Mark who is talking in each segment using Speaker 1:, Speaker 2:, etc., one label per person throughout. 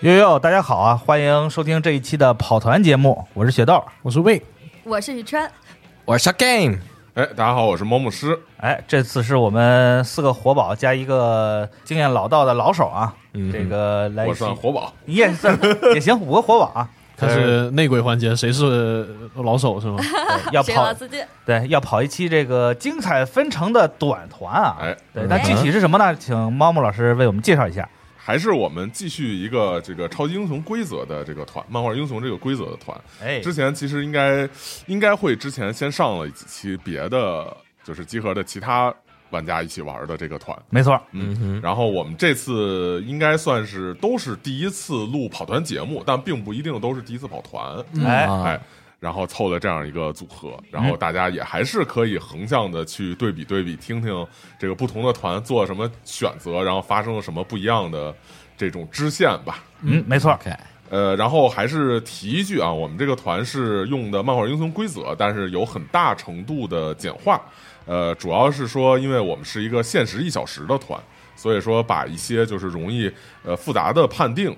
Speaker 1: 悠悠，大家好啊！欢迎收听这一期的跑团节目，我是雪豆。
Speaker 2: 我是魏，
Speaker 3: 我是宇川，
Speaker 4: 我是小 Game，
Speaker 5: 哎，大家好，我是魔牧师。
Speaker 1: 哎，这次是我们四个活宝加一个经验老道的老手啊，这个来一
Speaker 5: 嗯我
Speaker 1: 起
Speaker 5: 算活宝，
Speaker 1: 你也算也行，五个活宝啊。
Speaker 2: 他是内鬼环节，谁是老手 是吗？
Speaker 1: 对要
Speaker 3: 谁老
Speaker 1: 跑
Speaker 3: 司机？
Speaker 1: 对要跑一期这个精彩纷呈的短团啊，
Speaker 5: 哎
Speaker 1: 对，但具体是什么呢？请猫猫老师为我们介绍一下。
Speaker 5: 还是我们继续一个这个超级英雄规则的这个团，漫画英雄这个规则的团。
Speaker 1: 哎，
Speaker 5: 之前其实应该应该会之前先上了几期别的，就是集合的其他玩家一起玩的这个团。
Speaker 1: 没错，
Speaker 5: 嗯，然后我们这次应该算是都是第一次录跑团节目，但并不一定都是第一次跑团。
Speaker 1: 哎，
Speaker 6: 啊
Speaker 5: 哎，然后凑了这样一个组合，然后大家也还是可以横向的去对比对比，听听这个不同的团做什么选择，然后发生了什么不一样的这种支线吧。
Speaker 1: 嗯，没错，
Speaker 4: ，OK，
Speaker 5: 呃，然后还是提一句啊，我们这个团是用的漫画英雄规则，但是有很大程度的简化。呃，主要是说，因为我们是一个限时一小时的团，所以说把一些就是容易呃复杂的判定，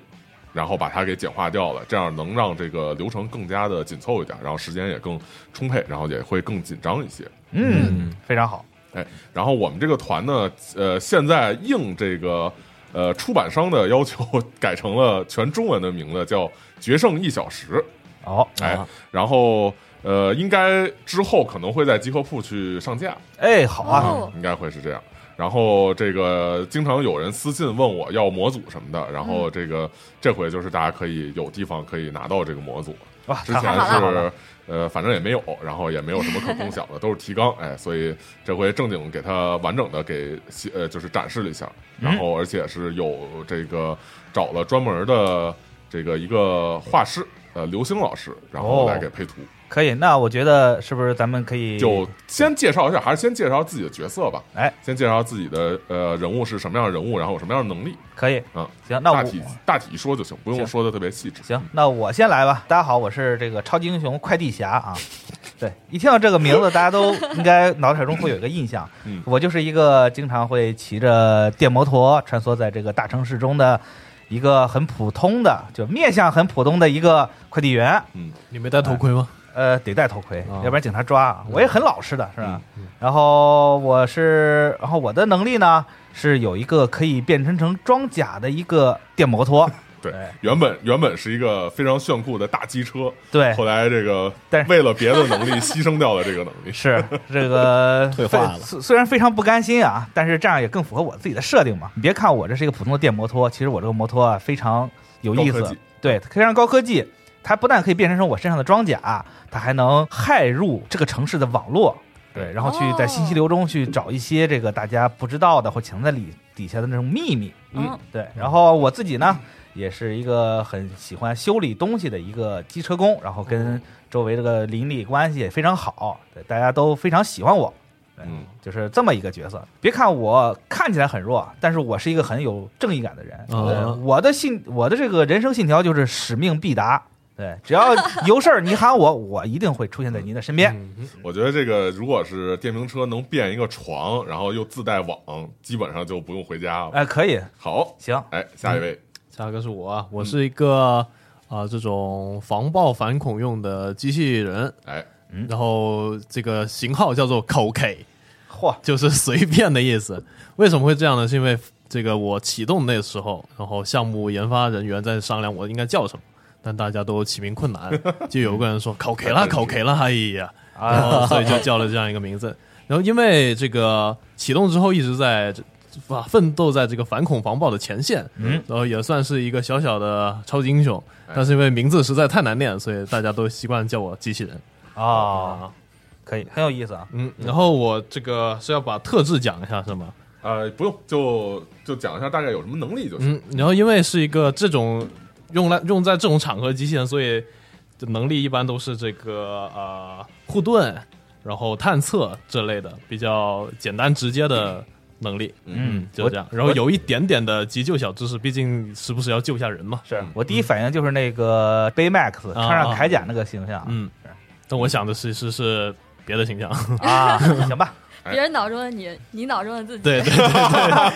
Speaker 5: 然后把它给简化掉了，这样能让这个流程更加的紧凑一点，然后时间也更充沛，然后也会更紧张一些。
Speaker 1: 嗯，非常好，
Speaker 5: 哎，然后我们这个团呢，呃，现在应这个呃出版商的要求，改成了全中文的名字，叫《决胜一小时》。
Speaker 1: 哦，
Speaker 5: 哎，然后呃，应该之后可能会在集合铺去上架，
Speaker 1: 哎，好啊，
Speaker 3: 哦
Speaker 5: 应该会是这样。然后这个经常有人私信问我要模组什么的，然后这个、这回就是大家可以有地方可以拿到这个模组。
Speaker 1: 哇，
Speaker 5: 之
Speaker 1: 太好
Speaker 5: 前
Speaker 1: 了，太好了，
Speaker 5: 是呃，反正也没有，然后也没有什么可供小的，都是提纲，哎，所以这回正经给它完整的给呃就是展示了一下，
Speaker 1: 嗯
Speaker 5: 然后而且是有这个找了专门的这个一个画师。呃，刘星老师，然
Speaker 1: 哦
Speaker 5: 后来给配图，
Speaker 1: 可以。那我觉得是不是咱们可以
Speaker 5: 就先介绍一下，还是先介绍自己的角色吧。
Speaker 1: 哎，
Speaker 5: 先介绍自己的呃人物是什么样的人物，然后有什么样的能力
Speaker 1: 可以？
Speaker 5: 啊、
Speaker 1: 行，那
Speaker 5: 大
Speaker 1: 我
Speaker 5: 体大体一说就行，不用
Speaker 1: 行
Speaker 5: 说的特别细致。
Speaker 1: 行，那我先来吧。大家好，我是这个超级英雄快递侠啊，对，一听到这个名字，大家都应该脑海中会有一个印象。
Speaker 5: 嗯
Speaker 1: 我就是一个经常会骑着电摩托穿梭在这个大城市中的一个很普通的，就面相很普通的一个快递员。
Speaker 2: 你没戴头盔吗？
Speaker 1: 呃，得戴头盔，
Speaker 2: 啊
Speaker 1: 要不然警察抓啊。我也很老实的，是吧？然后我是，然后我的能力呢是有一个可以变身成装甲的一个电摩托，
Speaker 5: 对
Speaker 1: 哎，
Speaker 5: 原本原本是一个非常炫酷的大机车，
Speaker 1: 对
Speaker 5: 后来这个
Speaker 1: 哎但是
Speaker 5: 为了别的能力 牺牲掉了这个能力，
Speaker 1: 是这个
Speaker 3: 退
Speaker 1: 非
Speaker 3: 化了
Speaker 1: 虽虽然非常不甘心啊，但是这样也更符合我自己的设定嘛。你别看我这是一个普通的电摩托，其实我这个摩托啊非常有意
Speaker 5: 高科
Speaker 1: 思
Speaker 5: 技，
Speaker 1: 对，非常高科技。它不但可以变身成我身上的装甲，啊它还能骇入这个城市的网络，对，然后去在信息流中去找一些这个大家不知道的或藏在里底下的那种秘密。
Speaker 4: 嗯，
Speaker 1: 对，然后我自己呢，也是一个很喜欢修理东西的一个机车工，然后跟周围这个邻里关系也非常好，对，大家都非常喜欢我。对
Speaker 5: 嗯，
Speaker 1: 就是这么一个角色。别看我看起来很弱，但是我是一个很有正义感的人。
Speaker 2: 哦
Speaker 1: 对我的信，我的这个人生信条就是使命必达。对，只要有事儿你喊我，我一定会出现在您的身边。
Speaker 5: 我觉得这个如果是电瓶车能变一个床，然后又自带网，基本上就不用回家了。
Speaker 1: 哎，可以，
Speaker 5: 好，
Speaker 1: 行，
Speaker 5: 哎，下一位，
Speaker 2: 下一个是我
Speaker 4: 嗯
Speaker 2: 啊，我是一个啊、这种防爆反恐用的机器人，
Speaker 1: 嗯
Speaker 5: 哎，
Speaker 4: 嗯
Speaker 2: 然后这个型号叫做口 K，
Speaker 1: 嚯，
Speaker 2: 就是随便的意思。为什么会这样呢？是因为这个我启动那时候，然后项目研发人员在商量我应该叫什么，但大家都起名困难，就有个人说口 K 了，口 K 了，哎 呀，然后所以就叫了这样一个名字。然后因为这个启动之后一直在这啊奋斗在这个反恐防暴的前线，嗯，哎然后也算是一个小小的超级英雄，但是因为名字实在太难念，所以大家都习惯叫我机器人。
Speaker 1: 啊，可以，很有意思啊。
Speaker 2: 嗯，然后我这个是要把特质讲一下是吗？
Speaker 5: 呃，不用，就就讲一下大概有什么能力就行。
Speaker 2: 嗯，然后因为是一个这种用来用在这种场合的机器人，所以能力一般都是这个呃护盾，然后探测这类的比较简单直接的能力，
Speaker 1: 嗯，
Speaker 2: 就这样。然后有一点点的急救小知识，毕竟时不时要救下人嘛。
Speaker 1: 是我第一反应就是那个 Baymax 穿上铠甲那个形象
Speaker 2: 嗯，但我想的其实是别的形象。
Speaker 1: 啊，行吧，
Speaker 4: 别人脑中的你，你脑中的自己。
Speaker 2: 对对对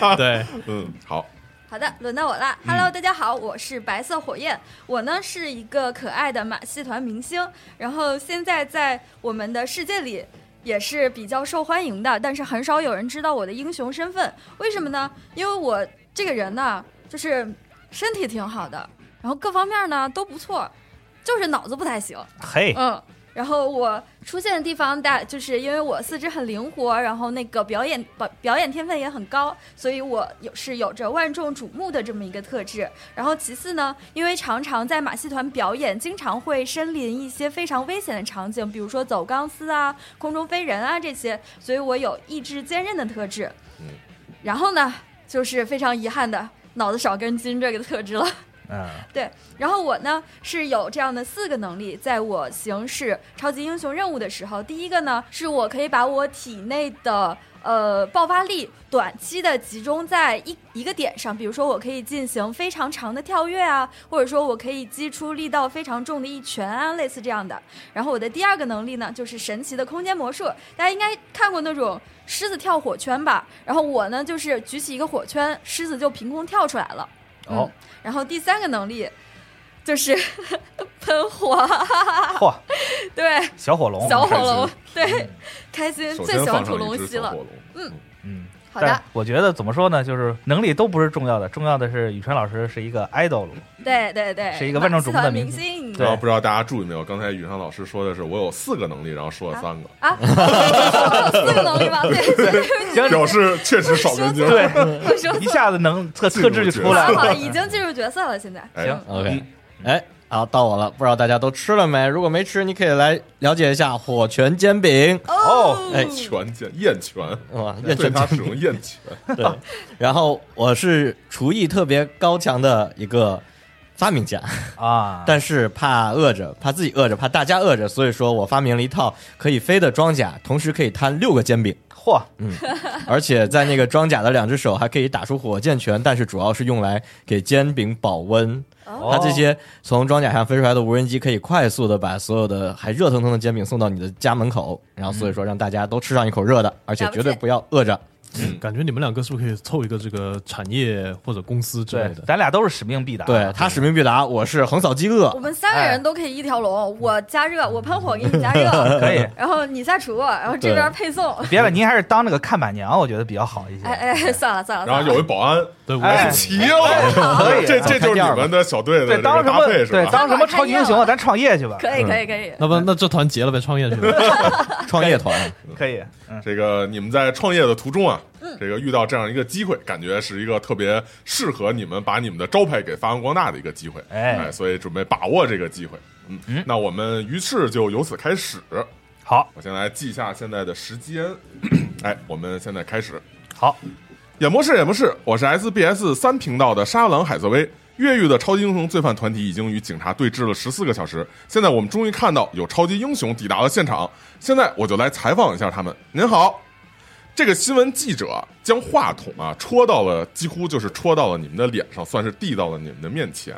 Speaker 2: 对对，
Speaker 5: 嗯，好，
Speaker 4: 好的，轮到我了。Hello，、大家好，我是白色火焰，我呢是一个可爱的马戏团明星，然后现在在我们的世界里也是比较受欢迎的，但是很少有人知道我的英雄身份，为什么呢？因为我这个人呢，就是身体挺好的，然后各方面呢都不错，就是脑子不太行。
Speaker 1: 嘿，
Speaker 4: 嗯，然后我出现的地方大，就是因为我四肢很灵活，然后那个表演表表演天分也很高，所以我有是有着万众瞩目的这么一个特质。然后其次呢，因为常常在马戏团表演，经常会身临一些非常危险的场景，比如说走钢丝啊、空中飞人啊这些，所以我有意志坚韧的特质。
Speaker 5: 嗯，
Speaker 4: 然后呢，就是非常遗憾的脑子少根筋这个特质了。
Speaker 1: 嗯，
Speaker 4: 然后我呢是有这样的四个能力，在我行使超级英雄任务的时候，第一个呢是我可以把我体内的呃爆发力短期的集中在一一个点上，比如说我可以进行非常长的跳跃啊，或者说我可以击出力道非常重的一拳啊，类似这样的。然后我的第二个能力呢就是神奇的空间魔术，大家应该看过那种。狮子跳火圈吧，然后我呢就是举起一个火圈，狮子就凭空跳出来了。嗯
Speaker 1: 哦，
Speaker 4: 然后第三个能力就是 喷火，
Speaker 1: 嚯，
Speaker 4: 对，
Speaker 1: 小火龙，
Speaker 4: 小火
Speaker 5: 开心
Speaker 4: 龙，对，开心，
Speaker 5: 首
Speaker 4: 最
Speaker 5: 先
Speaker 4: 喜欢
Speaker 5: 放
Speaker 4: 土
Speaker 5: 上
Speaker 4: 龙
Speaker 5: 一只
Speaker 4: 溪
Speaker 5: 小
Speaker 4: 了
Speaker 5: 火。龙，
Speaker 4: 嗯
Speaker 1: 嗯，
Speaker 4: 好
Speaker 1: 但
Speaker 4: 的，
Speaker 1: 我觉得怎么说呢，就是能力都不是重要的，重要的是宇川老师是一个 idol，
Speaker 4: 对对对，
Speaker 1: 是一个万众瞩目的
Speaker 4: 明
Speaker 1: 明
Speaker 4: 星。
Speaker 1: 对
Speaker 5: 然后不知道大家注意没有，刚才宇昌老师说的是我有四个能力，然后说了三个，
Speaker 4: 啊，我有四个能力吗？对对
Speaker 5: 表示确实少根 筋。
Speaker 1: 对，
Speaker 4: 我说
Speaker 1: 一下子能特
Speaker 5: 进入
Speaker 1: 特质就
Speaker 5: 角
Speaker 1: 出来
Speaker 4: 好
Speaker 1: 了，
Speaker 4: 好，已经进入角色了，现在。
Speaker 5: 哎
Speaker 4: 嗯
Speaker 3: OK，哎，好，到我了，不知道大家都吃了没？如果没吃，你可以来了解一下火拳煎饼。
Speaker 4: 哦，
Speaker 3: 哎
Speaker 5: 拳剑燕拳，
Speaker 1: 嗯
Speaker 3: 哇，认
Speaker 5: 对
Speaker 3: 真
Speaker 5: 他使 用燕拳，
Speaker 3: 对。然后我是厨艺特别高强的一个发明家，
Speaker 1: 啊，
Speaker 3: 但是怕饿着，怕自己饿着，怕大家饿着，所以说我发明了一套可以飞的装甲，同时可以摊六个煎饼，嗯
Speaker 1: 嚯，
Speaker 3: 而且在那个装甲的两只手还可以打出火箭拳，但是主要是用来给煎饼保温。
Speaker 4: 哦
Speaker 3: 它这些从装甲上飞出来的无人机可以快速的把所有的还热腾腾的煎饼送到你的家门口，然后所以说让大家都吃上一口热的，而且绝对不要饿着。
Speaker 2: 嗯感觉你们两个是不是可以凑一个这个产业或者公司之类
Speaker 1: 对
Speaker 2: 的，？
Speaker 1: 咱俩都是使命必达。啊
Speaker 3: 对他使命必达，我是横扫饥饿
Speaker 4: 我。们三个人都可以一条龙，我加热，我喷火给你加热，
Speaker 1: 哎 可以，
Speaker 4: 然后你下厨，然后这边配送。
Speaker 1: 别了，您还是当这个看板娘，我觉得比较好一些。
Speaker 4: 哎哎，算了算了，
Speaker 5: 然后有一保安
Speaker 2: 对，我
Speaker 1: 哎
Speaker 5: 齐了，
Speaker 1: 可以，
Speaker 5: 这这就是你们的小队的这
Speaker 1: 对，
Speaker 5: 个
Speaker 1: 当什
Speaker 5: 搭
Speaker 1: 么
Speaker 5: 配是
Speaker 1: 对
Speaker 5: 吧？
Speaker 1: 当什么超级英雄啊？咱创业去吧，
Speaker 4: 可以可以可
Speaker 1: 嗯
Speaker 4: 以，
Speaker 2: 那不那这团结了呗，创业去了。
Speaker 3: 创业团，
Speaker 1: 可以，嗯，
Speaker 5: 这个你们在创业的途中啊，这个遇到这样一个机会，感觉是一个特别适合你们把你们的招牌给发扬光大的一个机会，
Speaker 1: 哎
Speaker 5: 哎，所以准备把握这个机会。嗯，那我们于是就由此开始。
Speaker 1: 好
Speaker 5: 我先来记一下现在的时间， 哎，我们现在开始。
Speaker 1: 好，
Speaker 5: 演播室，演播室，我是 SBS 三频道的沙朗海瑟薇。越狱的超级英雄罪犯团体已经与警察对峙了十四个小时，现在我们终于看到有超级英雄抵达了现场。现在我就来采访一下他们。您好，这个新闻记者将话筒啊戳到了，几乎就是戳到了你们的脸上，算是递到了你们的面前。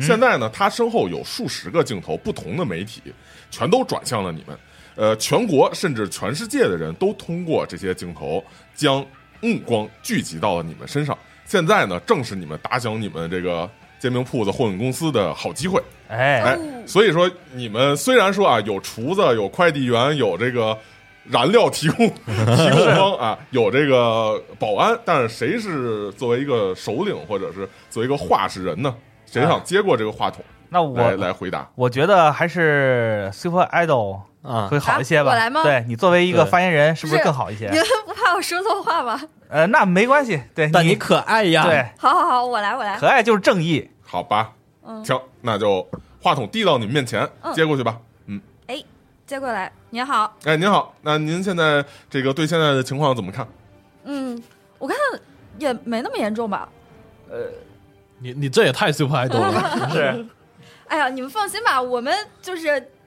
Speaker 5: 现在呢，他身后有数十个镜头，不同的媒体全都转向了你们。呃，全国甚至全世界的人都通过这些镜头将目光聚集到了你们身上。现在呢，正是你们打响你们这个煎饼铺子混公司的好机会。
Speaker 1: 哎，
Speaker 5: 哎，所以说你们虽然说啊，有厨子，有快递员，有这个燃料提供提供方啊，有这个保安，但是谁是作为一个首领，或者是作为一个话事人呢？谁想接过这个话筒
Speaker 1: 那
Speaker 5: 来
Speaker 1: 我
Speaker 5: 来回答？
Speaker 1: 我觉得还是 Super Idol
Speaker 3: 啊
Speaker 1: 会好一些吧？
Speaker 4: 啊我来吗
Speaker 1: 对你作为一个
Speaker 3: 对
Speaker 1: 发言人，是不是
Speaker 4: 是
Speaker 1: 更好一
Speaker 4: 你
Speaker 1: 些？
Speaker 4: 们不怕我说错话吗？
Speaker 1: 呃，那没关系，对，
Speaker 3: 但你可啊爱呀，
Speaker 1: 对
Speaker 4: 好好好，我来我来
Speaker 1: 可。爱就是正义，
Speaker 5: 好吧，
Speaker 4: 嗯
Speaker 5: 行，那就话筒递到你们面前，
Speaker 4: 嗯
Speaker 5: 接过去吧。嗯，
Speaker 4: 哎，接过来，您好，
Speaker 5: 哎，您好，那您现在这个对现在的情况怎么看？
Speaker 4: 嗯，我看也没那么严重吧。
Speaker 2: 你你这也太 super idol 了，
Speaker 1: 是
Speaker 4: 哎呀，你们放心吧，我们就是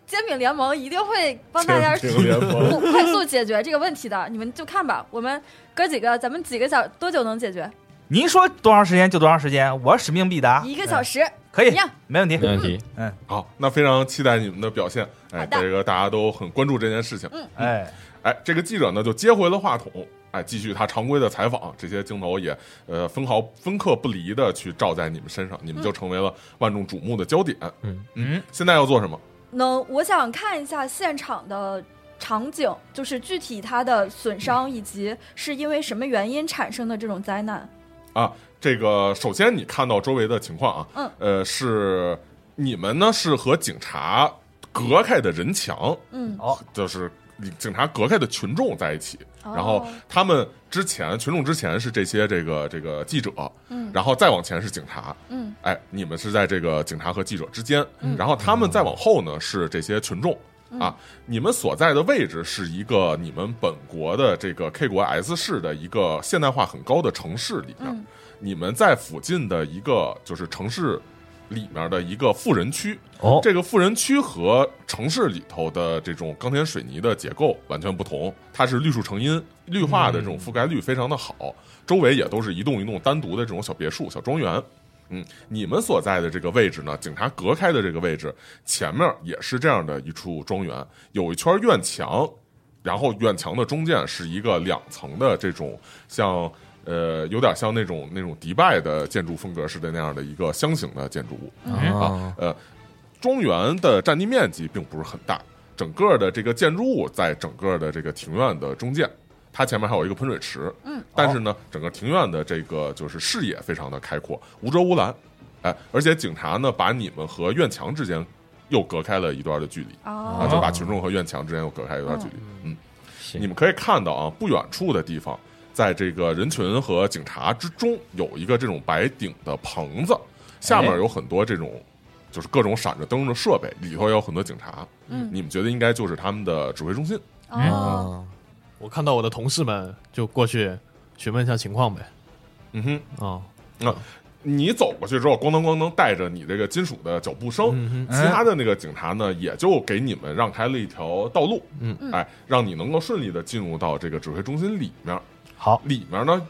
Speaker 4: 煎饼联盟一定会帮大家
Speaker 5: 煎饼联盟
Speaker 4: 快快速解决这个问题的。 你们就看吧，我们哥几个，咱们几个小多久能解决？
Speaker 1: 您说多长时间就多长时间，我使命必达，
Speaker 4: 一个小
Speaker 1: 时
Speaker 4: 时。
Speaker 1: 可以
Speaker 4: 一样，
Speaker 1: 没问题，
Speaker 3: 没问题。
Speaker 5: 好，那非常期待你们的表现。哎，
Speaker 4: 好的嗯
Speaker 5: 这个大家都很关注这件事情。
Speaker 1: 哎，
Speaker 5: 哎，这个记者呢就接回了话筒，哎，继续他常规的采访，这些镜头也呃分毫分刻不离的去照在你们身上，你
Speaker 4: 嗯
Speaker 5: 们就成为了万众瞩目的焦点。
Speaker 3: 嗯
Speaker 1: 嗯，
Speaker 5: 现在要做什么？
Speaker 4: 能，我想看一下现场的场景，就是具体它的损伤以及是因为什么原因产生的这种灾难。
Speaker 5: 啊，这个首先你看到周围的情况啊，
Speaker 4: 嗯，
Speaker 5: 呃，是你们呢是和警察隔开的人墙，
Speaker 4: 嗯，
Speaker 1: 哦，
Speaker 5: 就是警察隔开的群众在一起，然后
Speaker 4: 哦
Speaker 5: 他们之前群众之前是这些这个这个记者，
Speaker 4: 嗯
Speaker 5: 然后再往前是警察，
Speaker 4: 嗯，
Speaker 5: 哎，你们是在这个警察和记者之间，然后他们再往后呢是这些群众。啊，你们所在的位置是一个你们本国的这个 K 国 S 市的一个现代化很高的城市里面，
Speaker 4: 嗯
Speaker 5: 你们在附近的一个就是城市里面的一个富人区，
Speaker 1: 哦
Speaker 5: 这个富人区和城市里头的这种钢铁水泥的结构完全不同，它是绿树成荫，绿化的这种覆盖率非常的好，周围也都是一栋一栋单独的这种小别墅、小庄园。嗯，你们所在的这个位置呢，警察隔开的这个位置，前面也是这样的一处庄园，有一圈院墙，然后院墙的中间是一个两层的这种像呃有点像那种那种迪拜的建筑风格似的那样的一个箱型的建筑物、啊，呃，庄园的占地面积并不是很大，整个的这个建筑物在整个的这个庭院的中间。它前面还有一个喷水池，
Speaker 4: 嗯，
Speaker 5: 但是呢，整个庭院的这个就是视野非常的开阔，无遮无拦，哎，而且警察呢把你们和院墙之间又隔开了一段的距离，啊，
Speaker 4: 哦，
Speaker 5: 就把群众和院墙之间又隔开一段距离。嗯，
Speaker 3: 是
Speaker 5: 你们可以看到啊，不远处的地方，在这个人群和警察之中，有一个这种白顶的棚子，下面有很多这种。就是各种闪着灯的设备，里头有很多警察。
Speaker 4: 嗯
Speaker 5: 你们觉得应该就是他们的指挥中心？
Speaker 4: 哦，
Speaker 3: 啊，
Speaker 2: 我看到我的同事们就过去询问一下情况呗。
Speaker 5: 嗯哼，
Speaker 2: 啊、
Speaker 5: 你走过去之后，咣当咣当带着你这个金属的脚步声，
Speaker 2: 嗯
Speaker 5: 其他的那个警察呢，也就给你们让开了一条道路，
Speaker 2: 嗯
Speaker 4: 嗯
Speaker 5: 哎，让你能够顺利的进入到这个指挥中心里面。
Speaker 1: 好，
Speaker 5: 里面呢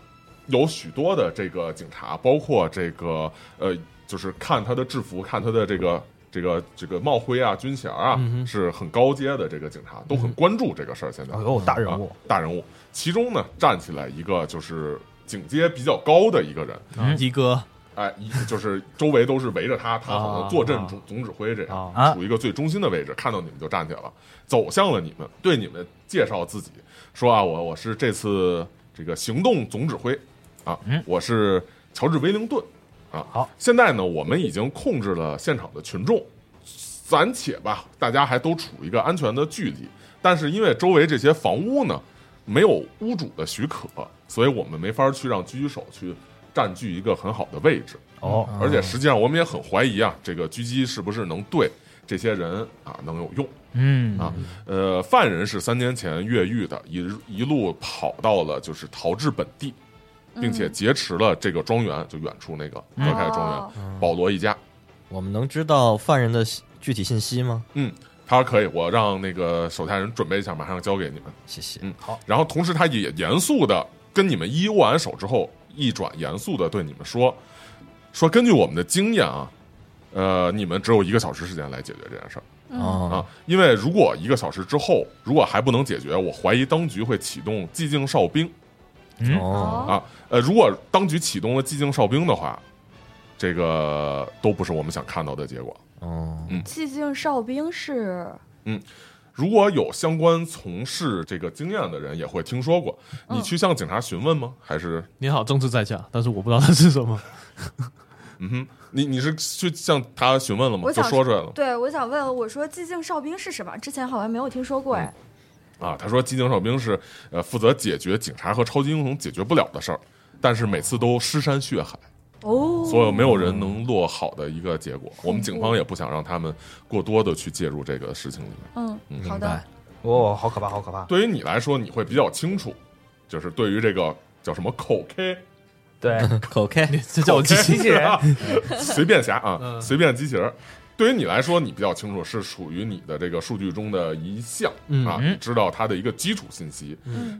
Speaker 5: 有许多的这个警察，包括这个呃就是看他的制服，看他的这个这个这个帽徽啊、军衔啊，
Speaker 1: 嗯
Speaker 5: 是很高阶的这个警察，都很关注这个事儿。现在
Speaker 1: 哎呦，大人物
Speaker 5: 啊，大人物，其中呢站起来一个就是警阶比较高的一个人，
Speaker 2: 一哥
Speaker 5: 哎，一就是周围都是围着他，他好像坐镇
Speaker 2: 啊
Speaker 5: 总总指挥这样，
Speaker 1: 啊
Speaker 5: 处于一个最中心的位置，看到你们就站起来了，走向了你们，对你们介绍自己，说啊，我我是这次这个行动总指挥，啊，我是乔治·威灵顿，啊，
Speaker 1: 好，
Speaker 5: 现在呢，我们已经控制了现场的群众，暂且吧，大家还都处于一个安全的距离，但是因为周围这些房屋呢，没有屋主的许可，所以我们没法去让狙击手去占据一个很好的位置。
Speaker 1: 哦，
Speaker 5: 而且实际上我们也很怀疑啊，这个狙击是不是能对这些人啊能有用
Speaker 1: 嗯
Speaker 5: 啊？呃，犯人是三年前越狱的，一一路跑到了就是逃至本地，
Speaker 4: 嗯
Speaker 5: 并且劫持了这个庄园，就远处那个德凯庄园，
Speaker 4: 哦
Speaker 5: 保罗一家。
Speaker 3: 我们能知道犯人的具体信息吗？
Speaker 5: 嗯，他说可以，我让那个手下人准备一下，马上交给你们。
Speaker 3: 谢谢。
Speaker 5: 嗯，好。然后同时他也严肃的跟你们一一握完手之后，一转严肃的对你们说，说根据我们的经验啊，呃，你们只有一个小时时间来解决这件事儿。
Speaker 4: 嗯
Speaker 3: 哦，
Speaker 5: 啊，因为如果一个小时之后如果还不能解决，我怀疑当局会启动寂静哨兵
Speaker 1: 嗯
Speaker 3: 哦，
Speaker 5: 啊。呃，如果当局启动了寂静哨兵的话，这个都不是我们想看到的结果。
Speaker 3: 哦，
Speaker 4: 寂静哨兵是
Speaker 5: 如果有相关从事这个经验的人，也会听说过。你去向警察询问吗？还是
Speaker 2: 你好，政治在下，但是我不知道他是什么。
Speaker 5: 嗯哼，你你是去向他询问了吗？
Speaker 4: 我
Speaker 5: 就
Speaker 4: 想
Speaker 5: 说出来了吗
Speaker 4: 对，我想问，我说寂静哨兵是什么？之前好像没有听说过哎。
Speaker 5: 啊。他说寂静哨兵是呃负责解决警察和超级英雄解决不了的事儿，但是每次都尸山血海。
Speaker 4: 哦，
Speaker 5: 嗯所有没有人能落好的一个结果。我们警方也不想让他们过多的去介入这个事情里面。
Speaker 4: 嗯，好
Speaker 3: 明
Speaker 4: 的
Speaker 3: 白。。
Speaker 1: 哦，好可怕，好可怕，
Speaker 5: 对于你来说，你会比较清楚，就是对于这个叫什么口 K
Speaker 1: 对，
Speaker 3: 口 K，
Speaker 2: 这叫我记
Speaker 1: 机
Speaker 2: 性。
Speaker 1: 器人，
Speaker 5: 随便侠啊，随便机器人。对于你来说，你比较清楚是属于你的这个数据中的一项啊，你知道它的一个基础信息。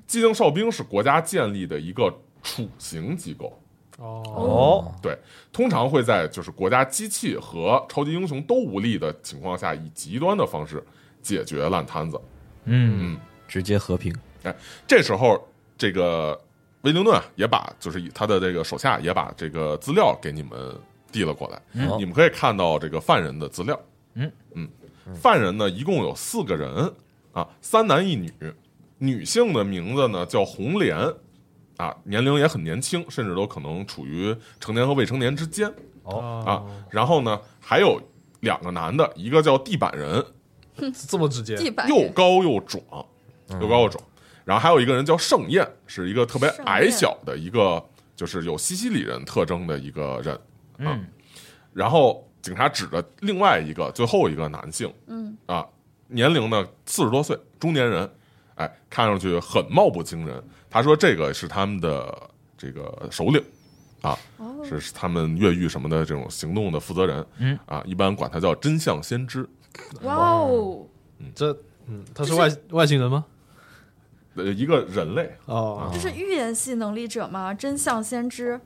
Speaker 5: 寂静哨兵是国家建立的一个处刑机构，
Speaker 2: 哦，
Speaker 1: 哦，
Speaker 5: 对，通常会在就是国家机器和超级英雄都无力的情况下，以极端的方式解决烂摊子。
Speaker 1: 嗯
Speaker 3: 直接和平。
Speaker 5: 哎，这时候这个威灵顿啊也把就是以他的这个手下也把这个资料给你们递了过来，
Speaker 3: 嗯
Speaker 5: 你们可以看到这个犯人的资料。
Speaker 1: 嗯
Speaker 5: 嗯，犯人呢一共有四个人啊，三男一女，女性的名字呢叫红莲。啊，年龄也很年轻，甚至都可能处于成年和未成年之间。啊，然后呢，还有两个男的，一个叫地板人，
Speaker 2: 这么直接，
Speaker 4: 地板
Speaker 5: 又高又壮，又高又壮。然后还有一个人叫盛宴，是一个特别
Speaker 4: 盛
Speaker 5: 矮
Speaker 4: 宴
Speaker 5: 小的一个，就是有西西里人特征的一个人。啊
Speaker 1: 嗯，
Speaker 5: 然后警察指着另外一个最后一个男性，
Speaker 4: 嗯
Speaker 5: 啊，年龄呢四十多岁，中年人，哎，看上去很貌不惊人。他说这个是他们的这个首领，啊，是是他们越狱什么的这种行动的负责人，
Speaker 1: 嗯
Speaker 5: 啊，一般管他叫真相先知，
Speaker 4: 哇哦，
Speaker 2: 这嗯，他是外外星人吗？
Speaker 5: 呃，一个人类。
Speaker 2: 哦，
Speaker 4: 这是预言系能力者吗？真相先知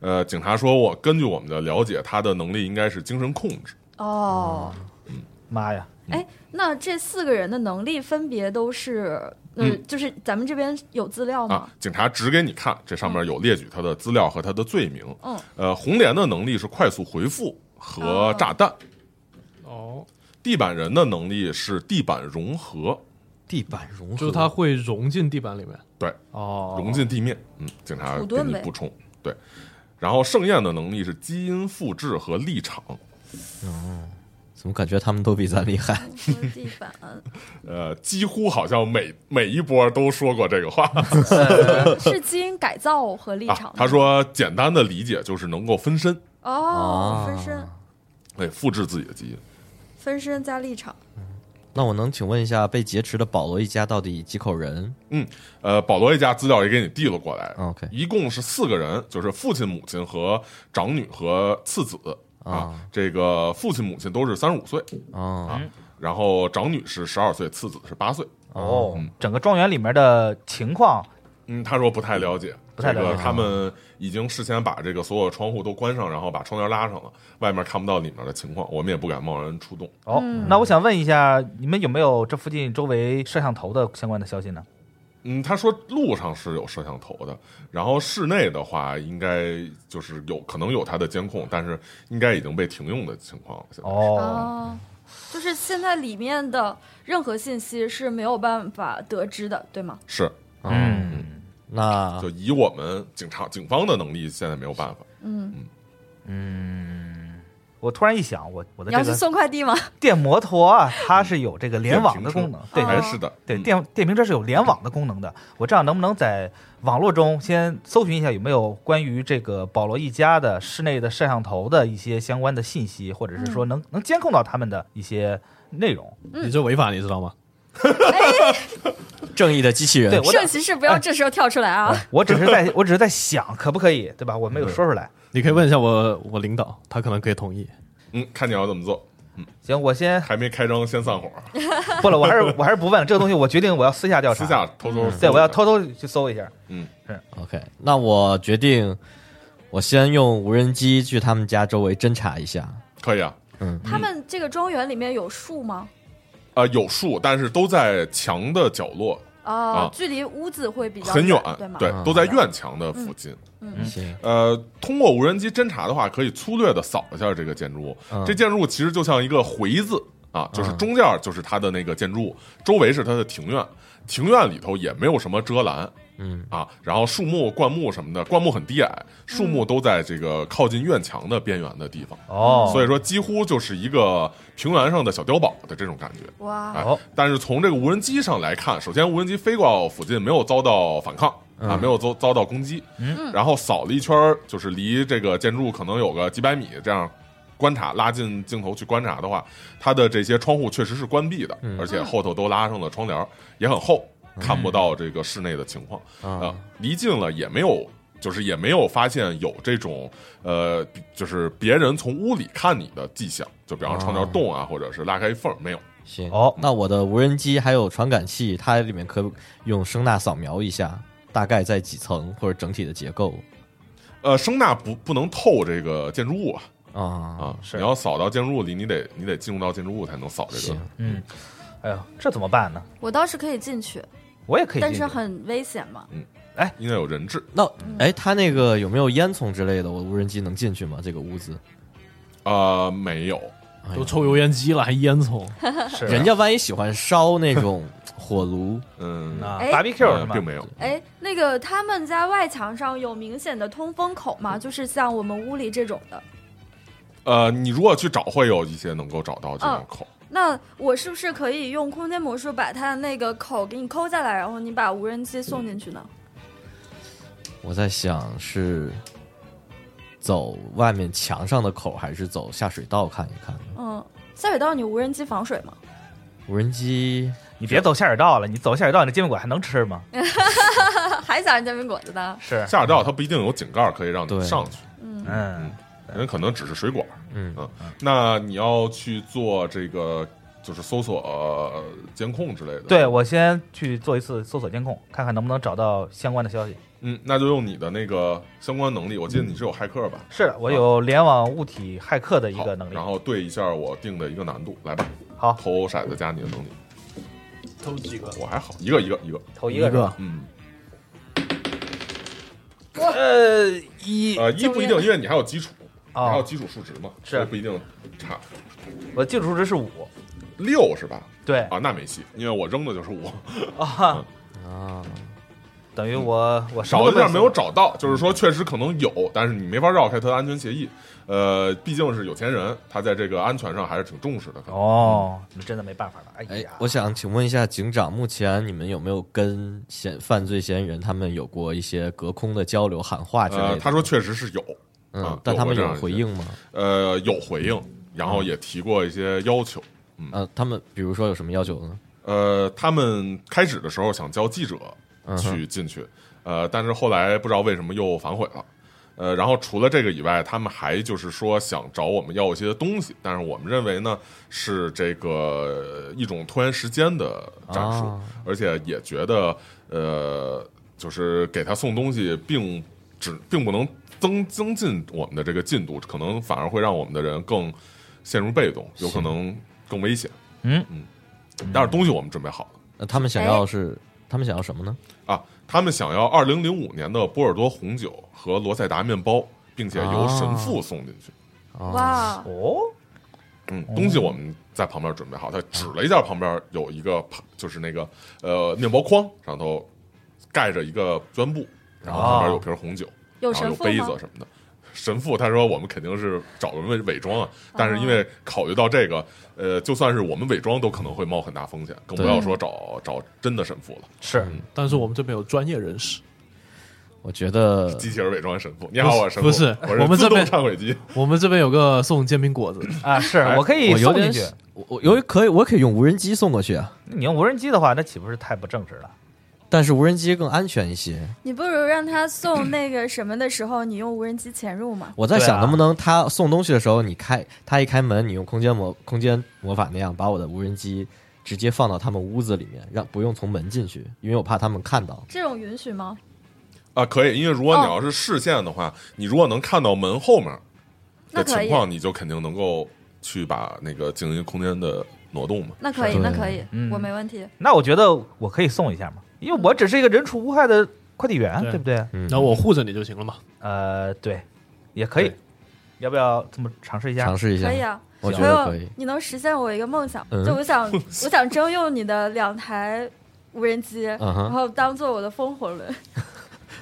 Speaker 5: 呃，警察说我根据我们的了解，他的能力应该是精神控制。
Speaker 4: 哦。
Speaker 1: 妈呀，
Speaker 5: 嗯
Speaker 4: 哎，那这四个人的能力分别都是，呃，就是咱们这边有资料
Speaker 5: 嗯啊
Speaker 4: 吗？，
Speaker 5: 警察指给你看，这上
Speaker 4: 哦
Speaker 5: 面有列举他的资料和他的罪名。
Speaker 4: 嗯，
Speaker 5: 呃，红莲的能力是快速回复和炸弹，
Speaker 2: 哦，
Speaker 5: 地板人的能力是地板融合，
Speaker 3: 地板融合，
Speaker 2: 就是他会融进地板里面。
Speaker 5: 对，
Speaker 2: 哦，
Speaker 5: 融进地面。嗯，警察
Speaker 4: 土
Speaker 5: 给
Speaker 4: 遁
Speaker 5: 你
Speaker 4: 呗
Speaker 5: 补充。对，然后盛宴的能力是基因复制和立场。
Speaker 3: 怎么感觉他们都比咱厉害？
Speaker 4: 说地板，
Speaker 5: 呃，几乎好像每每一波都说过这个话
Speaker 4: 是基因改造和立场吗
Speaker 5: 啊。。他说，简单的理解就是能够分身，啊
Speaker 4: 哦，分身，
Speaker 5: 哎，复制自己的基因。
Speaker 4: 分身加立场，
Speaker 3: 那我能请问一下，被劫持的保罗一家到底几口人？
Speaker 5: 嗯，呃，保罗一家资料也给你递了过来。
Speaker 1: 嗯
Speaker 3: OK
Speaker 5: 一共是四个人，就是父亲、母亲和长女和次子啊
Speaker 3: 啊。
Speaker 5: 这个父亲、母亲都是三十五岁，
Speaker 3: 哦，
Speaker 5: 然后长女是十二岁，次子是八岁。
Speaker 1: 哦哦，整个庄园里面的情况，
Speaker 5: 嗯，他说不太了解，
Speaker 1: 不太
Speaker 5: 这
Speaker 1: 了解
Speaker 5: 个他们已经事先把这个所有窗户都关上，然后把窗帘拉上了，外面看不到里面的情况，我们也不敢贸然出动。
Speaker 1: 哦，
Speaker 4: 嗯
Speaker 1: 那我想问一下，你们有没有这附近周围摄像头的相关的消息呢？
Speaker 5: 嗯，他说路上是有摄像头的，然后室内的话，应该就是有可能有它的监控，但是应该已经被停用的情况了。现在，
Speaker 1: 哦，
Speaker 4: 哦，就是现在里面的任何信息是没有办法得知的，对吗？
Speaker 5: 是
Speaker 4: 哦
Speaker 1: 嗯
Speaker 3: 那
Speaker 5: 就以我们警察警方的能力，现在没有办法。
Speaker 4: 嗯
Speaker 1: 嗯，我突然一想，我我的
Speaker 4: 你要
Speaker 1: 这
Speaker 4: 去
Speaker 1: 个
Speaker 4: 送快递吗？
Speaker 1: 电摩托啊，它是有这个联网的功能，对
Speaker 4: 哦
Speaker 5: 还是的，
Speaker 1: 对，
Speaker 5: 嗯
Speaker 1: 电电瓶车是有联网的功能的。我这样能不能在网络中先搜寻一下有没有关于这个保罗一家的室内的摄像头的一些相关的信息，或者是说能、能监控到他们的一些内容？
Speaker 2: 你这违法，你知道吗？
Speaker 3: 正义的机器
Speaker 1: 对
Speaker 3: 人，
Speaker 1: 我
Speaker 4: 圣骑士不要这时候跳出来啊！
Speaker 1: 我只是在我只是在想可不可以，对吧？我没有说出来。
Speaker 2: 你可以问一下我我领导，他可能可以同意。
Speaker 5: 嗯，看你要怎么做，
Speaker 1: 行，我先
Speaker 5: 还没开张先散伙，
Speaker 1: 不了，我还是我还是不问了这个东西，我决定我要私下调查。
Speaker 5: 私下偷偷
Speaker 1: 对，我要偷偷去搜一下。
Speaker 3: OK，那我决定，我先用无人机去他们家周围侦查一下。
Speaker 5: 可以啊。
Speaker 4: 他们这个庄园里面有树吗？
Speaker 5: 啊、有树，但是都在墙的角落，
Speaker 4: 啊
Speaker 5: 啊，
Speaker 4: 距离屋子会比较
Speaker 5: 很远，
Speaker 4: 对吗？
Speaker 1: 嗯
Speaker 5: 对，都在院墙的附近。
Speaker 3: 行，
Speaker 5: 呃，通过无人机侦查的话，可以粗略的扫一下这个建筑物。
Speaker 3: 嗯
Speaker 5: 这建筑物其实就像一个回字啊，就是中间就是它的那个建筑物，周围是它的庭院，庭院里头也没有什么遮拦。
Speaker 3: 嗯
Speaker 5: 啊，然后树木、灌木什么的，灌木很低矮，树木都在这个靠近院墙的边缘的地方，
Speaker 1: 哦，
Speaker 5: 所以说几乎就是一个平原上的小碉堡的这种感觉。
Speaker 4: 哇，
Speaker 5: 哎
Speaker 1: 哦，
Speaker 5: 但是从这个无人机上来看，首先无人机飞过附近没有遭到反抗啊，没有遭遭到攻击，
Speaker 1: 嗯
Speaker 5: 然后扫了一圈儿，就是离这个建筑可能有个几百米这样。观察拉近镜头去观察的话，它的这些窗户确实是关闭的，而且后头都拉上了窗帘儿，也很厚，看不到这个室内的情况。啊、
Speaker 3: 啊，
Speaker 5: 离近了也没有，就是也没有发现有这种呃，比就是别人从屋里看你的迹象，就比方说窗帘动啊，或者是拉开一缝儿没有。
Speaker 3: 行。
Speaker 1: 哦
Speaker 3: 那我的无人机还有传感器，它里面可用声呐扫描一下，大概在几层或者整体的结构
Speaker 5: 呃，声呐不不能透这个建筑物啊
Speaker 3: 啊。
Speaker 5: 啊！
Speaker 1: 是
Speaker 5: 你要扫到建筑物里，你得你得进入到建筑物才能扫这个
Speaker 3: 行。
Speaker 1: 嗯，哎呦，这怎么办呢？
Speaker 4: 我倒是可以进去，
Speaker 1: 我也可以进
Speaker 4: 但
Speaker 1: 去，
Speaker 4: 是很危险嘛。
Speaker 5: 应该有人质
Speaker 3: 那哎，它那个有没有烟囱之类的？我无人机能进去吗？这个屋子？
Speaker 5: 啊、呃没有。
Speaker 3: 哎
Speaker 2: 都
Speaker 3: 呦
Speaker 2: 抽油烟机了，还烟囱，
Speaker 1: 是啊
Speaker 3: 人家万一喜欢烧那种火炉，
Speaker 5: 嗯，
Speaker 1: 啊
Speaker 4: 哎
Speaker 1: ，barbecue 是
Speaker 5: 呃
Speaker 1: 吗？
Speaker 5: 并没有。
Speaker 4: 哎，那个他们家外墙上有明显的通风口吗？就是像我们屋里这种的。
Speaker 5: 呃，你如果去找，会有一些能够找到这种
Speaker 4: 嗯
Speaker 5: 口。
Speaker 4: 那我是不是可以用空间魔术把它的那个口给你抠下来，然后你把无人机送进去呢？
Speaker 3: 我在想是走外面墙上的口，还是走下水道看一看？
Speaker 4: 嗯，下水道你无人机防水吗？
Speaker 3: 无人机
Speaker 1: 你别走下水道了，你走下水道，你这煎饼果还能吃吗？
Speaker 4: 还想着煎饼果子呢？
Speaker 1: 是，
Speaker 5: 下水道它不一定有井盖可以让你
Speaker 3: 对
Speaker 5: 上去，
Speaker 1: 嗯，
Speaker 5: 人可能只是水管。
Speaker 3: 嗯
Speaker 5: 那你要去做这个，就是搜索、呃监控之类的。
Speaker 1: 对，我先去做一次搜索监控，看看能不能找到相关的消息。
Speaker 5: 嗯，那就用你的那个相关能力。我记
Speaker 3: 嗯
Speaker 5: 得你是有骇客吧？
Speaker 1: 是的，我有联网物体骇客的一
Speaker 5: 好
Speaker 1: 个能力
Speaker 5: 然。后对一下我定的一个难度，来吧，
Speaker 1: 好，
Speaker 5: 投骰子加你的能力。
Speaker 2: 偷几个？
Speaker 5: 我还好，一个一个一个，
Speaker 1: 头一
Speaker 3: 一
Speaker 1: 个是吧，
Speaker 3: 个
Speaker 5: 嗯，
Speaker 1: 呃，一
Speaker 5: 呃，一不一定，因为你还有基础，你还有
Speaker 1: 哦，
Speaker 5: 基础数值嘛，
Speaker 1: 是
Speaker 5: 所以不一定差。
Speaker 1: 我基础数值是五，
Speaker 5: 六是吧？
Speaker 1: 对
Speaker 5: 啊，那没戏，因为我扔的就是五，
Speaker 1: 啊，
Speaker 3: 啊，
Speaker 1: 等于我我什么都
Speaker 5: 找了一下
Speaker 1: 行
Speaker 5: 没有找到，就是说确实可能有，但是你没法绕开他的安全协议。呃，毕竟是有钱人，他在这个安全上还是挺重视的。可能
Speaker 1: 哦，你真的没办法了。哎
Speaker 3: 哎
Speaker 1: 呀，，
Speaker 3: 我想请问一下警长，目前你们有没有跟嫌犯罪嫌疑人他们有过一些隔空的交流、喊话之类
Speaker 5: 呃，
Speaker 3: 的？
Speaker 5: 他说确实是有，啊
Speaker 3: 嗯，但
Speaker 5: 有
Speaker 3: 他
Speaker 5: 过
Speaker 3: 们
Speaker 5: 这
Speaker 3: 有
Speaker 5: 样一
Speaker 3: 回
Speaker 5: 些
Speaker 3: 应吗？
Speaker 5: 呃，有回应，然后也提过一些要求。
Speaker 3: 呃，他们比如说有什么要求呢？
Speaker 5: 呃，他们开始的时候想叫记者
Speaker 3: 嗯哼
Speaker 5: 去进去，呃，但是后来不知道为什么又反悔了。呃，然后除了这个以外，他们还就是说想找我们要一些东西，但是我们认为呢是这个呃一种拖延时间的战术，
Speaker 3: 啊
Speaker 5: 而且也觉得呃，就是给他送东西并只并不能增增进我们的这个进度，可能反而会让我们的人更陷入被动，有可能更危险。
Speaker 1: 嗯
Speaker 5: 嗯，但是东西我们准备好了。
Speaker 3: 那他们想要是他们想要什么呢？
Speaker 5: 啊，他们想要二零零五年的波尔多红酒和罗塞达面包，并且
Speaker 2: 啊
Speaker 5: 由神父送进去。
Speaker 4: 哇，
Speaker 1: 哦，
Speaker 5: 嗯，东西我们在旁边准备好。他指了一下旁边有一个盘，就是那个呃面包筐上头盖着一个绢布，然后旁边有瓶红酒，
Speaker 2: 啊
Speaker 4: 有
Speaker 5: 然后
Speaker 4: 神
Speaker 5: 啊有
Speaker 4: 父
Speaker 5: 杯
Speaker 4: 吗
Speaker 5: 子？什么的。神父他说我们肯定是找个伪伪装啊，但是因为考虑到这个，呃，就算是我们伪装都可能会冒很大风险，更不要说找找真的神父了。
Speaker 1: 是
Speaker 2: 但是我们这边有专业人士，
Speaker 3: 我觉得
Speaker 5: 机器人伪装神父，你好，我神父，
Speaker 2: 不是我
Speaker 5: 我是
Speaker 2: 们
Speaker 5: 自
Speaker 2: 这
Speaker 5: 动
Speaker 2: 边
Speaker 5: 忏悔机。
Speaker 2: 我们这边有个送煎饼果子的，
Speaker 1: 啊，是我可以
Speaker 3: 我有
Speaker 1: 送进
Speaker 3: 点
Speaker 1: 去。
Speaker 3: 我我由于可以我可以用无人机送过去啊，
Speaker 1: 你用无人机的话，那岂不是太不正直了？
Speaker 3: 但是无人机更安全一些。
Speaker 4: 你不如让他送那个什么的时候，你用无人机潜入嘛？
Speaker 3: 我在
Speaker 1: 对啊
Speaker 3: 想能不能他送东西的时候，你开他一开门，你用空间魔空间魔法那样把我的无人机直接放到他们屋子里面，让不用从门进去，因为我怕他们看 到。
Speaker 4: 这种允许吗？
Speaker 5: 啊，可以，因为如果你
Speaker 4: 哦
Speaker 5: 要是视线的话，你如果能看到门后面
Speaker 4: 那
Speaker 5: 的
Speaker 4: 可
Speaker 5: 情
Speaker 4: 以，
Speaker 5: 况，你就肯定能够去把那个静音空间的挪动嘛。
Speaker 4: 那可以，
Speaker 3: 对
Speaker 4: 那可以，
Speaker 1: 嗯
Speaker 4: 我没问题。
Speaker 1: 那我觉得我可以送一下嘛，因为我只是一个人畜无害的快递员，
Speaker 2: 对
Speaker 1: 对不对？
Speaker 3: 嗯，
Speaker 2: 然后我护着你就行了嘛。
Speaker 1: 呃，对，也可以
Speaker 5: 对。
Speaker 1: 要不要这么尝试一下，
Speaker 3: 尝？试一下
Speaker 4: 可，以啊，
Speaker 3: 我觉
Speaker 4: 朋
Speaker 3: 得
Speaker 4: 友
Speaker 3: 可以，。
Speaker 4: 你能实现我一个梦想，
Speaker 3: 嗯
Speaker 4: 就我想，我想征用你的两台无人机，
Speaker 3: 嗯
Speaker 4: 然
Speaker 3: 哼，
Speaker 4: 后当做我的风火轮。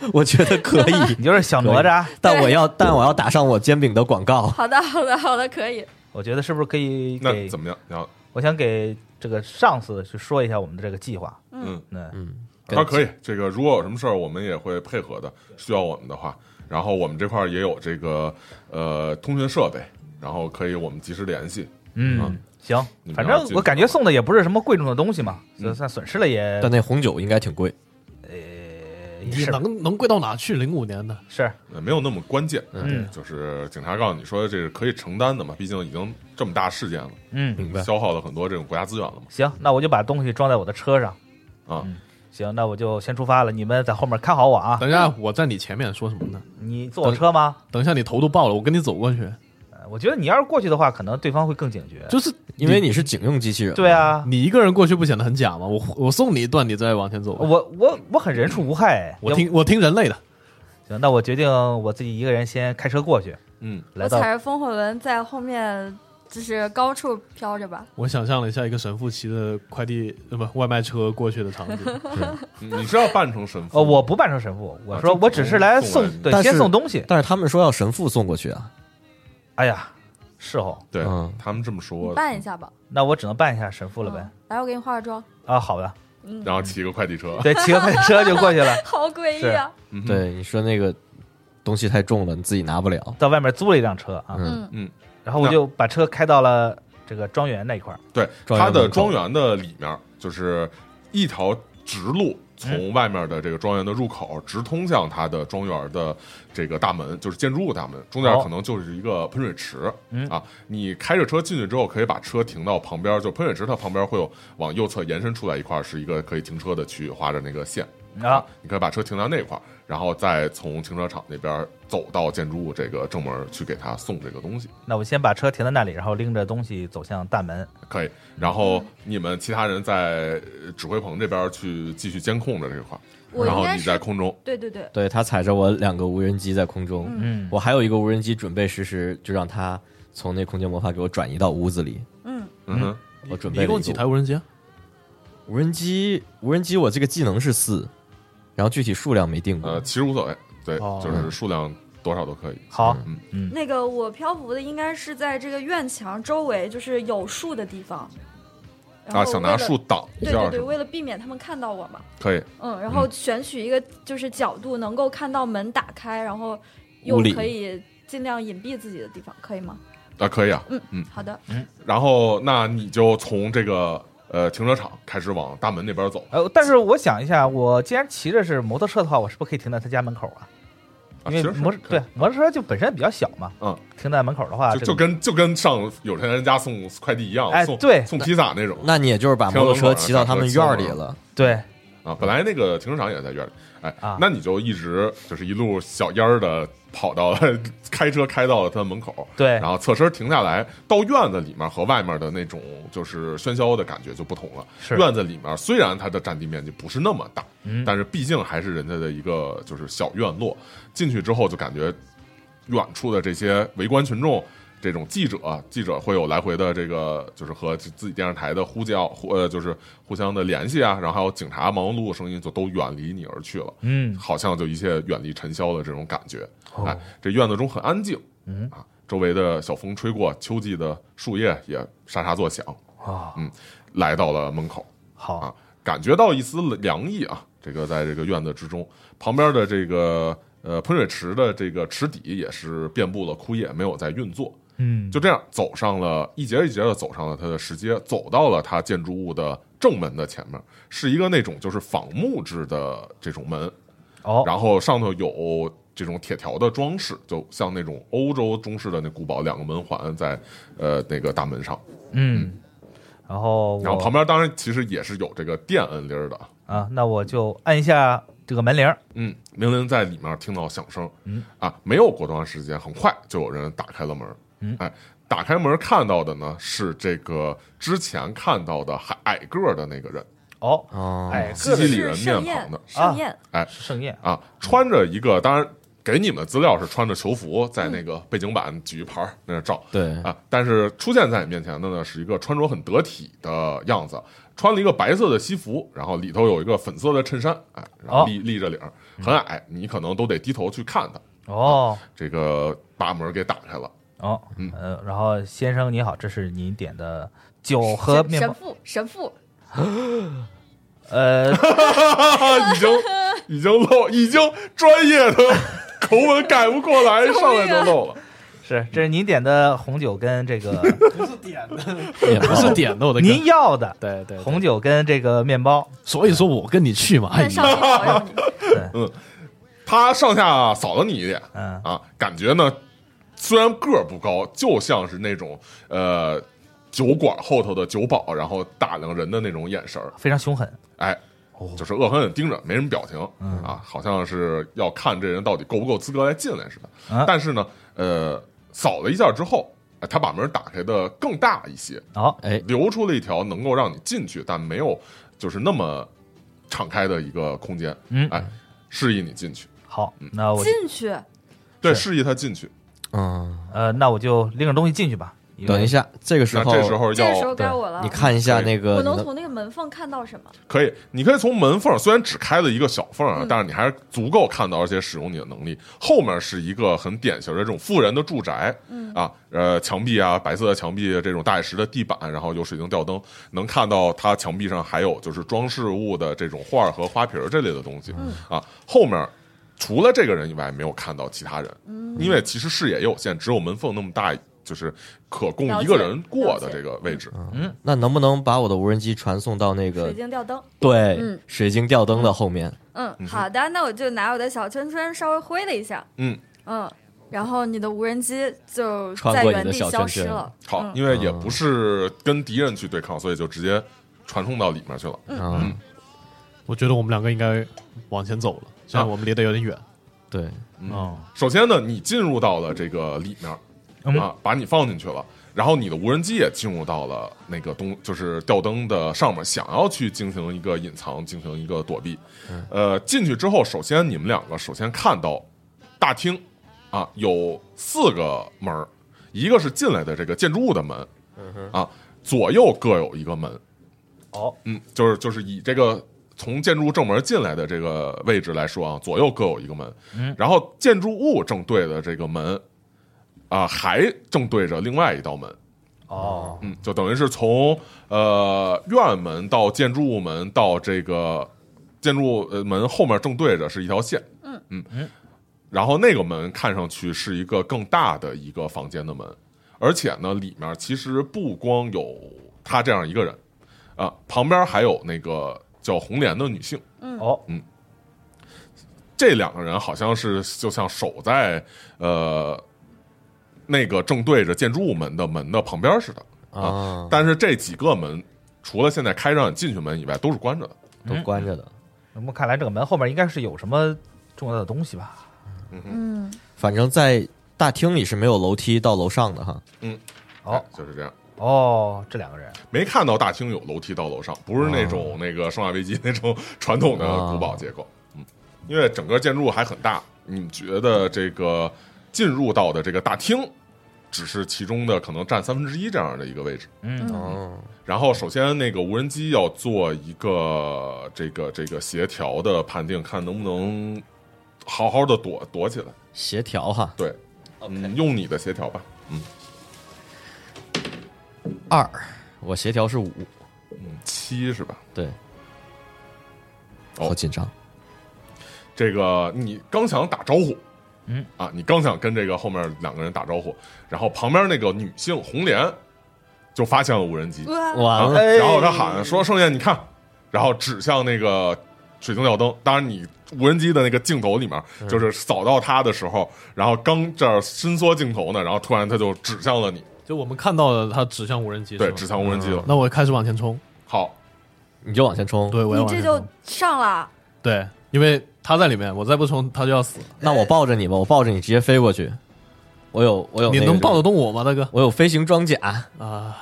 Speaker 3: 我觉得可以
Speaker 1: 你就是小哪吒，
Speaker 3: 但我要但我要打上我煎饼的广告。
Speaker 4: 好的，好的，好的，可以。
Speaker 1: 我觉得是不是可以
Speaker 5: 那
Speaker 1: 给？
Speaker 5: 怎么样？然后
Speaker 1: 我想给这个上司去说一下我们的这个计划。
Speaker 5: 嗯，
Speaker 1: 嗯，
Speaker 3: 嗯，
Speaker 5: 啊，可以，这个如果有什么事儿，我们也会配合的。需要我们的话，然后我们这块儿也有这个呃通讯设备，然后可以我们及时联系。
Speaker 1: 嗯
Speaker 5: 嗯，
Speaker 1: 行
Speaker 5: 你，们
Speaker 1: 反
Speaker 5: 要
Speaker 1: 正
Speaker 5: 记
Speaker 1: 我
Speaker 5: 住
Speaker 1: 感觉送的也不是什么贵重的东西嘛，
Speaker 5: 嗯
Speaker 1: 就算损失了也
Speaker 3: 但那红酒应该挺贵。
Speaker 1: 呃也
Speaker 2: 你
Speaker 1: 是
Speaker 2: 能能贵到哪去？零五年的，
Speaker 1: 是，
Speaker 5: 呃没有那么关键，
Speaker 1: 嗯
Speaker 5: 就是警察告诉你说这是可以承担的嘛，毕竟已经这么大事件了，
Speaker 1: 嗯，
Speaker 3: 明白
Speaker 5: 消耗了很多这种国家资源了嘛。
Speaker 1: 行，那我就把东西装在我的车上。
Speaker 5: 啊，
Speaker 1: 行，那我就先出发了，你们在后面看好我啊。
Speaker 2: 等一下我在你前面说什么呢？
Speaker 1: 你坐我车吗？
Speaker 2: 等一下你头都爆了，我跟你走过去，
Speaker 1: 呃我觉得你要是过去的话，可能对方会更警觉。
Speaker 2: 就是
Speaker 3: 因为你是警用机器人。
Speaker 1: 对，啊，
Speaker 2: 你一个人过去不显得很假吗？我我送你一段，你再往前走吧。
Speaker 1: 我我我很人畜无害。哎
Speaker 2: 我听我听人类的，
Speaker 1: 行，那我决定我自己一个人先开车过去，
Speaker 5: 嗯，
Speaker 4: 我
Speaker 1: 来到
Speaker 4: 踩着风火轮在后面，就是高处飘着吧。
Speaker 2: 我想象了一下一个神父骑着快递呃不外卖车过去的场景，
Speaker 5: 嗯你是要扮成神父
Speaker 1: 呃，我不扮成神父，我
Speaker 5: 啊
Speaker 1: 说
Speaker 5: 就
Speaker 1: 我只是来送
Speaker 5: 送人，
Speaker 1: 对，
Speaker 3: 但
Speaker 1: 先
Speaker 3: 是
Speaker 1: 送东西。
Speaker 3: 但是他们说要神父送过去啊。
Speaker 1: 哎呀，是哦，
Speaker 5: 对
Speaker 3: 嗯
Speaker 5: 他们这么
Speaker 4: 你
Speaker 5: 说，
Speaker 4: 扮一下吧。
Speaker 1: 那我只能扮一下神父了呗
Speaker 4: 嗯。来，我给你化个妆。
Speaker 1: 啊，好的，
Speaker 4: 嗯，
Speaker 5: 然后骑个快递车，
Speaker 1: 对，骑个快车就过去了，
Speaker 4: 好诡异啊！
Speaker 5: 嗯哼，
Speaker 3: 对，你说那个东西太重了，你自己拿不了。
Speaker 1: 到外面租了一辆车啊，
Speaker 3: 嗯，
Speaker 4: 嗯，
Speaker 1: 然后我就把车开到了这个庄园那一块儿。
Speaker 5: 对，
Speaker 3: 庄园
Speaker 5: 它的
Speaker 3: 门口
Speaker 5: 庄园的里面就是一条直路，从外面的这个庄园的入口直通向它的庄园的这个大门，就是建筑物大门，中间
Speaker 1: 哦
Speaker 5: 可能就是一个喷水池。
Speaker 1: 嗯
Speaker 5: 啊，你开着车进去之后，可以把车停到旁边，就喷水池它旁边会有往右侧延伸出来一块是一个可以停车的区域，画着那个线。
Speaker 1: 啊，
Speaker 5: 你可以把车停到那块儿，然后再从停车场那边走到建筑物这个正门去给他送这个东西。
Speaker 1: 那我先把车停在那里，然后拎着东西走向大门。
Speaker 5: 可以，然后你们其他人在呃指挥棚这边去继续监控着这块儿，
Speaker 4: 我
Speaker 5: 然
Speaker 4: 应
Speaker 5: 后
Speaker 4: 该
Speaker 5: 你在
Speaker 4: 是
Speaker 5: 空中，
Speaker 4: 对对对，
Speaker 3: 对他踩着我两个无人机在空中，
Speaker 1: 嗯
Speaker 3: 我还有一个无人机准备实时，就让他从那空间魔法给我转移到屋子里。
Speaker 4: 嗯，
Speaker 5: 嗯哼，
Speaker 3: 我准
Speaker 2: 你
Speaker 3: 备 了
Speaker 2: 一共
Speaker 3: 一个
Speaker 2: 几台无人机啊？
Speaker 3: 无人机，无人机我这个技能是四，然后具体数量没定过。
Speaker 5: 呃，其实无所谓，对，
Speaker 2: 哦
Speaker 5: 就是数量多少都可以。
Speaker 1: 好，
Speaker 5: 嗯，
Speaker 4: 那个我漂浮的应该是在这个院墙周围，就是有树的地方。然
Speaker 5: 啊，
Speaker 4: 后
Speaker 5: 想
Speaker 4: 为
Speaker 5: 拿
Speaker 4: 了
Speaker 5: 树挡一
Speaker 4: 对
Speaker 5: 下
Speaker 4: 对
Speaker 5: 是
Speaker 4: 对，
Speaker 5: 吗？
Speaker 4: 为了避免他们看到我嘛，
Speaker 5: 可以，
Speaker 4: 嗯，然后选取一个就是角度能够看到门打开，然后又
Speaker 3: 屋里
Speaker 4: 可以尽量隐蔽自己的地方，可以吗？
Speaker 5: 啊，可以啊。
Speaker 4: 嗯
Speaker 5: 嗯
Speaker 4: 好的，
Speaker 5: 然后那你就从这个呃停车场开始往大门那边走
Speaker 1: 呃，但是我想一下，我既然骑着是摩托车的话，我是不是可以停在他家门口啊？
Speaker 5: 啊，
Speaker 1: 因
Speaker 5: 其
Speaker 1: 为
Speaker 5: 实是
Speaker 1: 摩
Speaker 5: 可以
Speaker 1: 对摩托车就本身比较小嘛，
Speaker 5: 嗯，
Speaker 1: 停在门口的话，
Speaker 5: 就
Speaker 1: 这
Speaker 5: 就
Speaker 1: 个
Speaker 5: 跟就跟上有钱人家送快递一样
Speaker 1: 哎，
Speaker 5: 送
Speaker 1: 对
Speaker 5: 送披萨那种。
Speaker 3: 那你也就是把摩托车骑到他们院儿里了，
Speaker 1: 对，
Speaker 5: 啊，本来那个停车场也在院里，哎，
Speaker 1: 啊
Speaker 5: 那你就一直就是一路小烟儿的跑到了开车开到了他门口，
Speaker 1: 对
Speaker 5: 然后侧身停下来，到院子里面和外面的那种就是喧嚣的感觉就不同了。
Speaker 1: 是
Speaker 5: 院子里面虽然它的占地面积不是那么大，
Speaker 1: 嗯
Speaker 5: 但是毕竟还是人家的一个就是小院落。进去之后就感觉远处的这些围观群众。这种记者，啊记者会有来回的这个，就是和自己电视台的呼叫，互呃，就是互相的联系啊，然后还有警察忙忙碌碌的声音，就都远离你而去了。
Speaker 1: 嗯，哦
Speaker 5: 好像就一切远离尘嚣的这种感觉。哎，这院子中很安静，嗯啊，周围的小风吹过，秋季的树叶也沙沙作响。
Speaker 1: 啊，
Speaker 5: 来到了门口，
Speaker 1: 好
Speaker 5: 嗯啊，感觉到一丝凉意啊，这个在这个院子之中，旁边的这个呃喷水池的这个池底也是遍布了枯叶，没有在运作。
Speaker 1: 嗯，
Speaker 5: 就这样走上了一节一节的走上了它的石阶，走到了它建筑物的正门的前面，是一个那种就是仿木质的这种门，
Speaker 1: 哦，
Speaker 5: 然后上头有这种铁条的装饰，就像那种欧洲中式的那古堡，两个门环在呃那个大门上，
Speaker 1: 嗯，然后我
Speaker 5: 然后旁边当然其实也是有这个电摁铃儿的，
Speaker 1: 啊，那我就按一下这个门铃儿，
Speaker 5: 嗯，鸣铃在里面听到响声，
Speaker 1: 嗯
Speaker 5: 啊，没有过多长时间，很快就有人打开了门，
Speaker 1: 嗯
Speaker 5: 哎，打开门看到的呢是这个之前看到的矮矮个儿的那个人，
Speaker 1: 哦，
Speaker 3: 哦，
Speaker 1: 哎，
Speaker 5: 西西里
Speaker 4: 是
Speaker 5: 人
Speaker 4: 盛
Speaker 5: 面庞
Speaker 4: 宴
Speaker 3: 啊
Speaker 4: 盛
Speaker 5: 的，
Speaker 4: 宴，
Speaker 1: 是盛宴，
Speaker 5: 啊，穿着一个当然。给你们资料是穿着球服，在那个背景板举一牌儿那照，
Speaker 3: 对，
Speaker 5: 啊，但是出现在你面前的呢是一个穿着很得体的样子，穿了一个白色的西服，然后里头有一个粉色的衬衫，哎，然后立立着领儿，很矮，你可能都得低头去看他。
Speaker 1: 哦，
Speaker 5: 这个把门给打开了，
Speaker 1: 哦，
Speaker 5: 嗯
Speaker 1: 呃，然后先生你好，这是您点的酒和
Speaker 4: 神
Speaker 1: 面
Speaker 4: 神
Speaker 1: 包，
Speaker 4: 父神父，
Speaker 1: 呃，
Speaker 5: 啊，已经已经漏，已经专业的口吻改不过来，上来就漏了。
Speaker 1: 是，这是您点的红酒跟这 个
Speaker 2: 也不是点的，我的哥。
Speaker 1: 您要的
Speaker 2: 对对，对
Speaker 1: 红酒跟这个面包，
Speaker 2: 所以说我跟你去嘛，哎
Speaker 4: 但上面保佑 你，
Speaker 5: 他上下扫了你一眼
Speaker 1: 嗯，
Speaker 5: 啊，感觉呢，虽然个儿不高，就像是那种呃酒馆后头的酒保，然后打量人的那种眼神儿。
Speaker 1: 非常凶狠，
Speaker 5: 哎，
Speaker 1: 哦
Speaker 5: 就是恶狠狠盯着，没什么表情
Speaker 1: 嗯
Speaker 5: 啊，好像是要看这人到底够不够资格来进来似
Speaker 1: 啊
Speaker 5: 的。但是呢，呃，扫了一下之后，呃他把门打开的更大一些，
Speaker 1: 哦，
Speaker 3: 哎，
Speaker 5: 留出了一条能够让你进去，但没有就是那么敞开的一个空间。
Speaker 1: 嗯
Speaker 5: 哎，示意你进去，
Speaker 1: 好，那我
Speaker 4: 进去，
Speaker 5: 对，
Speaker 1: 是
Speaker 5: 示意他进去。
Speaker 3: 嗯，
Speaker 1: 呃，那我就拎着东西进去吧，因为
Speaker 3: 等一下，这个时
Speaker 5: 那
Speaker 3: 候，
Speaker 5: 这时候
Speaker 4: 这个时候
Speaker 5: 要
Speaker 4: 该我了，
Speaker 3: 你，看一下那个，
Speaker 4: 我能从那个门缝看到什么？
Speaker 5: 可以，你可以从门缝，虽然只开了一个小缝啊
Speaker 4: 嗯，
Speaker 5: 但是你还是足够看到，而且使用你的能力。后面是一个很典型的这种富人的住宅，
Speaker 4: 嗯
Speaker 5: 啊，呃，墙壁啊，白色的墙壁，这种大理石的地板，然后有水晶吊灯，能看到它墙壁上还有就是装饰物的这种画儿和花瓶儿这类的东西、
Speaker 4: 嗯
Speaker 5: 啊。后面除了这个人以外，没有看到其他人，
Speaker 4: 嗯
Speaker 5: 因为其实视野有限，只有门缝那么大，就是可供一个人过的这个位置。
Speaker 3: 那能不能把我的无人机传送到那
Speaker 4: 水
Speaker 3: 个
Speaker 4: 晶吊灯。
Speaker 3: 对、
Speaker 4: 嗯
Speaker 3: 水晶吊灯的后面？
Speaker 4: 嗯，好的，那我就拿我的小圈圈稍微挥了一下，
Speaker 5: 嗯，
Speaker 4: 嗯，然后你的无人机就
Speaker 3: 穿
Speaker 4: 在
Speaker 3: 过你
Speaker 4: 原
Speaker 3: 的
Speaker 4: 地
Speaker 3: 小
Speaker 4: 消
Speaker 3: 圈
Speaker 4: 失
Speaker 3: 圈
Speaker 4: 了。
Speaker 5: 好，
Speaker 4: 嗯
Speaker 5: 因为也不是跟敌人去对抗，所以就直接传送到里面去了。
Speaker 3: 嗯，
Speaker 2: 我觉得我们两个应该往前走了，虽
Speaker 5: 啊
Speaker 2: 然我们离得有点远。
Speaker 3: 对，
Speaker 2: 嗯，
Speaker 5: 首先呢，你进入到了这个里面、
Speaker 1: 嗯
Speaker 5: 啊，把你放进去了，然后你的无人机也进入到了那个东，就是吊灯的上面，想要去进行一个隐藏，进行一个躲避。呃，进去之后，首先你们两个首先看到大厅啊有四个门儿一个是进来的这个建筑物的门，啊，左右各有一个门。
Speaker 1: 哦，
Speaker 5: 嗯，就是就是以这个从建筑物正门进来的这个位置来说啊，左右各有一个门，
Speaker 1: 嗯
Speaker 5: 然后建筑物正对的这个门啊、还正对着另外一道门，
Speaker 1: 哦，
Speaker 5: 嗯，就等于是从呃院门到建筑物门到这个建筑物呃门后面正对着是一条线，
Speaker 4: 嗯
Speaker 5: 嗯
Speaker 1: 嗯
Speaker 5: 然后那个门看上去是一个更大的一个房间的门，而且呢里面其实不光有他这样一个人，啊、旁边还有那个叫红莲的女性，
Speaker 1: 哦，
Speaker 5: 这两个人好像是就像守在呃那个正对着建筑物门的门的旁边似的。
Speaker 3: 啊，
Speaker 5: 但是这几个门，除了现在开让你进去门以外，都是关着的。
Speaker 3: 嗯都关着的，
Speaker 1: 那么看来这个门后面应该是有什么重要的东西吧？
Speaker 4: 嗯，
Speaker 3: 反正在大厅里是没有楼梯到楼上的哈。
Speaker 1: 哦
Speaker 5: 就是这样。
Speaker 1: 哦，这两个人
Speaker 5: 没看到大厅有楼梯到楼上，不是那种那个《生化危机》那种传统的古堡结构。嗯，因为整个建筑物还很大，你觉得这个进入到的这个大厅，只是其中的可能占三分之一这样的一个位置。
Speaker 3: 哦，
Speaker 5: 然后，首先那个无人机要做一个这个这个协调的判定，看能不能好好的躲躲起来。
Speaker 3: 协调哈，
Speaker 5: 对，嗯，用你的协调吧。嗯
Speaker 3: 二，我协调是五，
Speaker 5: 嗯，七是吧？
Speaker 3: 对，
Speaker 5: 哦
Speaker 3: 好紧张。
Speaker 5: 这个你刚想打招呼，
Speaker 1: 嗯
Speaker 5: 啊，你刚想跟这个后面两个人打招呼，然后旁边那个女性红莲就发现了无人机，
Speaker 4: 哇，
Speaker 3: 完
Speaker 5: 啊
Speaker 3: 了，
Speaker 5: 然后她喊说：“圣剑，你看。”然后指向那个水晶吊灯。当然，你无人机的那个镜头里面，就是扫到她的时候，然后刚这儿伸缩镜头呢，然后突然她就指向了你。
Speaker 2: 就我们看到了它指向无人机，
Speaker 5: 对
Speaker 2: 是吧
Speaker 5: 指向无人机了
Speaker 2: 嗯那我开始往前冲，
Speaker 5: 好，
Speaker 3: 你就往前冲。
Speaker 2: 对，我要
Speaker 4: 你
Speaker 2: 往
Speaker 4: 这
Speaker 2: 前冲
Speaker 4: 就上了，
Speaker 2: 对，因为他在里面，我再不冲他就要死。
Speaker 3: 那我抱着你吧，我抱着你直接飞过去。我有
Speaker 5: 哎
Speaker 3: 我有，
Speaker 2: 你能抱得？动我吗，大哥？
Speaker 3: 我有飞行装甲，
Speaker 2: 啊，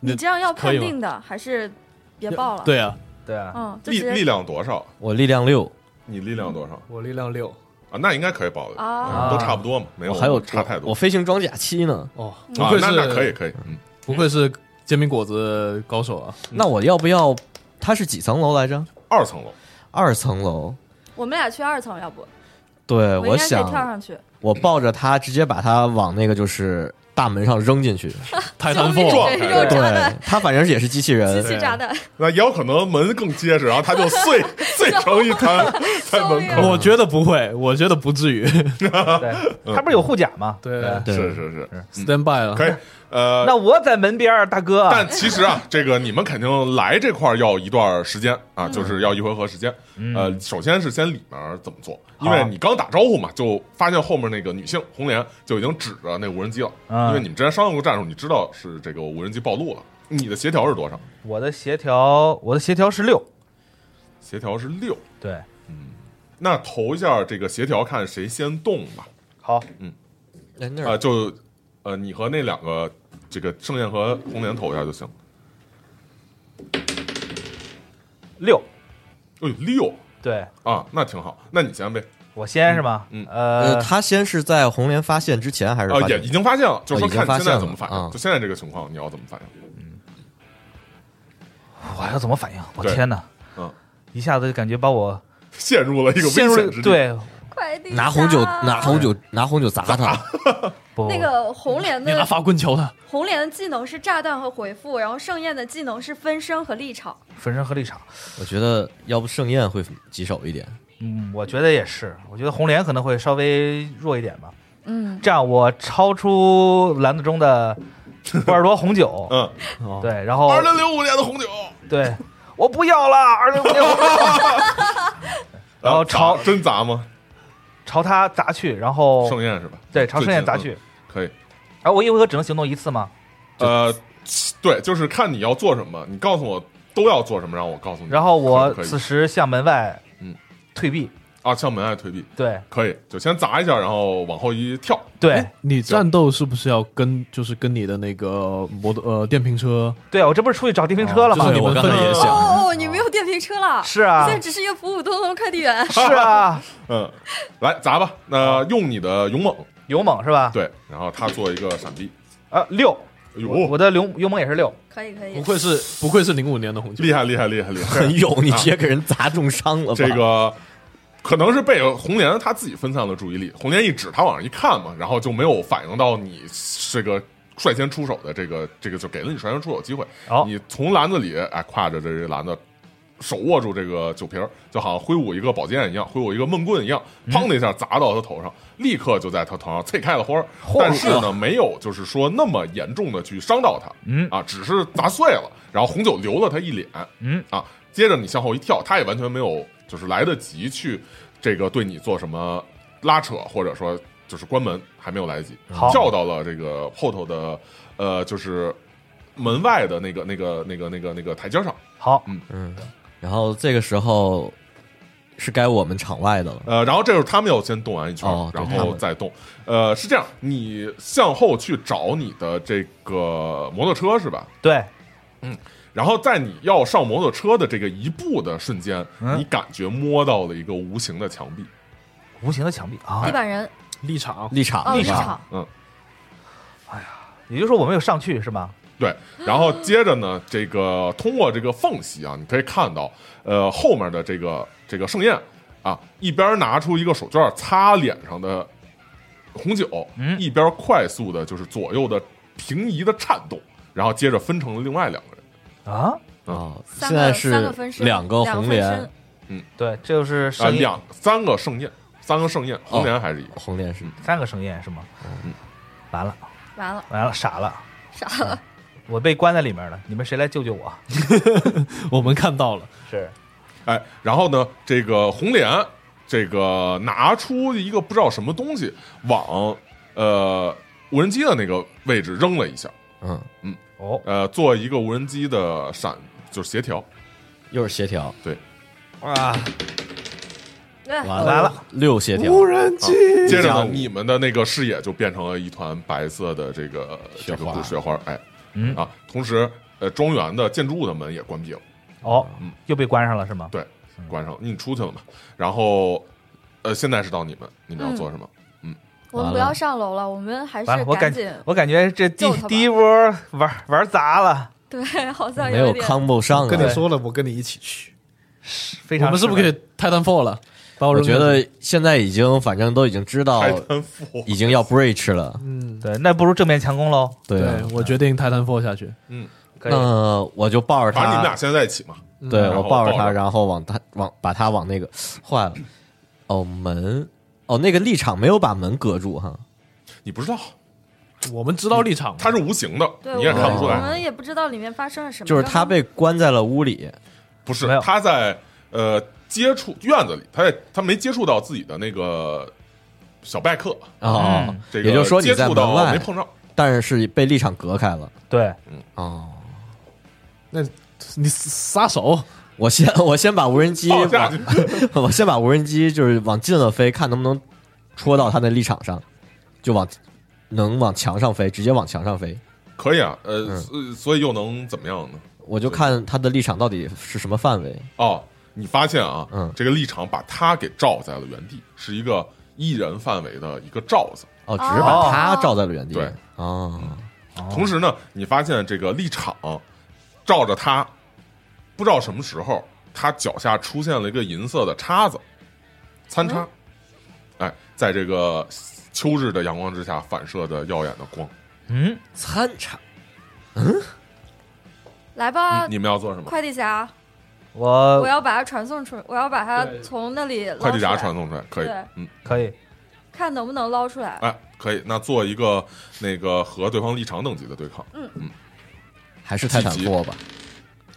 Speaker 4: 你这样要
Speaker 2: 可
Speaker 4: 判
Speaker 2: 以吗
Speaker 4: 定的，还是别报了？，
Speaker 2: 对啊，
Speaker 1: 对啊，
Speaker 4: 嗯，就
Speaker 5: 力
Speaker 4: 直
Speaker 5: 力
Speaker 4: 接
Speaker 5: 量多少？
Speaker 3: 我力量六，
Speaker 5: 你力量多少
Speaker 2: 我力量六，
Speaker 5: 啊？那应该可以保的，
Speaker 4: 啊
Speaker 5: 嗯都差不多嘛，没有
Speaker 3: 我还有
Speaker 5: 差太多
Speaker 3: 我。飞行装甲七呢。
Speaker 2: 哦，不
Speaker 5: 啊
Speaker 2: 愧，
Speaker 5: 那
Speaker 2: 是
Speaker 5: 那可以，可以，嗯，
Speaker 2: 不愧是煎饼果子高手啊！
Speaker 3: 那我要不要？它是几层楼来着？
Speaker 5: 二层楼。
Speaker 3: 二层楼。
Speaker 4: 我们俩去二层，要不
Speaker 3: 对，
Speaker 4: 应该
Speaker 3: 我
Speaker 4: 可以跳
Speaker 3: 想
Speaker 4: 上去，
Speaker 3: 我抱着它，直接把它往那个就是大门上 扔进去。
Speaker 2: 泰坦
Speaker 4: 终于
Speaker 2: 凤，
Speaker 4: 这
Speaker 5: 开
Speaker 4: 肉炸
Speaker 3: 对
Speaker 4: 弹，，
Speaker 3: 它反正也是机器
Speaker 4: 机
Speaker 3: 人，
Speaker 4: 器炸弹，
Speaker 5: 那也有可能门更结实，然后它 就碎碎成一滩在
Speaker 1: 啊
Speaker 5: 门口。
Speaker 2: 我觉得不会，我觉得不至于。
Speaker 4: 哦
Speaker 5: 啊
Speaker 1: 对，他不是有护甲吗？
Speaker 2: 对
Speaker 3: 对
Speaker 5: 是是是，
Speaker 2: ，stand by 了，
Speaker 5: 可以。呃，
Speaker 1: 那我在门边儿，大哥，
Speaker 5: 但其实啊，这个你们肯定来这块儿要一段时间
Speaker 1: 嗯
Speaker 5: 啊，就是要一回合时间。呃，首先是先里面怎么做，因为你刚打招呼嘛，就发现后面那个女性红莲就已经指着那无人机了，
Speaker 1: 嗯
Speaker 5: 因为你们之前商量过战术，你知道是这个无人机暴露了。你的协调是多少？
Speaker 1: 我的协调，我的协调是六，
Speaker 5: 协调是六。
Speaker 1: 对，
Speaker 5: 那投一下这个协调，看谁先动吧。
Speaker 1: 好，
Speaker 3: 哎那
Speaker 5: 啊、
Speaker 3: 儿
Speaker 5: 就呃，你和那两个这个盛宴和红莲投一下就行。
Speaker 1: 六，
Speaker 5: 哎呦，六
Speaker 1: 对
Speaker 5: 啊，那挺好。那你先呗。
Speaker 1: 我先是吗？
Speaker 5: 嗯
Speaker 3: 呃，
Speaker 1: 呃，
Speaker 3: 他先是在红莲发现之前还是
Speaker 5: 啊
Speaker 3: 发，
Speaker 2: 哦
Speaker 5: 也
Speaker 3: 现
Speaker 5: 已经发现了，
Speaker 1: 哦
Speaker 5: 就是说
Speaker 3: 已经
Speaker 5: 看
Speaker 3: 发
Speaker 5: 现在
Speaker 3: 现
Speaker 5: 怎
Speaker 3: 了
Speaker 5: 么反应。
Speaker 3: 啊
Speaker 5: 就现在这个情况，你要怎么反应？
Speaker 1: 我要怎么反应？我
Speaker 5: 对
Speaker 1: 天哪，
Speaker 5: 嗯，
Speaker 1: 一下子就感觉把我
Speaker 5: 陷入了一个危
Speaker 1: 陷入
Speaker 5: 险
Speaker 1: 了
Speaker 5: 之地。，
Speaker 1: 对，
Speaker 4: 快递
Speaker 3: 拿红酒
Speaker 4: 侠
Speaker 3: 拿红酒拿红酒砸他，
Speaker 1: 不
Speaker 4: 那个红莲
Speaker 2: 你拿
Speaker 4: 的
Speaker 2: 法棍敲他。
Speaker 4: 红莲的技能是炸弹和回复，然后盛宴的技能是分身和立场。
Speaker 3: 嗯
Speaker 1: 粉身和立场，
Speaker 3: 我觉得要不盛宴会棘手一点。
Speaker 1: 嗯，我觉得也是，我觉得红莲可能会稍微弱一点吧。
Speaker 4: 嗯，
Speaker 1: 这样我超出篮子中 的波尔多红酒，
Speaker 5: 嗯，
Speaker 1: 对，然后
Speaker 5: 二零零五年的红酒，
Speaker 1: 对，我不要了，二零五 六， 然后
Speaker 5: 砸
Speaker 1: 朝
Speaker 5: 啊真砸吗？
Speaker 1: 朝他砸去，然后
Speaker 5: 盛宴是吧？
Speaker 1: 对朝
Speaker 5: 最
Speaker 1: 盛宴
Speaker 5: 近
Speaker 1: 砸
Speaker 5: 嗯
Speaker 1: 去，
Speaker 5: 可以。
Speaker 1: 然后我一回合只能行动一次吗？
Speaker 5: 呃，对，就是看你要做什么，你告诉我都要做什么，让我告诉你。
Speaker 1: 然后我
Speaker 5: 可不可以
Speaker 1: 此时向门外
Speaker 5: 嗯
Speaker 1: 退避，
Speaker 5: 啊，向门外退避，
Speaker 1: 对
Speaker 5: 可以，就先砸一下，然后往后一跳。
Speaker 1: 对
Speaker 2: 你战斗是不是要跟就是跟你的那个摩托呃电瓶车？
Speaker 1: 对，啊我这不是出去找电瓶
Speaker 5: 哦
Speaker 1: 车了吗
Speaker 2: 就是？你们
Speaker 3: 我刚才
Speaker 2: 分
Speaker 3: 也
Speaker 2: 了
Speaker 3: 想
Speaker 4: 哦，你没有电瓶车了，
Speaker 1: 是啊
Speaker 4: 你现在只是一个普普通通的快递员。
Speaker 1: 是啊，
Speaker 5: 嗯，来砸吧。那用你的勇猛，
Speaker 1: 勇猛是吧？
Speaker 5: 对，然后他做一个闪避。
Speaker 1: 啊，六，
Speaker 5: 哎呦，
Speaker 1: 我我的勇勇猛也是六，
Speaker 4: 可以可以
Speaker 2: 不，愧是不愧是零五年的红酒，
Speaker 5: 厉害厉害厉害厉 害！
Speaker 3: 很勇，你直接给人砸重伤了吧？
Speaker 5: 这个可能是被红莲他自己分散了注意力，红莲一指他往上一看嘛，然后就没有反应到你这个率先出手的这个这个，就给了你率先出手机会。
Speaker 1: 好
Speaker 5: 你从篮子里哎挎着这个篮子。手握住这个酒瓶儿，就好像挥舞一个宝剑一样，挥舞一个闷棍一样，
Speaker 3: 嗯
Speaker 5: 砰的一下砸到他头上，立刻就在他头上啐开了花儿。但是呢，没有就是说那么严重的去伤到他，
Speaker 1: 嗯
Speaker 5: 啊，只是砸碎了，然后红酒流了他一脸，
Speaker 1: 嗯
Speaker 5: 啊，接着你向后一跳，他也完全没有就是来得及去这个对你做什么拉扯，或者说就是关门，还没有来得
Speaker 3: 嗯
Speaker 5: 及
Speaker 1: 好，
Speaker 5: 跳到了这个后头的呃就是门外的那个那个那个那个那个台阶上，
Speaker 1: 好，
Speaker 3: 嗯，然后这个时候是该我们场外的了，
Speaker 5: 呃，然后这时候他们要先动完一圈，
Speaker 3: 哦对
Speaker 5: 然
Speaker 3: 他
Speaker 5: 后
Speaker 3: 们
Speaker 5: 再动。呃，是这样，你向后去找你的这个摩托车是吧？
Speaker 1: 对，
Speaker 5: 然后在你要上摩托车的这个一步的瞬间，
Speaker 1: 嗯
Speaker 5: 你感觉摸到了一个无形的墙壁。
Speaker 1: 无形的墙壁啊
Speaker 4: 地，板人
Speaker 2: 立场
Speaker 3: 立场，
Speaker 4: 哦，立
Speaker 3: 场，
Speaker 4: 场
Speaker 5: 嗯
Speaker 1: 也就是说我没有上去是吧？
Speaker 5: 对，然后接着呢，这个通过这个缝隙啊，你可以看到，呃，后面的这个这个盛宴啊，一边拿出一个手绢擦脸上的红酒，
Speaker 1: 嗯
Speaker 5: 一边快速的就是左右的平移的颤动，然后接着分成了另外两个人。
Speaker 1: 啊，
Speaker 3: 啊，
Speaker 4: 三
Speaker 3: 现
Speaker 4: 个
Speaker 3: 在
Speaker 4: 三
Speaker 3: 是
Speaker 4: 个分身，
Speaker 3: 两个红
Speaker 4: 分身
Speaker 3: 莲，
Speaker 1: 对，这就是
Speaker 5: 啊，
Speaker 1: 声音，
Speaker 5: 两三个盛宴，三个盛宴，红莲还是一个。
Speaker 3: 红莲是
Speaker 1: 三个声音是吗？嗯，完了
Speaker 4: 完了，
Speaker 1: 完了，傻了，
Speaker 4: 傻
Speaker 1: 了，我被关在里面了，你们谁来救救我？
Speaker 2: 我们看到了，
Speaker 1: 是
Speaker 5: 哎，然后呢，这个红莲这个拿出一个不知道什么东西往呃无人机的那个位置扔了一下，
Speaker 3: 嗯，
Speaker 1: 哦，
Speaker 5: 呃，做一个无人机的闪就是协调，
Speaker 3: 又是协调，
Speaker 1: 啊，
Speaker 4: 哎
Speaker 3: 完
Speaker 1: 完了，
Speaker 3: 六协调，
Speaker 2: 人机
Speaker 5: 接着
Speaker 3: 加
Speaker 5: 呢，
Speaker 3: 五
Speaker 5: 你们的那个视野就变成了一团白色的这个
Speaker 3: 雪
Speaker 5: 这个
Speaker 3: 花
Speaker 5: 不雪花，哎，
Speaker 1: 嗯
Speaker 5: 啊，同时呃庄园的建筑物的门也关闭了，
Speaker 1: 哦
Speaker 5: 嗯，
Speaker 1: 又被关上了是吗？
Speaker 5: 对，关上了，你出去了嘛，然后呃现在是到你们，你们要
Speaker 4: 嗯
Speaker 5: 做什么？
Speaker 4: 我们不要上楼了，我们还
Speaker 1: 完了
Speaker 4: 是，
Speaker 1: 我感
Speaker 4: 紧，
Speaker 1: 我感觉这第
Speaker 4: 救他吧
Speaker 1: 第一波玩玩砸了，
Speaker 4: 对， 好像
Speaker 3: 没有
Speaker 4: 点
Speaker 3: combo 上
Speaker 1: 跟你
Speaker 3: 啊，
Speaker 1: 说
Speaker 2: 了，我跟你一起去。
Speaker 1: 非常
Speaker 2: 我们是不是可以 Titan Fall 了？把我
Speaker 3: 我
Speaker 2: 扔下
Speaker 3: 觉
Speaker 2: 去
Speaker 3: 得现在已经反正都已经知道
Speaker 5: 开单副，
Speaker 3: 已经要 breach 了，
Speaker 2: 嗯，
Speaker 1: 对，那不如正面强攻喽。
Speaker 3: 对啊，
Speaker 2: 我决定 Titan Fall 下去。
Speaker 1: 可以，
Speaker 3: 那我就抱着
Speaker 5: 反正你们
Speaker 3: 他
Speaker 5: 俩，现在在一起嘛，
Speaker 3: 对
Speaker 5: 嗯然后
Speaker 3: 我抱着
Speaker 5: 抱
Speaker 3: 他，
Speaker 5: 着
Speaker 3: 然后往他往把他往那个坏了，哦门哦那个立场没有把门隔住哈，
Speaker 5: 你不知道
Speaker 2: 我们知道立场吗，
Speaker 5: 它是无形的，
Speaker 4: 对，
Speaker 5: 你也看不啊出
Speaker 4: 我
Speaker 5: 来，
Speaker 4: 们也不知道里面发生了什么。
Speaker 3: 就是他被关在了屋里，
Speaker 5: 不
Speaker 1: 没
Speaker 5: 是
Speaker 1: 有
Speaker 5: 他在呃接触院子里，他在他没接触到自己的那个小拜克，
Speaker 3: 哦
Speaker 1: 嗯，
Speaker 5: 这个
Speaker 3: 也就是说你
Speaker 5: 接
Speaker 3: 在
Speaker 5: 触
Speaker 3: 门
Speaker 5: 到没
Speaker 3: 外，
Speaker 5: 碰上，
Speaker 3: 但是是被立场隔开了。
Speaker 1: 对，
Speaker 3: 哦，
Speaker 2: 你撒手，
Speaker 3: 我先 我先把无人机，
Speaker 5: 放下去，
Speaker 3: 我先把无人机就是往近了飞，看能不能戳到他的立场上，就往能往墙上飞，直接往墙上飞。
Speaker 5: 可以啊，呃，
Speaker 3: 嗯
Speaker 5: 呃所以又能怎么样呢？
Speaker 3: 我就看他的立场到底是什么范围。
Speaker 5: 哦，你发现啊，
Speaker 3: 嗯
Speaker 5: 这个立场把他给罩在了原地，是一个一人范围的一个罩子。
Speaker 3: 哦，只是把他罩在了原地。
Speaker 5: 对
Speaker 3: 哦，
Speaker 5: 同时呢，你发现这个立场照着他，不知道什么时候，他脚下出现了一个银色的叉子，餐叉，哎，在这个秋日的阳光之下反射的耀眼的光。
Speaker 1: 嗯，
Speaker 3: 参差
Speaker 4: 来吧
Speaker 5: 你，你们要做什么？
Speaker 4: 啊快递侠，
Speaker 1: 我
Speaker 4: 我要把他传送出，我要把他
Speaker 2: 对
Speaker 4: 从那里捞
Speaker 5: 快递
Speaker 4: 出
Speaker 5: 侠
Speaker 4: 来
Speaker 5: 传送出来，可以
Speaker 4: 对，
Speaker 5: 嗯，
Speaker 1: 可以，
Speaker 4: 看能不能捞出来。
Speaker 5: 哎，可以。那做一个那个和对方立场等级的对抗，
Speaker 3: 还是泰坦过吧？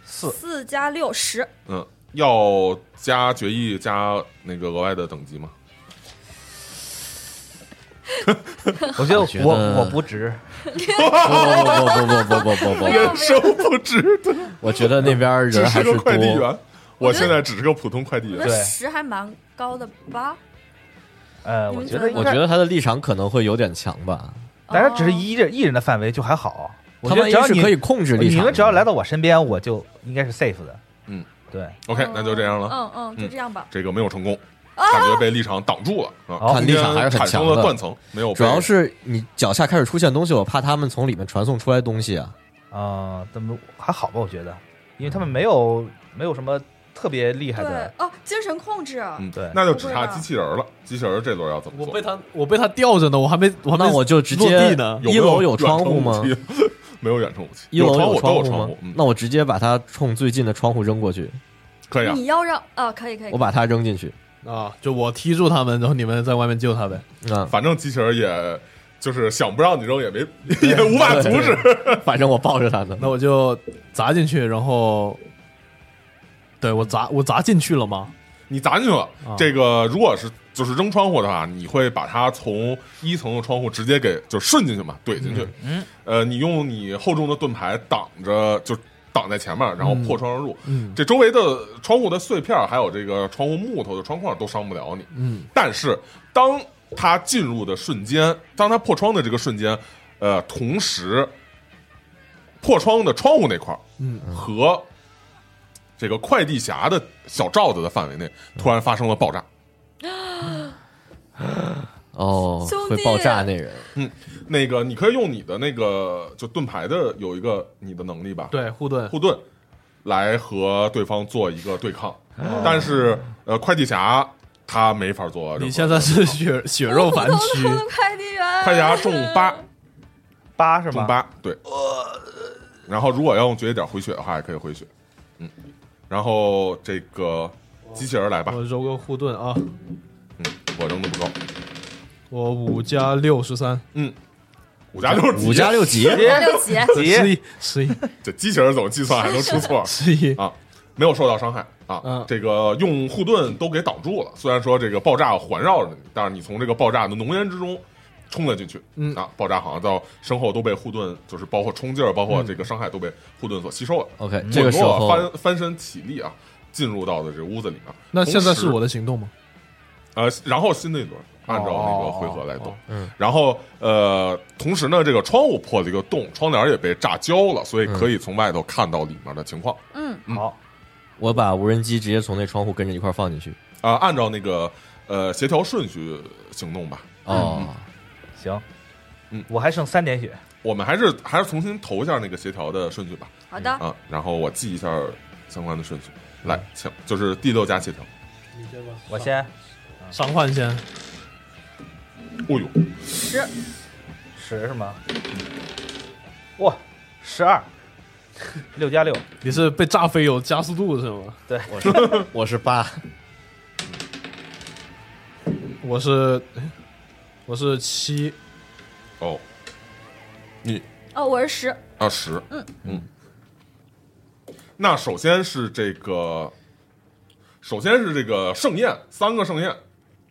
Speaker 1: 四
Speaker 4: 四加六十，
Speaker 5: 嗯，要加决议加那个额外的等级吗？
Speaker 1: 我觉得
Speaker 3: 我觉得
Speaker 1: 我我不值，
Speaker 3: 不不不不不不
Speaker 4: 哎
Speaker 3: 不不不，
Speaker 5: 人生哎不值得，
Speaker 3: 我觉得那边
Speaker 5: 只
Speaker 3: 人还
Speaker 5: 是个
Speaker 3: 是
Speaker 5: 快递
Speaker 3: 多。
Speaker 5: 员。我现在只是个普通快递
Speaker 4: 你
Speaker 5: 员
Speaker 4: 们
Speaker 1: 对。
Speaker 4: 十还蛮高的吧？
Speaker 1: 呃，
Speaker 4: 你
Speaker 1: 我
Speaker 4: 们
Speaker 1: 觉
Speaker 4: 觉
Speaker 1: 得
Speaker 4: 得
Speaker 1: 应
Speaker 3: 我
Speaker 1: 该
Speaker 3: 觉得他的立场可能会有点强吧，
Speaker 1: 大家只是
Speaker 4: 哦
Speaker 1: 一人一人的范围就还好，我
Speaker 3: 他
Speaker 1: 觉得
Speaker 3: 们
Speaker 1: 只要
Speaker 3: 是
Speaker 1: 你
Speaker 3: 可以控制立场的。
Speaker 1: 你们只要来到我身边，我就应该是 safe 的。
Speaker 5: 嗯，
Speaker 1: 对，
Speaker 5: OK，那就这样了。
Speaker 4: 哦嗯嗯，就这样吧。
Speaker 5: 这个没有成功，感觉被立场挡住了啊，
Speaker 1: 哦
Speaker 3: 看立场还是很
Speaker 5: 产
Speaker 3: 强
Speaker 5: 生
Speaker 3: 的
Speaker 5: 了断层，没有被。
Speaker 3: 主要是你脚下开始出现东西，我怕他们从里面传送出来东西啊。
Speaker 1: 啊，怎么还好吧？我觉得，因为他们没有没有什么特别厉害
Speaker 4: 对
Speaker 1: 的，
Speaker 4: 哦，精神控制，
Speaker 5: 嗯，
Speaker 1: 对
Speaker 5: 那就只差机器人了。机器人这轮要怎么
Speaker 2: 我
Speaker 5: 做
Speaker 2: 被？他我被他吊着呢，我还没我还没
Speaker 3: 那我就直
Speaker 2: 落地
Speaker 3: 接
Speaker 2: 呢。
Speaker 5: 没
Speaker 3: 一楼有
Speaker 5: 远程
Speaker 3: 窗户
Speaker 5: 武
Speaker 3: 吗
Speaker 5: 器？ 没有远程武器，
Speaker 3: 一楼
Speaker 5: 有
Speaker 3: 窗
Speaker 5: 户都有
Speaker 3: 吗
Speaker 5: 窗户？嗯，
Speaker 3: 那我直接把它冲最近的窗户扔过去，
Speaker 5: 可以啊。
Speaker 4: 你要让啊，可以可以
Speaker 3: 我，把它扔进去。
Speaker 2: 啊，就我踢住他们，然后你们在外面救他呗。
Speaker 3: 啊，
Speaker 5: 反正机器人也就是想不让你扔，也没 也无法阻止。
Speaker 3: 反正我抱着它呢。
Speaker 2: 那我就砸进去，然后，对我砸我砸进去了吗？
Speaker 5: 你砸进去了
Speaker 2: 啊，
Speaker 5: 这个如果是就是扔窗户的话，你会把它从一层的窗户直接
Speaker 2: 嗯
Speaker 5: 给就顺进去嘛，怼进去。嗯，呃，你用你厚重的盾牌挡着，就挡在前面，然后破窗而入。
Speaker 2: 嗯
Speaker 5: 这周围的窗户的碎片儿，还有这个窗户木头的窗框都伤不了你。
Speaker 2: 嗯，
Speaker 5: 但是当他进入的瞬间，当他破窗的这个瞬间，呃，同时破窗的窗户那块儿，
Speaker 2: 嗯，
Speaker 5: 和这个快递侠的小罩子的范围内，突然发生了爆炸。
Speaker 3: 哦
Speaker 4: 兄，弟
Speaker 3: 会爆炸那人，
Speaker 5: 那个，你可以用你的那个就盾牌的有一个你的能力吧，
Speaker 2: 对，护盾，
Speaker 5: 护盾来和对方做一个对抗，但是呃，快递侠他没法做任何的。
Speaker 2: 你现在是血血肉
Speaker 4: 头
Speaker 2: 凡
Speaker 4: 疼的
Speaker 2: 躯，
Speaker 4: 快递员，
Speaker 5: 快递侠中八，
Speaker 1: 八是
Speaker 5: 中
Speaker 1: 吗？
Speaker 5: 八，对。然后如果要用绝地点回血的话，也可以回血。嗯，然后这个机器人来吧，
Speaker 2: 我揉个护盾啊，
Speaker 5: 嗯，我扔的不高，
Speaker 2: 我五加六十三，
Speaker 5: 五加六，
Speaker 3: 五加，六级，
Speaker 4: 六级，
Speaker 2: 十一十 一
Speaker 5: 这机器人怎么计算还能出 错
Speaker 2: 十一，
Speaker 5: 啊？没有受到伤害啊，
Speaker 2: 嗯
Speaker 5: 这个用护盾都给挡住了。虽然说这个爆炸环绕着你，但是你从这个爆炸的浓烟之中冲了进去，
Speaker 2: 嗯
Speaker 5: 啊，爆炸好像到身后都被护盾，就是包括冲劲儿，包
Speaker 2: 嗯
Speaker 5: 括这个伤害都被护盾所吸收了。
Speaker 3: OK，这个时
Speaker 5: 我
Speaker 3: 候
Speaker 5: 翻翻身起立啊，进入到的这个屋子里面。
Speaker 2: 那现在
Speaker 5: 同
Speaker 2: 是
Speaker 5: 时
Speaker 2: 我的行动吗？
Speaker 5: 呃，然后新的一轮按照那个回合来动
Speaker 2: 哦，
Speaker 5: 嗯，然后呃，同时呢，这个窗户破了一个洞，窗帘也被炸焦了，所以可以从外头看到里面的情况。
Speaker 4: 嗯，
Speaker 1: 好，
Speaker 3: 我把无人机直接从那窗户跟着一块儿放进去。
Speaker 5: 啊、按照那个呃协调顺序行动吧。
Speaker 3: 哦，
Speaker 1: 行，
Speaker 5: 嗯，
Speaker 1: 我还剩三点血，
Speaker 5: 我们还是还是重新投一下那个协调的顺序吧，
Speaker 4: 好的，
Speaker 5: 啊，然后我记一下相关的顺序，来，请就是第六加协调。
Speaker 1: 我先
Speaker 2: 伤患先，
Speaker 5: 哦呦，
Speaker 1: 十是吗？哇，十二，六加六，
Speaker 2: 你是被炸飞有加速度是吗？
Speaker 3: 我是我是八，
Speaker 2: 我是哎我是七，
Speaker 5: 哦，你
Speaker 4: 哦，我是十，
Speaker 5: 啊十，
Speaker 4: 嗯
Speaker 5: 嗯。那首先是这个，首先是这个盛宴，三个盛宴，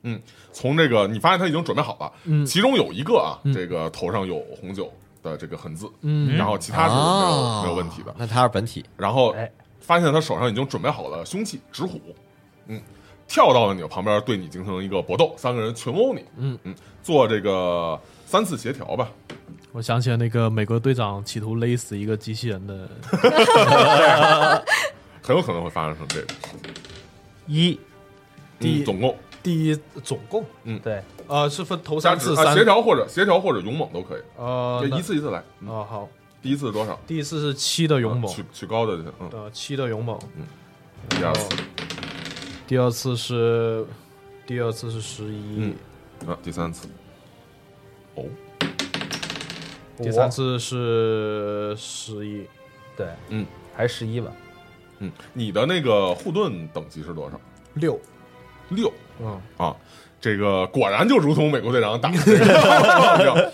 Speaker 5: 嗯，从这个你发现他已经准备好了，
Speaker 2: 嗯
Speaker 5: 其中有一个啊，这个头上有红酒的这个痕字，
Speaker 2: 嗯
Speaker 5: 然后其他是没有、
Speaker 3: 哦
Speaker 5: 没有问题的。
Speaker 3: 那他是本体，
Speaker 5: 然后
Speaker 1: 哎
Speaker 5: 发现他手上已经准备好了凶器纸虎，嗯，跳到了你的旁边，对你进行一个搏斗，三个人群殴你，
Speaker 2: 嗯
Speaker 5: 嗯，做这个三次协调吧，
Speaker 2: 我想起了那个美国队长企图勒死一个机器人 的，
Speaker 5: 很有可能会发生成这个，
Speaker 1: 一，
Speaker 2: 第
Speaker 5: 嗯、总共
Speaker 2: 第一总共
Speaker 1: 对，
Speaker 2: 呃是分头
Speaker 5: 加
Speaker 2: 三
Speaker 5: 指
Speaker 2: 次
Speaker 5: 啊，
Speaker 2: 三
Speaker 5: 协调或者协调或者勇猛都可以，啊
Speaker 2: 呃
Speaker 5: 就
Speaker 2: 那
Speaker 5: 一次一次来。嗯
Speaker 2: 哦好，
Speaker 5: 第一次是多少？
Speaker 2: 第一次是七的勇猛
Speaker 5: 取，取高的就行。啊嗯，
Speaker 2: 呃七的勇猛，
Speaker 5: 第二次，
Speaker 2: 哦第二次是第二次是十一
Speaker 5: 嗯，啊，第三次。哦，
Speaker 2: 第三次是十一，
Speaker 1: 对，
Speaker 5: 嗯，
Speaker 1: 还是十一吧，
Speaker 5: 嗯，你的那个护盾等级是多少？
Speaker 2: 六，
Speaker 5: 六
Speaker 2: 嗯
Speaker 5: 啊，这个果然就如同美国队长打的 这个一样。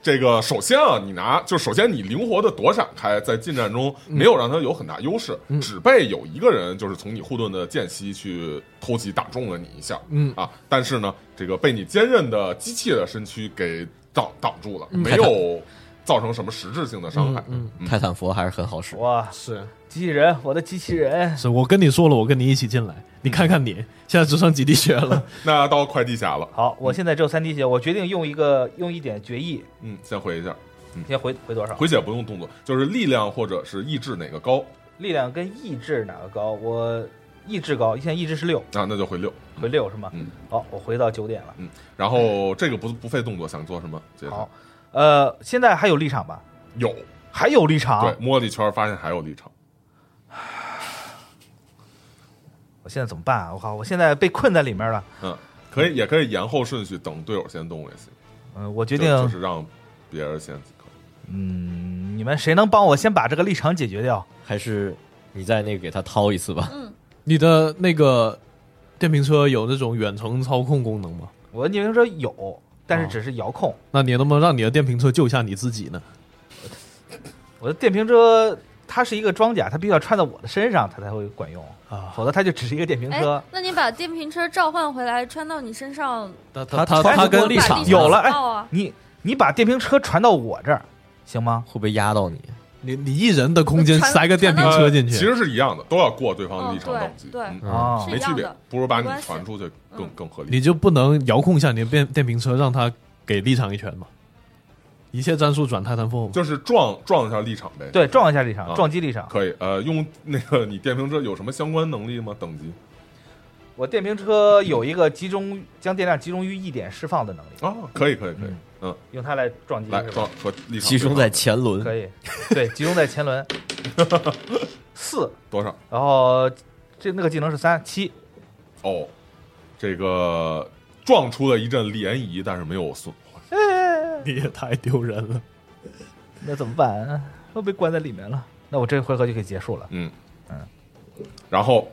Speaker 5: 这个首先啊，你拿就首先你灵活的躲闪开，在近战中
Speaker 2: 嗯
Speaker 5: 没有让他有很大优势，只被有一个人就是从你护盾的间隙去偷袭打中了你一下，
Speaker 2: 嗯
Speaker 5: 啊，但是呢，这个被你坚韧的机器的身躯给挡挡住了，没
Speaker 3: 太惨
Speaker 5: 有造成什么实质性的伤害，
Speaker 2: 嗯
Speaker 3: 泰坦佛还是很好使。
Speaker 1: 哇，
Speaker 2: 是
Speaker 1: 机器人，我的机器人，
Speaker 2: 是，我跟你说了，我跟你一起进来，你看看你现在只剩几滴血了，
Speaker 5: 那到快递侠了，
Speaker 1: 好，我现在只有三滴血，我决定用一个用一点决议，
Speaker 5: 嗯，先回一下，
Speaker 1: 先回回多少？
Speaker 5: 回血不用动作，就是力量或者是意志哪个高
Speaker 1: 力量跟意志哪个高？我意志高，现在意志是六，
Speaker 5: 啊，那就回六，
Speaker 1: 回六是吗？
Speaker 5: 嗯，
Speaker 1: 好，我回到九点了。
Speaker 5: 嗯，然后这个不不费动作，想做什么？接着
Speaker 1: 好，呃，现在还有立场吧？
Speaker 5: 有，
Speaker 1: 还有立场？
Speaker 5: 对，摸了一圈发现还有立场，
Speaker 1: 我现在怎么办啊？我靠，我现在被困在里面了。
Speaker 5: 嗯，可以也可以延后顺序，等队友先动也行，
Speaker 1: 嗯、我决
Speaker 5: 就
Speaker 1: 定，
Speaker 5: 就是让别人先可以
Speaker 1: 嗯，你们谁能帮我先把这个立场解决掉？
Speaker 3: 还是你再那个给他掏一次吧。
Speaker 2: 你的那个电瓶车有那种远程操控功能吗？
Speaker 1: 我你们说有，但是
Speaker 5: 啊
Speaker 2: 哦
Speaker 1: 只是遥控。
Speaker 2: 那你能不能让你的电瓶车救一下你自己呢？
Speaker 1: 我的电瓶车它是一个装甲，它必须要穿在我的身上，它才会管用，
Speaker 2: 啊，
Speaker 1: 否则它就只是一个电瓶
Speaker 4: 哎
Speaker 1: 车。，
Speaker 4: 那你把电瓶车召唤回来，穿到你身上，
Speaker 2: 他他
Speaker 3: 他
Speaker 2: 他
Speaker 3: 他
Speaker 2: 他跟
Speaker 3: 跟立场
Speaker 4: 把
Speaker 1: 有了，
Speaker 4: 哦
Speaker 1: 哎，你你把电瓶车传到我这儿行吗？
Speaker 3: 会不会压到你？
Speaker 2: 你你一人的空间
Speaker 4: 传
Speaker 2: 塞个电瓶
Speaker 4: 传
Speaker 2: 车进去，
Speaker 5: 呃其实是一样的，都要过对方的
Speaker 4: 嗯
Speaker 5: 立场等级，
Speaker 4: 对对
Speaker 5: 嗯
Speaker 1: 啊
Speaker 4: 是
Speaker 5: 没
Speaker 4: 一
Speaker 5: 区
Speaker 4: 样
Speaker 5: 别
Speaker 4: 的，，
Speaker 5: 不如把你
Speaker 4: 关系嗯
Speaker 5: 传出去更更合理。
Speaker 2: 你就不能遥控一下你的电电瓶车，让它给立场一拳嘛？一切战术转泰坦 f
Speaker 5: 就是撞撞一下立场呗，
Speaker 1: 对，撞一下立场，
Speaker 5: 啊
Speaker 1: 撞击立场。
Speaker 5: 可以。呃，用那个你电瓶车有什么相关能力吗？等级
Speaker 1: 我电瓶车有一个集中将电量集中于一点释放的能力，
Speaker 5: 啊，可以，可以，可以，嗯，
Speaker 1: 用它来撞击。
Speaker 5: 来
Speaker 1: 是吧
Speaker 5: 撞和立场
Speaker 3: 集中在
Speaker 5: 对
Speaker 3: 前轮，
Speaker 1: 可以，对，集中在前 轮。四，
Speaker 5: 吧多少？
Speaker 1: 然后这那个技能是三七，
Speaker 5: 哦，这个撞出了一阵涟漪，但是没有损坏。
Speaker 2: 你也太丢人了。
Speaker 1: 那怎么办、啊？都被关在里面了。那我这回合就可以结束了。
Speaker 5: 嗯
Speaker 1: 嗯，
Speaker 5: 然后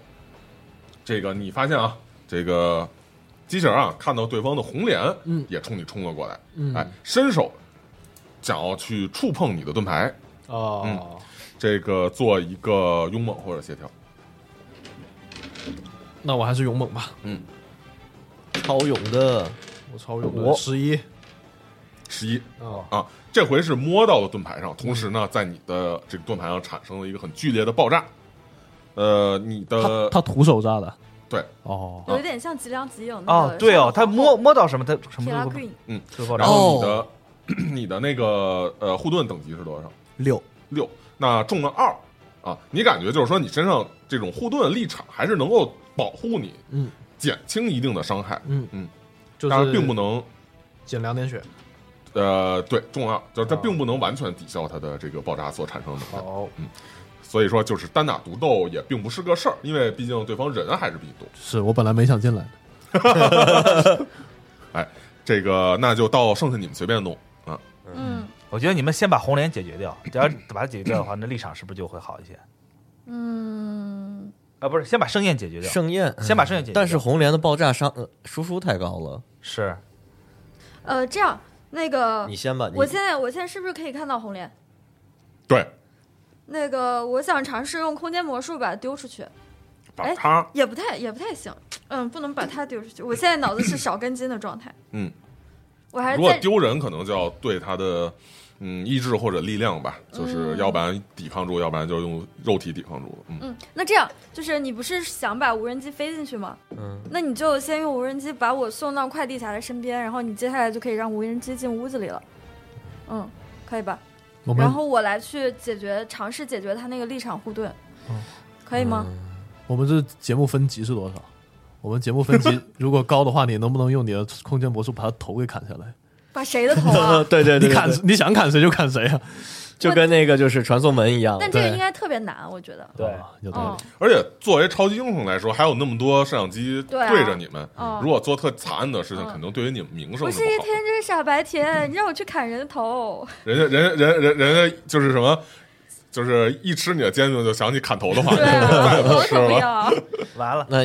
Speaker 5: 这个你发现啊，这个机器人啊，看到对方的红脸，嗯，也冲你冲了过来，嗯，哎，伸手想要去触碰你的盾牌，嗯
Speaker 2: 哦，
Speaker 5: 这个做一个勇猛或者协调，
Speaker 2: 那我还是勇猛吧，
Speaker 3: 超勇的，
Speaker 2: 我超勇
Speaker 1: 我
Speaker 2: 的十一
Speaker 5: 十一
Speaker 2: 哦
Speaker 5: 啊，这回是摸到了盾牌上，同时呢，在你的这个盾牌上产生了一个很剧烈的爆炸，呃，你
Speaker 2: 他
Speaker 5: 的
Speaker 2: 他徒手炸的
Speaker 5: 对，
Speaker 2: 哦，
Speaker 4: 有一点像吉良吉影那
Speaker 1: 哦
Speaker 4: 个，
Speaker 1: 对哦，
Speaker 4: 上
Speaker 1: 他摸摸到什么，他什么
Speaker 4: Kira
Speaker 1: 都
Speaker 4: Green
Speaker 1: 就爆炸
Speaker 5: 然。后你的、
Speaker 2: 哦
Speaker 5: 你的那个呃护盾等级是多少？
Speaker 2: 六
Speaker 5: 六，那中了二啊，你感觉就是说你身上这种护盾立场还是能够保护你，
Speaker 2: 嗯，
Speaker 5: 减轻一定的伤害，
Speaker 2: 嗯
Speaker 5: 嗯，
Speaker 2: 就
Speaker 5: 但是
Speaker 2: 是
Speaker 5: 并不能
Speaker 2: 减两点血。
Speaker 5: 呃对中了二，就是它并不能完全抵消它的这个爆炸所产生的能量，
Speaker 2: 哦，
Speaker 5: 嗯所以说就是单打独斗也并不是个事儿，因为毕竟对方人还是比你多。
Speaker 2: 是我本来没想进来的，
Speaker 5: 这个那就到剩下你们随便弄啊，
Speaker 4: 嗯
Speaker 1: 我觉得你们先把红莲解决掉，只要把它解决掉的话，那立场是不是就会好一些？
Speaker 4: 嗯，
Speaker 1: 啊，不是，先把盛宴解决掉。
Speaker 3: 盛宴，
Speaker 1: 先把盛宴解决掉
Speaker 3: 但是红莲的爆炸伤呃输出太高了，
Speaker 1: 是，
Speaker 4: 呃，这样那个
Speaker 3: 你，先吧，你？
Speaker 4: 我现在我现在是不是可以看到红莲？
Speaker 5: 对，
Speaker 4: 那个，我想尝试用空间魔术把它丢出去，
Speaker 5: 把
Speaker 4: 哎
Speaker 5: 它
Speaker 4: 也不太也不太行，嗯，不能把它丢出去。我现在脑子是少根筋的状态，
Speaker 5: 嗯，
Speaker 4: 我还是
Speaker 5: 如果
Speaker 4: 在
Speaker 5: 丢人，可能就要对他的嗯意志或者力量吧，就是要不然抵抗住，要不然就用肉体抵抗住。嗯，
Speaker 4: 嗯，那这样就是你不是想把无人机飞进去吗？嗯，那你就先用无人机把我送到快递侠的身边，然后你接下来就可以让无人机进屋子里了。嗯，可以吧？
Speaker 2: 我们
Speaker 4: 然后我来去解决，尝试解决他那个立场护盾，
Speaker 2: 嗯
Speaker 4: 可以吗？
Speaker 2: 我们这节目分级是多少？我们节目 分级如果高的话，你能不能用你的空间魔术把他头给砍下来？
Speaker 4: 把谁的头啊
Speaker 3: 呃 对对对，
Speaker 2: 你
Speaker 3: 对
Speaker 2: 砍
Speaker 3: 对
Speaker 2: 你想砍谁就砍谁啊！
Speaker 3: 就跟那个就是传送门一样，
Speaker 4: 但这个
Speaker 3: 对
Speaker 4: 应该特别难，我觉得。
Speaker 1: 对
Speaker 2: 啊有道
Speaker 4: 嗯
Speaker 2: 理。，
Speaker 5: 而且作为超级英雄来说，还有那么多摄像机
Speaker 4: 对啊
Speaker 5: 对着你们，
Speaker 4: 嗯
Speaker 5: 如果做特惨案的事情，
Speaker 4: 嗯
Speaker 5: 肯定对于你们名声
Speaker 4: 我
Speaker 5: 是
Speaker 4: 是
Speaker 5: 不
Speaker 4: 一
Speaker 5: 好的。
Speaker 4: 天真傻白甜，你让我去砍人头，
Speaker 5: 人家人家人人人家就是什么，就是一吃你的煎饼就想起砍头的话，
Speaker 4: 对
Speaker 5: 就
Speaker 4: 啊，
Speaker 5: 再也不
Speaker 4: 我
Speaker 5: 吃
Speaker 4: 可不
Speaker 5: 了。
Speaker 4: 要，
Speaker 1: 完了，
Speaker 3: 那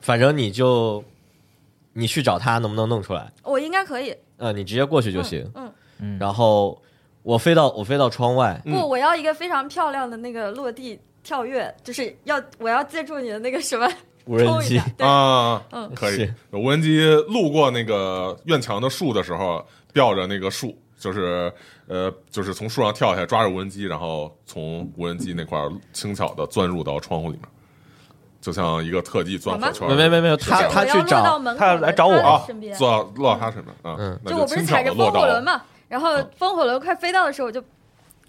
Speaker 3: 反正你就你去找他，能不能弄出来？
Speaker 4: 我应该可以。
Speaker 3: 呃，你直接过去就行。
Speaker 4: 嗯，
Speaker 3: 然后我飞到我飞到窗外，
Speaker 5: 嗯
Speaker 4: 不，我要一个非常漂亮的那个落地跳跃，就是要我要借助你的那个什么
Speaker 3: 无人
Speaker 4: 冲一
Speaker 3: 机
Speaker 4: 下，对，
Speaker 5: 啊，
Speaker 4: 嗯
Speaker 5: 可以
Speaker 3: 是。
Speaker 5: 无人机路过那个院墙的树的时候，吊着那个树，就是呃，就是从树上跳下来，抓着无人机，然后从无人机那块儿轻巧的钻入到窗户里面，就像一个特技钻火圈
Speaker 3: 没没没没有，他
Speaker 4: 我
Speaker 3: 他
Speaker 4: 要
Speaker 3: 去
Speaker 4: 落到
Speaker 3: 找
Speaker 4: 门口
Speaker 1: 他
Speaker 4: 的
Speaker 1: 来找我
Speaker 4: 的
Speaker 5: 啊
Speaker 4: 身边，
Speaker 5: 坐到落到他身上啊，
Speaker 3: 嗯
Speaker 5: 那
Speaker 4: 就我不是
Speaker 5: 轻巧
Speaker 4: 踩
Speaker 5: 的
Speaker 4: 着风
Speaker 5: 落
Speaker 4: 火
Speaker 5: 到啊
Speaker 4: 轮嘛，然后风火轮快飞到的时候，我就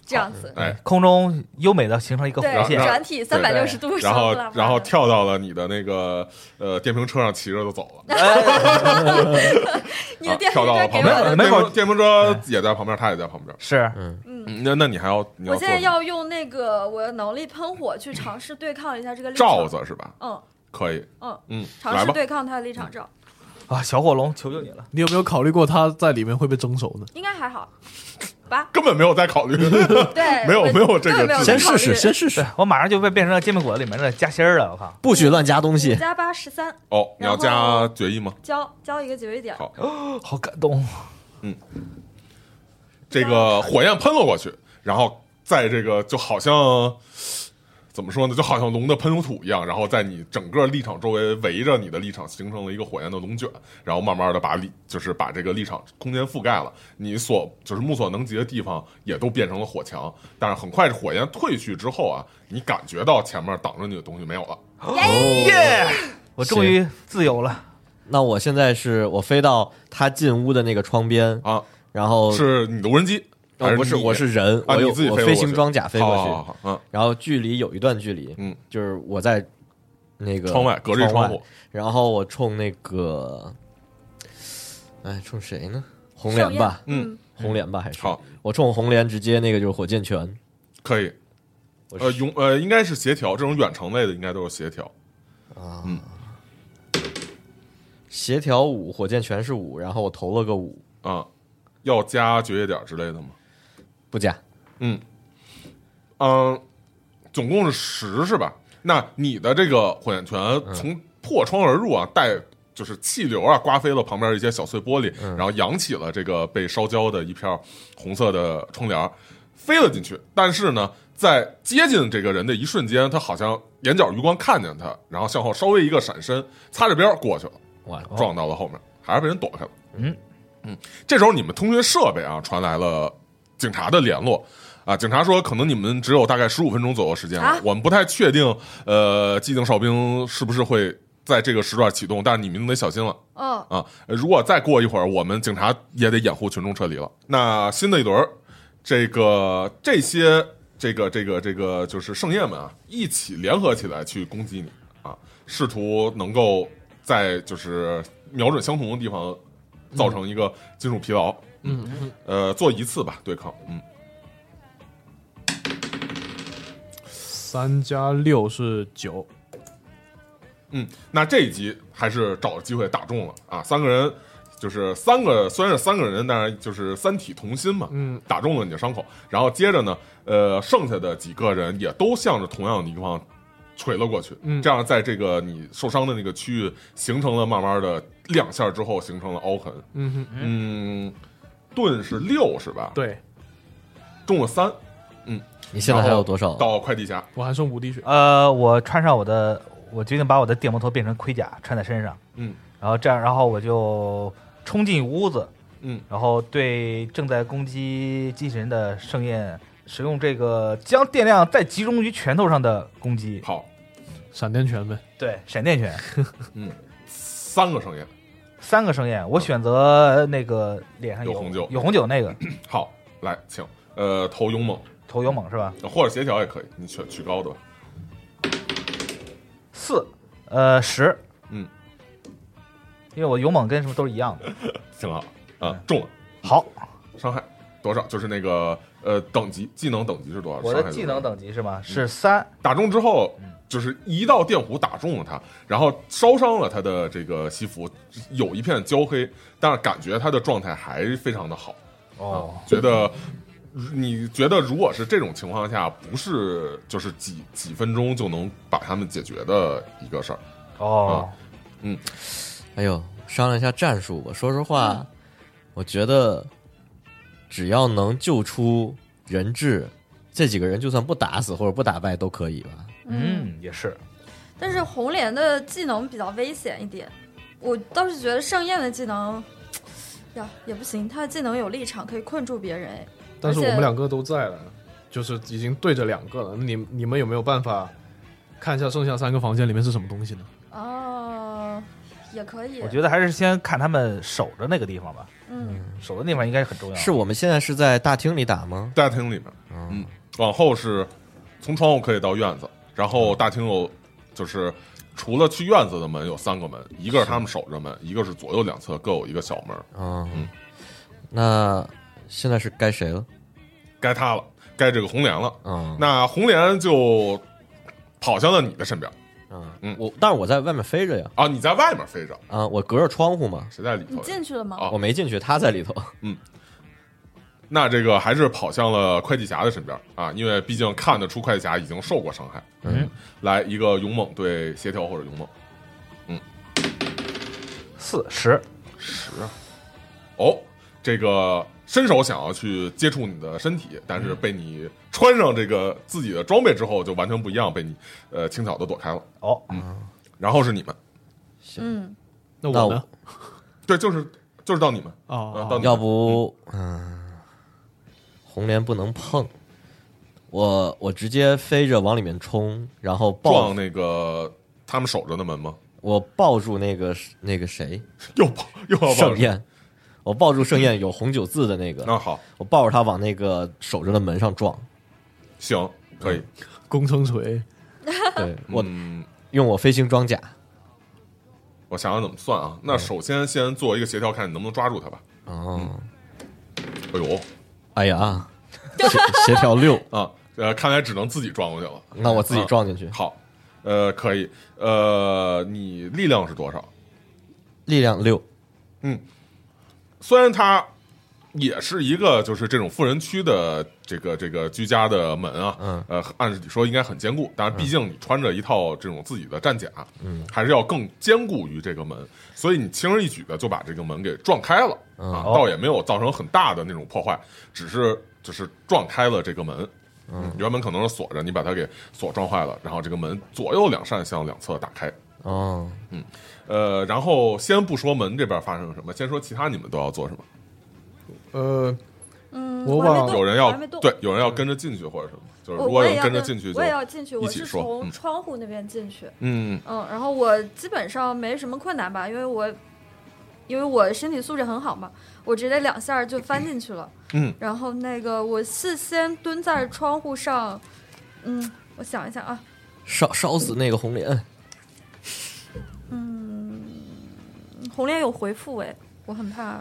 Speaker 4: 这样子，
Speaker 5: 哎，
Speaker 1: 空中优美的形成一个
Speaker 4: 对
Speaker 1: 弧，线
Speaker 5: 然，后
Speaker 4: 转体三百六十度，
Speaker 5: 然
Speaker 4: 上
Speaker 5: 后
Speaker 4: 不了
Speaker 5: 然后
Speaker 4: 吧
Speaker 5: 跳到了你的那个呃电瓶车上，骑着就走了，
Speaker 4: 你
Speaker 5: 啊
Speaker 4: 的电
Speaker 5: 跳
Speaker 4: 瓶
Speaker 5: 到
Speaker 4: 车
Speaker 5: 了
Speaker 4: 给
Speaker 5: 旁
Speaker 4: 我的
Speaker 5: 边，
Speaker 1: 门
Speaker 5: 电
Speaker 1: 口
Speaker 5: 瓶电瓶车也在旁边，他也在旁边。
Speaker 1: 是
Speaker 5: 嗯那那你还要你要
Speaker 4: 我
Speaker 5: 做
Speaker 4: 现
Speaker 5: 什
Speaker 4: 在
Speaker 5: 么
Speaker 4: 要用那个我的能力喷火去尝试对抗一下这个立场
Speaker 5: 罩，子是吧？
Speaker 4: 嗯
Speaker 5: 可以，
Speaker 4: 嗯，
Speaker 5: 嗯，
Speaker 4: 尝
Speaker 5: 来
Speaker 4: 试
Speaker 5: 吧，
Speaker 4: 对抗他的立场罩，
Speaker 1: 啊，小火龙，求求你了。
Speaker 2: 你有没有考虑过他在里面会被蒸熟呢？
Speaker 4: 应该还
Speaker 5: ？
Speaker 4: 好吧
Speaker 5: 根本没有在 考虑。
Speaker 4: 对，
Speaker 5: 没有
Speaker 4: 我
Speaker 5: 没有这
Speaker 4: 根
Speaker 5: 个
Speaker 4: 本没有
Speaker 5: 制
Speaker 3: 先
Speaker 4: 考
Speaker 3: 试试，
Speaker 4: 虑
Speaker 3: 先试试
Speaker 1: 对， 我马上就被变成了煎饼果子里面的夹心儿了，我靠！
Speaker 3: 不许乱加东西。
Speaker 4: 加八十三，
Speaker 5: 哦，你要加决议吗？
Speaker 4: 交交一个解决点。
Speaker 5: 好
Speaker 1: 好感动，
Speaker 5: 这个火焰喷了过去，然后在这个就好像怎么说呢，就好像龙的喷油土一样，然后在你整个立场周围围着你的立场形成了一个火焰的龙卷，然后慢慢的把立就是把这个立场空间覆盖了，你所就是目所能及的地方也都变成了火墙，但是很快这火焰退去之后啊，你感觉到前面挡着你的东西没有了，
Speaker 1: 耶！我终于自由了，
Speaker 3: 那我现在是我飞到他进屋的那个窗边，
Speaker 5: 啊，
Speaker 3: 然后
Speaker 5: 是你的无人机还
Speaker 3: 呃不是
Speaker 5: 你
Speaker 3: 我是人，
Speaker 5: 啊
Speaker 3: 我有
Speaker 5: 你自己
Speaker 3: 我
Speaker 5: 飞过
Speaker 3: 飞
Speaker 5: 去
Speaker 3: 行装甲飞过
Speaker 5: 好好好
Speaker 3: 去，
Speaker 5: 好嗯，
Speaker 3: 然后距离有一段距离，
Speaker 5: 嗯，
Speaker 3: 就是我在那个
Speaker 5: 窗外隔着一
Speaker 3: 窗
Speaker 5: 窗户
Speaker 3: 外，然后我冲那个，哎，冲谁呢？红莲吧，
Speaker 5: 嗯，
Speaker 3: 红莲吧，还是
Speaker 5: 好，
Speaker 3: 我冲红莲直接那个就是火箭拳，
Speaker 5: 可以。
Speaker 3: 我
Speaker 5: 呃，永呃，应该是协调，这种远程类的应该都是协调。
Speaker 3: 协调五，火箭拳是五，然后我投了个五，
Speaker 5: 啊，要加绝业点之类的吗？
Speaker 3: 不加，
Speaker 5: 嗯，嗯，总共是十是吧？那你的这个火焰拳从破窗而入啊，带就是气流啊，刮飞了旁边一些小碎玻璃，然后扬起了这个被烧焦的一片红色的窗帘儿，飞了进去。但是呢，在接近这个人的一瞬间，他好像眼角余光看见他，然后向后稍微一个闪身，擦着边儿过去了。
Speaker 3: 哇，
Speaker 1: 哦
Speaker 5: 撞到了后面，还是被人躲开了。
Speaker 1: 嗯
Speaker 5: 嗯，这时候你们通讯设备啊传来了警察的联络。啊，警察说可能你们只有大概十五分钟左右时间了，
Speaker 4: 啊
Speaker 5: 我们不太确定，呃，寂静哨兵是不是会在这个时段启动，但是你们得小心了
Speaker 4: 哦，
Speaker 5: 啊！呃如果再过一会儿，我们警察也得掩护群众撤离了。那新的一轮儿，这个这些这个这个这个就是盛宴们啊，一起联合起来去攻击你啊，试图能够在就是瞄准相同的地方造成一个金属疲劳。嗯，呃，做一次吧，对抗。嗯，
Speaker 2: 三加六是九，
Speaker 5: 嗯，那这一集还是找机会打中了啊！三个人就是三个，虽然是三个人，但是就是三体同心嘛，
Speaker 2: 嗯，
Speaker 5: 打中了你的伤口。然后接着呢，呃，剩下的几个人也都向着同样的地方锤了过去，
Speaker 2: 嗯
Speaker 5: 这样在这个你受伤的那个区域形成了慢慢的亮下之后，形成了凹痕。
Speaker 2: 嗯哼，
Speaker 5: 嗯，盾是六是吧？，
Speaker 2: 对
Speaker 5: 中了三，
Speaker 3: 你现在还有多少？
Speaker 5: 到快地下，
Speaker 2: 我还剩五滴血，
Speaker 1: 呃，我穿上我的，我决定把我的电摩托变成盔甲穿在身上，
Speaker 5: 嗯，
Speaker 1: 然后这样，然后我就冲进屋子，
Speaker 5: 嗯，
Speaker 1: 然后对正在攻击机器人的盛宴使用这个将电量再集中于拳头上的攻击，
Speaker 5: 好，
Speaker 2: 闪电拳呗，
Speaker 1: 对，闪电拳，
Speaker 5: 三个声音，
Speaker 1: 三个盛宴，我选择那个脸上有
Speaker 5: 有红酒
Speaker 1: 有红酒那个
Speaker 5: 好，来，请，呃，投勇猛。
Speaker 1: 头油猛是吧？
Speaker 5: 或者协调也可以，你取取高的吧。
Speaker 1: 四，呃，十，
Speaker 5: 嗯，
Speaker 1: 因为我勇猛跟什么都是一样的。
Speaker 5: 挺好啊，中了
Speaker 1: 好，
Speaker 5: 伤害多少？就是那个呃等级技能等级是多少？
Speaker 1: 我
Speaker 5: 伤
Speaker 1: 的
Speaker 5: 害
Speaker 1: 技
Speaker 5: 是多少
Speaker 1: 能等嗯级是吗？是三，
Speaker 5: 打中之后，就是一道电弧打中了他，然后烧伤了他的这个西服，有一片焦黑，但是感觉他的状态还非常的好。
Speaker 1: 哦，
Speaker 5: 觉得你觉得如果是这种情况下，不是就是几几分钟就能把他们解决的一个事儿。
Speaker 1: 哦，
Speaker 3: 哎呦，商量一下战术吧。说实话，我觉得只要能救出人质，这几个人就算不打死或者不打败都可以吧。
Speaker 4: 嗯，
Speaker 1: 嗯，也是，
Speaker 4: 但是红莲的技能比较危险一点，我倒是觉得盛宴的技能。呀，也不行，他的技能有立场，可以困住别人。哎
Speaker 2: 但是
Speaker 4: 而
Speaker 2: 我
Speaker 4: 且
Speaker 2: 们两个都在了，就是已经对着两个了，你你们有没有办法看一下剩下三个房间里面是什么东西呢？
Speaker 4: 哦，也可以。
Speaker 1: 我觉得还是先看他们守着那个地方吧，
Speaker 4: 嗯，
Speaker 1: 守的地方应该是很啊重要的。
Speaker 3: 是我们现在是在大厅里打吗？
Speaker 5: 大厅里面，嗯，往后是从窗户可以到院子，然
Speaker 3: 嗯
Speaker 5: 后大厅有就是除了去院子的门有三个门，一个是他们守着门，一个是左右两侧各有一个小门，
Speaker 3: 嗯，
Speaker 5: 嗯
Speaker 3: 那现在是该谁了？
Speaker 5: 该他了，该这个红莲了。
Speaker 3: 嗯，
Speaker 5: 那红莲就跑向了你的身边
Speaker 3: 嗯
Speaker 5: 嗯
Speaker 3: 我但是我在外面飞着呀。
Speaker 5: 啊，你在外面飞着，
Speaker 3: 啊，我隔着窗户嘛，
Speaker 5: 谁在里
Speaker 4: 你
Speaker 5: 头呀？
Speaker 4: 进去了吗？
Speaker 5: 啊
Speaker 3: 我没进去，他在里头。
Speaker 5: 那这个还是跑向了快递侠的身边啊，因为毕竟看得出快递侠已经受过伤害。
Speaker 3: 嗯，
Speaker 5: 来一个勇猛对协调或者勇猛
Speaker 1: 四十，
Speaker 5: 十，哦，这个伸手想要去接触你的身体，但是被你穿上这个自己的装备之后就完全不一样，被你呃轻巧的躲开了。
Speaker 1: 哦，
Speaker 5: 然后是你们，
Speaker 4: 嗯，
Speaker 2: 那
Speaker 3: 那
Speaker 2: 我呢？
Speaker 5: 对，就是就是到你们，呃到
Speaker 2: 哦，
Speaker 5: 你们
Speaker 3: 要不，嗯、红莲不能碰。我我直接飞着往里面冲，然后抱
Speaker 5: 撞那个他们守着的门吗？
Speaker 3: 我抱住那个那个谁
Speaker 5: 又抱又要抱
Speaker 3: 盛宴，我抱住盛宴有红酒字的那个，
Speaker 5: 那好，
Speaker 3: 我抱着他往那个守着的门上撞。
Speaker 5: 行，可以，
Speaker 2: 工程锤，
Speaker 3: 对我
Speaker 5: 嗯，
Speaker 3: 用我飞行装甲
Speaker 5: 我想想怎么算
Speaker 3: 嗯
Speaker 5: 啊。那首先先做一个协调，看你能不能抓住他吧。
Speaker 3: 哦，
Speaker 5: 哎呦
Speaker 3: 哎 呀，协协调六，
Speaker 5: 啊，呃，看来只能自己撞过去了。
Speaker 3: 那我自己
Speaker 5: 啊
Speaker 3: 撞进去，
Speaker 5: 好，呃，可以，呃，你力量是多少？
Speaker 3: 力量六，
Speaker 5: 虽然它也是一个就是这种富人区的这个这个居家的门啊，
Speaker 3: 嗯，
Speaker 5: 呃，按理说应该很坚固，但是毕竟你穿着一套这种自己的战甲，嗯，还是要更坚固于这个门，所以你轻而易举的就把这个门给撞开了、啊，倒也没有造成很大的那种破坏，只是就是撞开了这个门。嗯，原本可能是锁着，你把它给锁撞坏了，然后这个门左右两扇向两侧打开，
Speaker 3: 哦，
Speaker 5: 呃，然后先不说门这边发生了什么，先说其他你们都要做什么。
Speaker 7: 呃，
Speaker 4: 嗯，
Speaker 7: 我
Speaker 4: 我还没
Speaker 7: 往
Speaker 4: 动
Speaker 5: 有人
Speaker 4: 我
Speaker 5: 要
Speaker 4: 还没动
Speaker 5: 对，有人要跟着进去或者什么，就是
Speaker 4: 我
Speaker 5: 如果
Speaker 4: 我
Speaker 5: 有
Speaker 4: 也
Speaker 5: 人
Speaker 4: 要
Speaker 5: 跟着进去就
Speaker 4: 我也要进去，
Speaker 5: 一
Speaker 4: 我
Speaker 5: 起
Speaker 4: 是
Speaker 5: 说
Speaker 4: 从
Speaker 5: 嗯
Speaker 4: 窗户那边进去，
Speaker 5: 嗯，
Speaker 4: 嗯，然后我基本上没什么困难吧，因为我因为我身体素质很好嘛，我直接两下儿就翻进去了。
Speaker 5: 嗯，
Speaker 4: 然后那个我是先蹲在窗户上，嗯，我想一下啊，
Speaker 3: 烧烧死那个红莲，
Speaker 4: 红莲有回复哎，我很怕。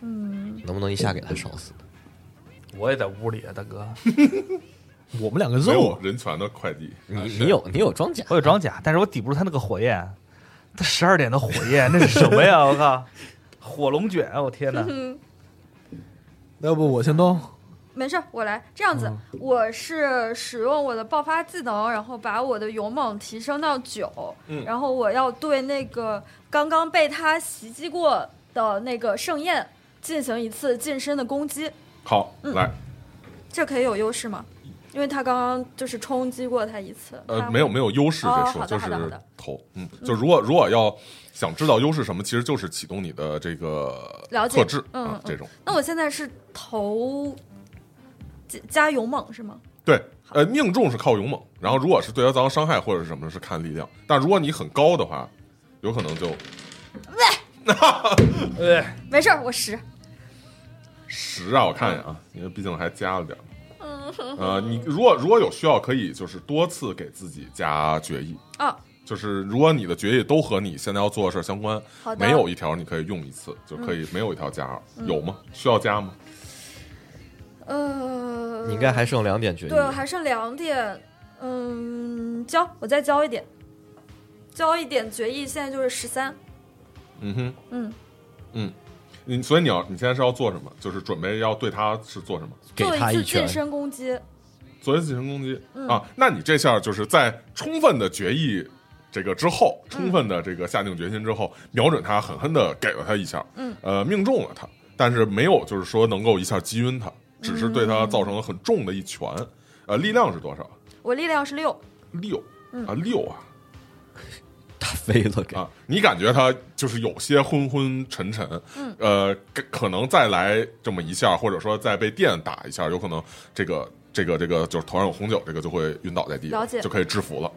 Speaker 4: 嗯，
Speaker 3: 能不能一下给他烧死？
Speaker 1: 我也在屋里啊，大哥，
Speaker 2: 我们两个
Speaker 5: 没
Speaker 2: 肉
Speaker 5: 有人权的快递，
Speaker 3: 你你有你有装甲，
Speaker 1: 我有装甲，但是我抵不住他那个火焰，他十二点的火焰，那是什么 呀？我靠，火龙卷，啊我天 哪！
Speaker 2: 要不我先动？
Speaker 4: 没事儿，我来。这样子，
Speaker 5: 嗯
Speaker 4: 我是使用我的爆发技能，然后把我的勇猛提升到九、
Speaker 5: 嗯
Speaker 4: 然后我要对那个刚刚被他袭击过的那个盛宴进行一次近身的攻击。
Speaker 5: 好，
Speaker 4: 嗯
Speaker 5: 来，
Speaker 4: 这可以有优势吗？因为他刚刚就是冲击过他一次。
Speaker 5: 呃，
Speaker 4: 他
Speaker 5: 没有没有优势
Speaker 4: 哦
Speaker 5: 这
Speaker 4: 嗯
Speaker 5: 说，
Speaker 4: 好的
Speaker 5: 就
Speaker 4: 好的好
Speaker 5: 是
Speaker 4: 的
Speaker 5: 投，嗯，就如果如果要想知道优势什么，其实就是启动你的这个
Speaker 4: 了解
Speaker 5: 特质，
Speaker 4: 嗯
Speaker 5: 啊
Speaker 4: 嗯
Speaker 5: 这种
Speaker 4: 那我现在是投加加勇猛是吗？
Speaker 5: 对，呃，命中是靠勇猛，然后如果是对他造成伤害或者是什么是看力量，但如果你很高的话，有可能就
Speaker 4: 没事儿，我十。
Speaker 5: 十啊，我看一眼啊，因为毕竟还加了点儿。
Speaker 4: 嗯
Speaker 5: 呃，你如果如果有需要，可以就是多次给自己加决议，
Speaker 4: 啊，
Speaker 5: 就是如果你的决议都和你现在要做的事儿相关
Speaker 4: 好，的嗯
Speaker 5: 没有一条你可以用一次，就可以没有一条加二、有吗？需要加吗？
Speaker 4: 呃，
Speaker 3: 你应该还剩两点决议，
Speaker 4: 对，啊还剩两点。嗯，交，我再交一点，交一点决议，现在就是十三。
Speaker 5: 嗯哼，
Speaker 4: 嗯，
Speaker 5: 你所以你要你现在是要做什么？就是准备要对他是做什么？
Speaker 3: 给
Speaker 4: 做
Speaker 3: 他
Speaker 4: 一次
Speaker 3: 拳
Speaker 4: 近，身攻击。
Speaker 5: 作为自行攻击、
Speaker 4: 嗯
Speaker 5: 啊？那你这下就是在充分的决议这个之后，充分的这个下定决心之后，瞄准他，狠狠的给了他一下，
Speaker 4: 嗯，
Speaker 5: 呃，命中了他，但是没有就是说能够一下击晕他，只是对他造成了很重的一拳。呃，力量是多少？
Speaker 4: 我力量是六，
Speaker 5: 六
Speaker 4: 嗯
Speaker 5: 啊，六啊
Speaker 3: 他飞了给，
Speaker 5: 啊！你感觉他就是有些昏昏沉沉，
Speaker 4: 嗯，
Speaker 5: 呃，可可能再来这么一下，或者说再被电打一下，有可能这个这个这个就是头上有红酒，这个就会晕倒在地，
Speaker 4: 了解
Speaker 5: 就可以制服了。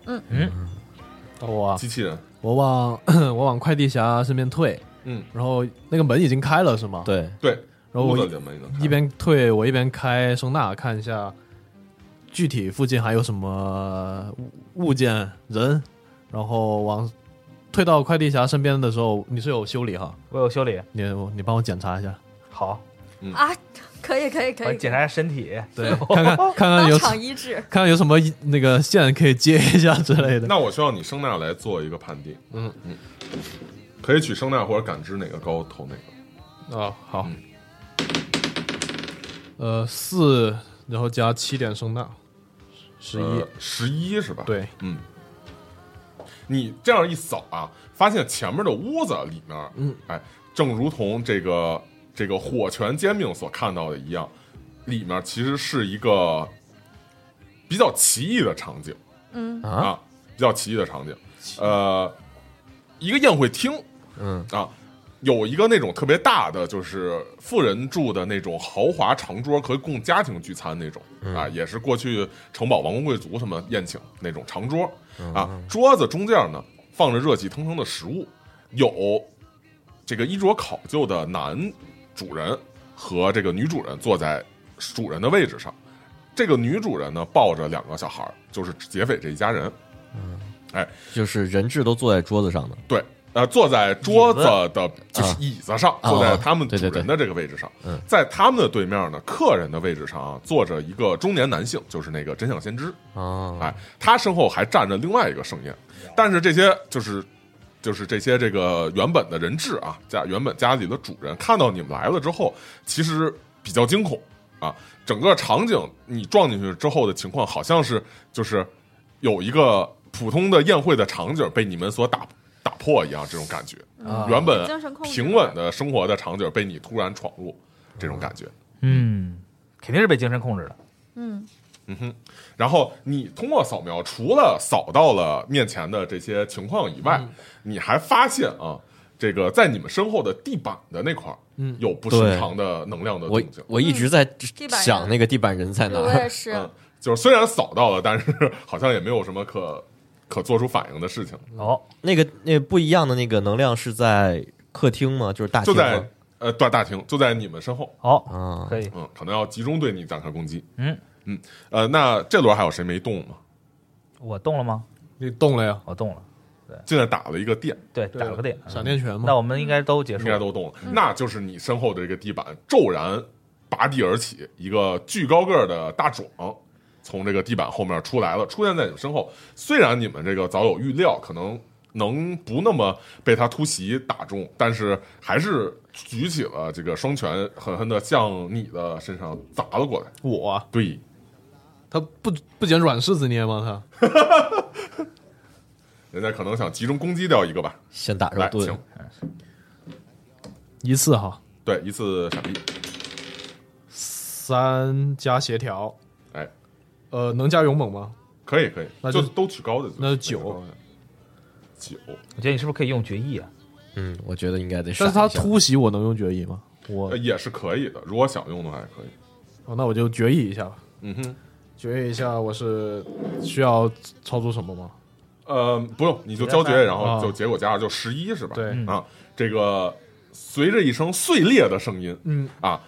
Speaker 2: 我啊
Speaker 5: 机器人，
Speaker 2: 我往 我往快递侠身边退，
Speaker 5: 嗯，
Speaker 2: 然后那个门已经开了是吗？，
Speaker 3: 对，
Speaker 5: 对，
Speaker 2: 然后
Speaker 5: 屋
Speaker 2: 我
Speaker 5: 子里面能看
Speaker 2: 一边退，我一边开声呐看一下具体附近还有什么物物件、人，然后往退到快递侠身边的时候，你是有修理哈，
Speaker 1: 我有修理，
Speaker 2: 你你帮我检查一下，
Speaker 1: 好，
Speaker 4: 啊，可以可以可
Speaker 1: 我
Speaker 4: 以，
Speaker 1: 检查一下身体。
Speaker 2: 对，看看看看
Speaker 4: 当
Speaker 2: 有
Speaker 4: 场医治。
Speaker 2: 看看有什么 那个线可以接一下之类的。
Speaker 5: 那我需要你声呐来做一个判定，嗯嗯，可以取声呐或者感知哪个高投哪个。
Speaker 2: 啊，好，呃，四，然后加七点声呐，十一、
Speaker 5: 呃，十一是吧？，
Speaker 2: 对，
Speaker 5: 嗯。你这样一扫啊，发现前面的屋子里面，嗯，哎，正如同这个这个火拳煎饼所看到的一样，里面其实是一个比较奇异的场景
Speaker 4: 嗯
Speaker 5: 啊，比较奇异的场景，呃，一个宴会厅
Speaker 3: 嗯
Speaker 5: 啊。有一个那种特别大的，就是富人住的那种豪华长桌，可以供家庭聚餐那种、啊，也是过去城堡王公贵族什么宴请那种长桌啊。桌子中间呢放着热气腾腾的食物，有这个衣着考究的男主人和这个女主人坐在主人的位置上，这个女主人呢抱着两个小孩儿，就是劫匪这一家人，
Speaker 3: 就是人质都坐在桌子上的，
Speaker 5: 对，呃，坐在桌子的就是
Speaker 3: 啊
Speaker 5: 椅子上，
Speaker 3: 啊
Speaker 5: 坐在他们主
Speaker 3: 对对
Speaker 5: 人的这个位置上，
Speaker 3: 嗯
Speaker 5: 在他们的对面呢，客人的位置上啊，坐着一个中年男性，就是那个真相先知，
Speaker 2: 啊
Speaker 3: 哦，
Speaker 5: 哎，他身后还站着另外一个盛宴，但是这些就是就是这些这个原本的人质啊，家原本家里的主人看到你们来了之后，其实比较惊恐啊。整个场景你撞进去之后的情况，好像是就是有一个普通的宴会的场景被你们所打打破一样，这种感觉。原本
Speaker 4: 精神控制
Speaker 5: 平稳的生活的场景被你突然闯入，这种感觉。
Speaker 1: 嗯，肯定是被精神控制的。
Speaker 4: 嗯
Speaker 5: 嗯哼，然后你通过扫描，除了扫到了面前的这些情况以外，你还发现啊，这个在你们身后的地板的那块儿，嗯，有不寻常的能量的动
Speaker 3: 我
Speaker 5: 静。
Speaker 3: 我一直在
Speaker 4: 嗯板人
Speaker 3: 想那个地板人在哪
Speaker 4: 我也
Speaker 3: 儿，
Speaker 4: 是，
Speaker 5: 嗯，就是虽然扫到了，但是好像也没有什么可 可做出反应的事情，
Speaker 1: 哦，
Speaker 3: 那个那不一样的那个能量是在客厅吗？就是大
Speaker 5: 就
Speaker 3: 厅吗
Speaker 5: 在呃大大厅，就在你们身后。
Speaker 1: 好，
Speaker 3: 啊，
Speaker 1: 可以。
Speaker 5: 嗯，可能要集中对你展开攻击。
Speaker 1: 嗯
Speaker 5: 嗯，呃，那这轮还有谁没动吗？
Speaker 1: 我动了吗？
Speaker 2: 你动了呀？
Speaker 1: 我动了，
Speaker 5: 进来打了一个电，
Speaker 1: 对，打了个
Speaker 3: 嗯
Speaker 1: 点。嗯
Speaker 2: 闪电拳
Speaker 1: 那
Speaker 2: 吗？
Speaker 1: 我们应该都结
Speaker 5: 应
Speaker 1: 束
Speaker 5: 该
Speaker 1: 了。
Speaker 5: 都动了，那就是你身后的这个地板骤然拔地而起，一个巨高个儿的大壮从这个地板后面出来了，出现在你们身后。虽然你们这个早有预料，可能能不那么被他突袭打中，但是还是举起了这个双拳，狠狠的向你的身上砸了过来。
Speaker 2: 我啊
Speaker 5: 对，
Speaker 2: 他不不捡软柿子捏吗？
Speaker 5: 人家可能想集中攻击掉一个吧。
Speaker 3: 先打
Speaker 5: 来
Speaker 3: 上，
Speaker 5: 请
Speaker 3: 盾，
Speaker 2: 他一次哈，
Speaker 5: 对一次闪避，
Speaker 2: 三加协调，
Speaker 5: 哎，
Speaker 2: 呃，能加勇猛吗？
Speaker 5: 可以可以，
Speaker 2: 那
Speaker 5: 就
Speaker 2: 就
Speaker 5: 都取高的，
Speaker 2: 那就
Speaker 5: 九
Speaker 2: 九
Speaker 5: 九。
Speaker 1: 我觉得你是不是可以用决议啊？
Speaker 3: 嗯，我觉得应该得闪
Speaker 2: 但
Speaker 3: 一
Speaker 2: 是他
Speaker 3: 下。
Speaker 2: 突袭我能用决议吗？我
Speaker 5: 呃也是可以的，如果想用的话也可以。
Speaker 2: 哦，那我就决议一下吧。
Speaker 5: 嗯哼，
Speaker 2: 决议一下，我是需要操作什么吗？
Speaker 5: 呃，不用，你就交决，然后
Speaker 2: 啊
Speaker 5: 就结果加上就十一是吧？
Speaker 2: 对嗯
Speaker 5: 啊，这个随着一声碎裂的声音，
Speaker 2: 嗯
Speaker 5: 啊，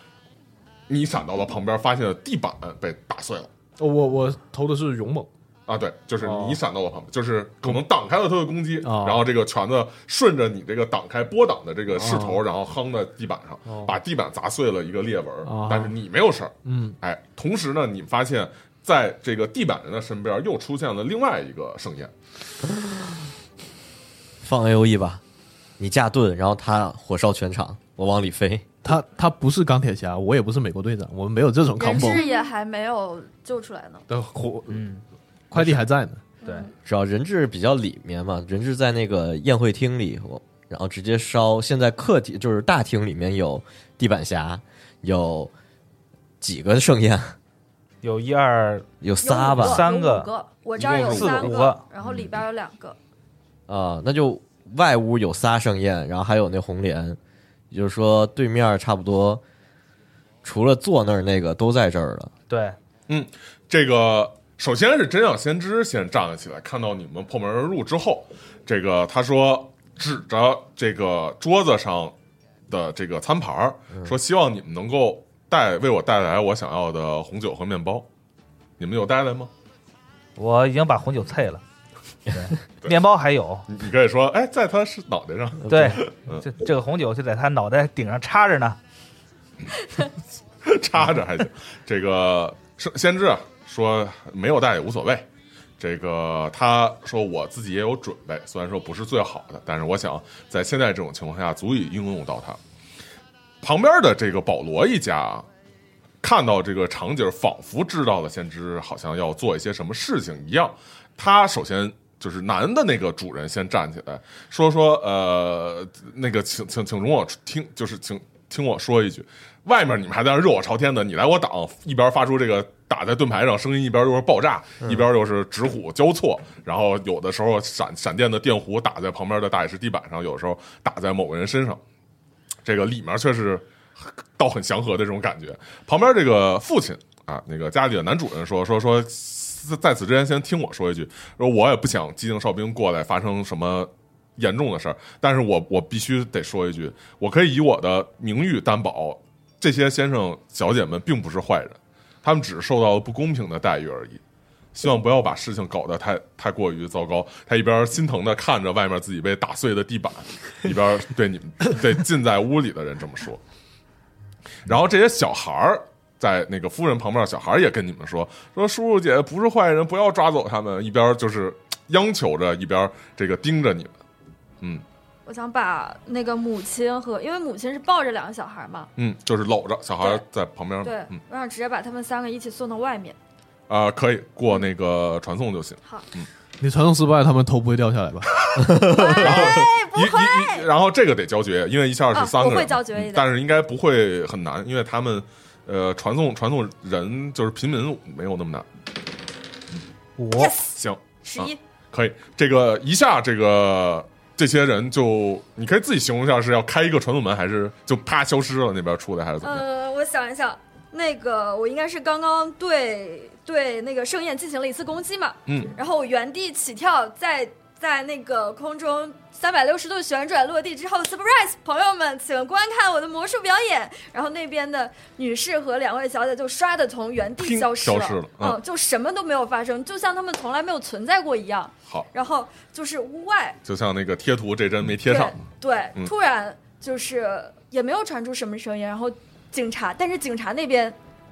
Speaker 5: 你闪到了旁边，发现地板被打碎了。
Speaker 2: 我我投的是勇猛，
Speaker 5: 啊，对，就是
Speaker 2: 哦
Speaker 5: 你闪到了旁边，就是可能挡开了他的攻击，
Speaker 2: 哦
Speaker 5: 然后这个拳子顺着你这个挡开波挡的这个势头，然后夯在地板上，
Speaker 2: 哦
Speaker 5: 把地板砸碎了一个裂纹，
Speaker 2: 哦
Speaker 5: 但是你没有事儿。
Speaker 2: 嗯，
Speaker 5: 哎，同时呢，你发现在这个地板人的身边又出现了另外一个盛宴，
Speaker 3: 放 A O E 吧，你架盾，然后他火烧全场，我往里飞。
Speaker 2: 他他不是钢铁侠，我也不是美国队长，我们没有这种
Speaker 4: 人质
Speaker 2: combo
Speaker 4: 也还没有救出来呢。
Speaker 2: 的火，
Speaker 1: 嗯，
Speaker 2: 快递还在呢。
Speaker 1: 对，
Speaker 3: 主要人质比较里面嘛，人质在那个宴会厅里，我然后直接烧。现在客厅就是大厅里面有地板侠，有几个盛宴，
Speaker 1: 有一二，
Speaker 3: 有仨
Speaker 4: 有五
Speaker 3: 吧
Speaker 4: 个
Speaker 1: 三个
Speaker 4: 有五个，我这儿有
Speaker 5: 一共
Speaker 1: 是
Speaker 4: 三
Speaker 1: 五个
Speaker 4: 然后里边有两个，
Speaker 3: 啊、那就外屋有仨盛宴，然后还有那红莲，也就是说对面差不多除了坐那儿那个都在这儿了。
Speaker 1: 对，
Speaker 5: 这个首先是真相先知先站了起来，看到你们破门而入之后，这个他说指着这个桌子上的这个餐盘儿说希望你们能够带为我带来我想要的红酒和面包。你们有带来吗？
Speaker 1: 我已经把红酒碎了， 对，面包还有，
Speaker 5: 你你可以说，哎，在他是脑袋上，
Speaker 1: 对，
Speaker 5: 嗯
Speaker 1: 这这个红酒就在他脑袋顶上插着呢。
Speaker 5: 插着还行。这个是先知啊，说没有带也无所谓。这个他说我自己也有准备，虽然说不是最好的，但是我想在现在这种情况下足以应用到它。旁边的这个保罗一家啊看到这个场景，仿佛知道了先知好像要做一些什么事情一样。他首先就是男的那个主人先站起来说说，呃，那个请请请容我听，就是请听我说一句，外面你们还在那热火朝天的，你来我挡，一边发出这个打在盾牌上声音，一边又是爆炸，一边又是直虎交错，然后有的时候闪闪电的电弧打在旁边的大理石地板上，有的时候打在某个人身上，这个里面却是倒很祥和的这种感觉。旁边这个父亲啊，那个家里的男主人说说说，在此之前先听我说一句，说我也不想机警哨兵过来发生什么严重的事儿，但是我我必须得说一句，我可以以我的名誉担保，这些先生小姐们并不是坏人，他们只是受到了不公平的待遇而已。希望不要把事情搞得太太过于糟糕。他一边心疼的看着外面自己被打碎的地板，一边对你们对浸在屋里的人这么说。然后这些小孩儿在那个夫人旁边的小孩儿也跟你们说说叔叔姐姐不是坏人，不要抓走他们。一边就是央求着，一边这个盯着你们。嗯
Speaker 4: 我想把那个母亲和，因为母亲是抱着两个小孩嘛，
Speaker 5: 嗯，就是搂着小孩儿在旁边。
Speaker 4: 对
Speaker 5: 嗯，
Speaker 4: 我想直接把他们三个一起送到外面。
Speaker 5: 啊、可以过那个传送就行。
Speaker 4: 好，
Speaker 2: 你传送失败，他们头不会掉下来吧？
Speaker 4: 哎，不
Speaker 5: 一
Speaker 4: 会，
Speaker 5: 一一，然后这个得交绝，因为一下是三个
Speaker 4: 啊我
Speaker 5: 人，
Speaker 4: 会交绝
Speaker 5: 嗯
Speaker 4: 的
Speaker 5: 但是应该不会很难，因为他们呃传送传送人就是平民没有那么难。
Speaker 1: 我
Speaker 4: yes，
Speaker 5: 行，
Speaker 4: 十一，
Speaker 5: 可以，这个一下这个这些人就你可以自己形容一下是要开一个传送门，还是就啪消失了那边出来，还是怎么样？
Speaker 4: 呃，我想一想，那个我应该是刚刚对对那个盛宴进行了一次攻击嘛，
Speaker 5: 嗯，
Speaker 4: 然后我原地起跳，在在那个空中三百六十度旋转落地之后，surprise，朋友们，请观看我的魔术表演。然后那边的女士和两位小姐就唰的从原地
Speaker 5: 砰
Speaker 4: 消失了，
Speaker 5: 消失了嗯
Speaker 4: 嗯，就什么都没有发生，就像他们从来没有存在过一样。
Speaker 5: 好，
Speaker 4: 然后就是屋外，
Speaker 5: 就像那个贴图这针没贴上，
Speaker 4: 对，
Speaker 5: 嗯
Speaker 4: 对，突然就是也没有传出什么声音，然后警察，但是警察那边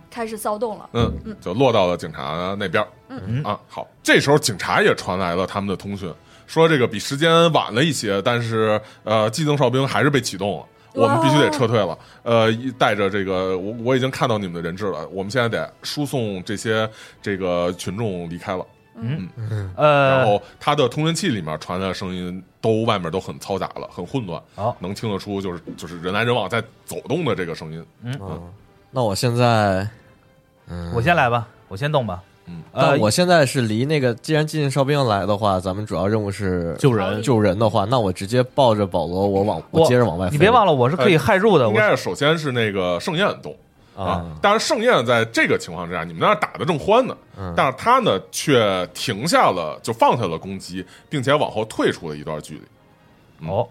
Speaker 4: 开始骚动了。
Speaker 5: 嗯
Speaker 4: 嗯，
Speaker 5: 就落到了警察那边。嗯啊，好，这时候警察也传来了他们的通讯，说这个比时间晚了一些，但是呃，机动哨兵还是被启动了。我们必须得撤退了，呃，一带着这个，我我已经看到你们的人质了，我们现在得输送这些这个群众离开了。然
Speaker 1: 呃，
Speaker 5: 后他的通讯器里面传来的声音都外面都很嘈杂了，很混乱，
Speaker 1: 好
Speaker 5: 能听得出就是就是人来人往在走动的这个声音。
Speaker 3: 嗯，那我现在，嗯，
Speaker 1: 我先来吧，我先动吧。
Speaker 5: 嗯，
Speaker 1: 呃
Speaker 3: 但，我现在是离那个，既然进哨兵要来的话，咱们主要任务是
Speaker 2: 救人
Speaker 3: 救人的话，那我直接抱着保罗，我往
Speaker 1: 我
Speaker 3: 我接着往外飞。
Speaker 1: 你别忘了，我是可以
Speaker 5: 呃
Speaker 1: 害入的。
Speaker 5: 应
Speaker 1: 我
Speaker 5: 该是首先是那个盛宴动啊
Speaker 3: 啊，，
Speaker 5: 但是盛宴在这个情况之下，你们那儿打的正欢呢，但是他呢却停下了，就放下了攻击，并且往后退出了一段距离。
Speaker 1: 哦，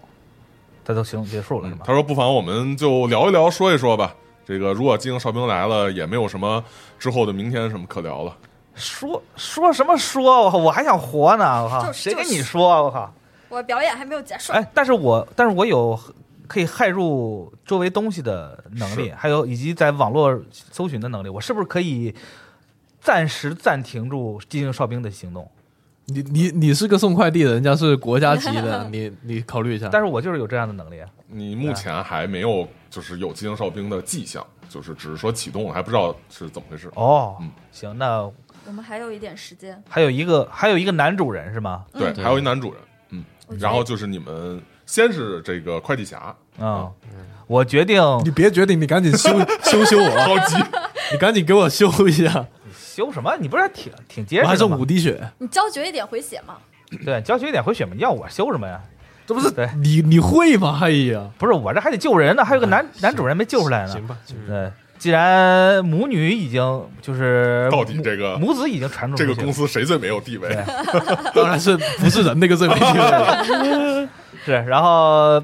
Speaker 1: 他都行结束了是
Speaker 5: 嗯
Speaker 1: 吗？
Speaker 5: 他说：“不妨我们就聊一聊，说一说吧。这个如果金营哨兵来了，也没有什么之后的明天什么可聊了。
Speaker 1: 说说什么说？我靠，我还想活呢！我靠，
Speaker 4: 就是
Speaker 1: 谁跟
Speaker 4: 就是
Speaker 1: 你说啊？我靠！
Speaker 4: 我表演还没有结束，
Speaker 1: 哎，但是我但是我有可以害入周围东西的能力，还有以及在网络搜寻的能力，我是不是可以暂时暂停住机警哨兵的行动？
Speaker 2: 你你你是个送快递的，人家是国家级的， 你你考虑一下。
Speaker 1: 但是我就是有这样的能力，啊
Speaker 5: 你目前还没有就是有机营哨兵的迹象，就是只是说启动了，还不知道是怎么回事。
Speaker 1: 哦
Speaker 5: 嗯，
Speaker 1: 行，那
Speaker 4: 我们还有一点时间。
Speaker 1: 还有一个还有一个男主人是吗？
Speaker 5: 对，
Speaker 3: 对
Speaker 5: 还有一男主人，嗯，
Speaker 4: 我觉得
Speaker 5: 然后就是你们先是这个快递侠，
Speaker 1: 嗯，我决定
Speaker 7: 你别决定，你赶紧修修修我。
Speaker 5: 着急，
Speaker 2: 你赶紧给我修一下，
Speaker 1: 修什么？你不是还挺挺结
Speaker 2: 我还
Speaker 1: 实的
Speaker 2: 剩五
Speaker 1: 吗？
Speaker 2: 滴血，
Speaker 4: 你交绝一点回血嘛，
Speaker 1: 对，交学一点回血嘛，你要我修什么呀？这不是对，
Speaker 2: 你你会吗？哎呀，哎
Speaker 1: 不是我这还得救人呢，还有个男男主人没救出来呢。
Speaker 2: 行吧，行吧
Speaker 1: 对，既然母女已经就是
Speaker 5: 到底
Speaker 1: 母
Speaker 5: 这个
Speaker 1: 母子已经传出
Speaker 5: 这个
Speaker 1: 去了
Speaker 5: 公司谁最没有地位？
Speaker 2: 当然是不是人那个最 没用了。
Speaker 1: 是，然后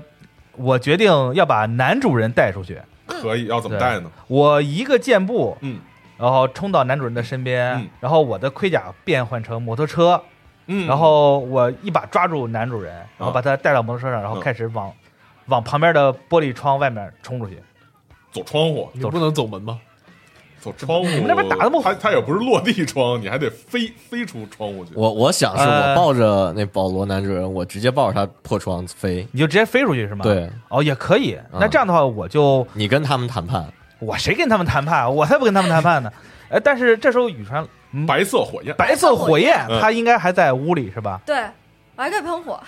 Speaker 1: 我决定要把男主人带出去，
Speaker 5: 可以要怎么带呢？
Speaker 1: 我一个箭步，
Speaker 5: 嗯
Speaker 1: 然后冲到男主人的身边，
Speaker 5: 嗯
Speaker 1: 然后我的盔甲变换成摩托车，
Speaker 5: 嗯，
Speaker 1: 然后我一把抓住男主人，然后把他带到摩托车上，然后
Speaker 5: 嗯
Speaker 1: 开始往、往旁边的玻璃窗外面冲出去。
Speaker 5: 走窗户，
Speaker 2: 你不能走门吗？
Speaker 5: 走窗户，
Speaker 1: 你们那边打得不
Speaker 5: 他他也不是落地窗，你还得飞飞出窗户去。
Speaker 3: 我我想是
Speaker 1: 呃
Speaker 3: 我抱着那保罗男主人，我直接抱着他破窗飞。
Speaker 1: 你就直接飞出去是吗？
Speaker 3: 对，嗯
Speaker 1: 哦，也可以。那这样的话，我就
Speaker 3: 你跟他们谈判，
Speaker 1: 我谁跟他们谈判？啊我才不跟他们谈判呢。 哎，但是这时候宇川嗯
Speaker 5: 白色火焰，
Speaker 1: 白色火焰
Speaker 5: 嗯，
Speaker 1: 他应该还在屋里是吧？
Speaker 4: 对，我还可以喷火。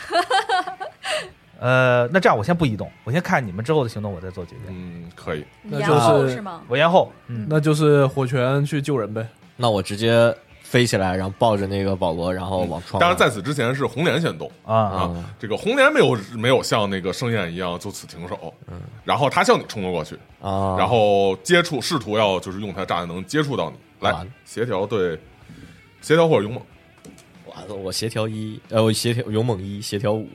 Speaker 1: 呃，那这样我先不移动，我先看你们之后的行动，我再做决定。
Speaker 5: 嗯，可以，
Speaker 2: 那
Speaker 4: 然
Speaker 2: 就是
Speaker 4: 后是吗？
Speaker 1: 我延后，嗯，
Speaker 2: 那就是火拳去救人呗。
Speaker 3: 那我直接飞起来，然后抱着那个保罗，然
Speaker 1: 哦
Speaker 3: 后往
Speaker 5: 嗯
Speaker 3: 窗。
Speaker 5: 当然在此之前是红莲先动
Speaker 3: 嗯
Speaker 1: 啊，
Speaker 5: 啊，这个红莲没有没有像那个盛宴一样就此停手，
Speaker 1: 嗯
Speaker 5: 然后他向你冲了过去，
Speaker 3: 啊，
Speaker 5: 然后接触试图要就是用他的炸弹能接触到你，来
Speaker 3: 完了
Speaker 5: 协调对协调或者勇猛，
Speaker 3: 完了，我协调一，呃，我协调勇猛一，协调五，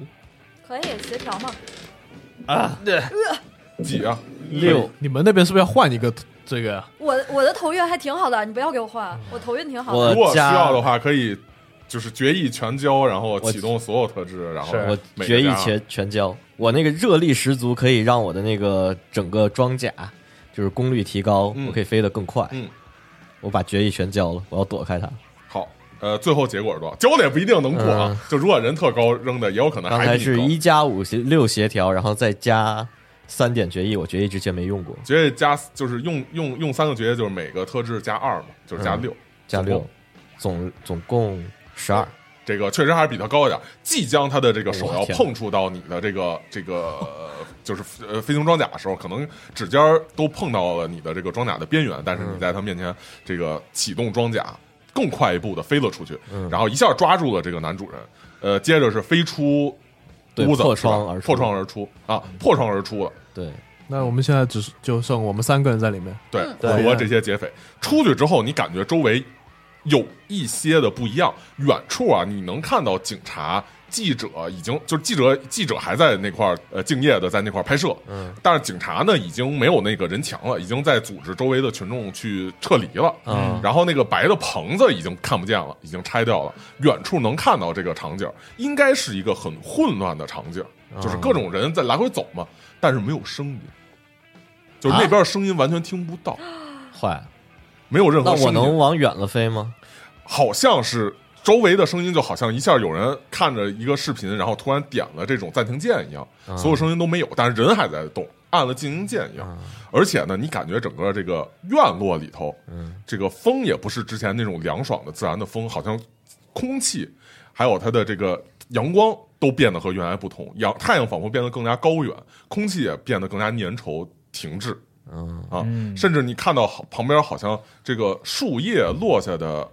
Speaker 4: 可以协调嘛？
Speaker 5: 几啊？
Speaker 3: 六
Speaker 2: 你们那边是不是要换一个这个呀？
Speaker 4: 我我的头运还挺好的，你不要给我换，我头运挺好
Speaker 3: 我
Speaker 4: 的。
Speaker 5: 如果需
Speaker 3: 加
Speaker 5: 要的话，可以就是决议全交，然后启动所有特质，然后
Speaker 1: 是
Speaker 3: 我
Speaker 5: 哎每个
Speaker 3: 决议
Speaker 5: 加
Speaker 3: 全全交，我那个热力十足，可以让我的那个整个装甲就是功率提高，
Speaker 5: 嗯
Speaker 3: 我可以飞得更快。
Speaker 5: 嗯，
Speaker 3: 我把决议全交了，我要躲开他。
Speaker 5: 好。呃，最后结果是多少？交的也不一定能过啊。
Speaker 3: 嗯
Speaker 5: 就如果人特高扔的，也有可能
Speaker 3: 刚
Speaker 5: 还
Speaker 3: 才
Speaker 5: 比你
Speaker 3: 是
Speaker 5: 高
Speaker 3: 一加五协六协调，然后再加三点决议，我决议之前没用过，
Speaker 5: 决议加就是用用用三个决议，就是每个特质加二嘛，就是加
Speaker 3: 嗯
Speaker 5: 六、
Speaker 3: 加
Speaker 5: 总共
Speaker 3: 六，总总共十二。
Speaker 5: 这个确实还是比他高一点，即将他的这个手
Speaker 3: 我
Speaker 5: 要
Speaker 3: 天哪
Speaker 5: 碰触到你的这个这个 呃就是呃飞行装甲的时候，可能指尖儿都碰到了你的这个装甲的边缘，但是你在他面前这个启动装甲，更快一步的飞了出去，
Speaker 3: 嗯
Speaker 5: 然后一下抓住了这个男主人，呃，接着是飞出
Speaker 3: 对
Speaker 5: 屋子，
Speaker 3: 破
Speaker 5: 是吧
Speaker 3: 窗而出
Speaker 5: 破窗而出啊，破窗而出了。
Speaker 3: 对，
Speaker 2: 那我们现在只是就剩我们三个人在里面，
Speaker 5: 对，
Speaker 1: 对
Speaker 5: 和这些劫匪出去之后，你感觉周围有一些的不一样。远处啊，你能看到警察、记者已经就是记者，记者还在那块儿呃敬业的在那块儿拍摄，嗯，但是警察呢已经没有那个人墙了，已经在组织周围的群众去撤离了。
Speaker 3: 嗯，
Speaker 5: 然后那个白的棚子已经看不见了，已经拆掉了。远处能看到这个场景，应该是一个很混乱的场景，
Speaker 3: 嗯
Speaker 5: 就是各种人在来回走嘛，但是没有声音，就是那边
Speaker 3: 啊
Speaker 5: 的声音完全听不到。
Speaker 3: 坏了。
Speaker 5: 没有任
Speaker 3: 那
Speaker 5: 何
Speaker 3: 我
Speaker 5: 声
Speaker 3: 能
Speaker 5: 音，
Speaker 3: 往远了飞吗？
Speaker 5: 好像是周围的声音，就好像一下有人看着一个视频，然后突然点了这种暂停键一样，
Speaker 3: 嗯
Speaker 5: 所有声音都没有，但是人还在动，按了静音键一样。而且呢，你感觉整个这个院落里头，
Speaker 3: 嗯
Speaker 5: 这个风也不是之前那种凉爽的自然的风，好像空气还有它的这个阳光都变得和原来不同，阳太阳仿佛变得更加高远，空气也变得更加粘稠停滞。
Speaker 3: 嗯，
Speaker 5: 啊，甚至你看到好旁边好像这个树叶落下的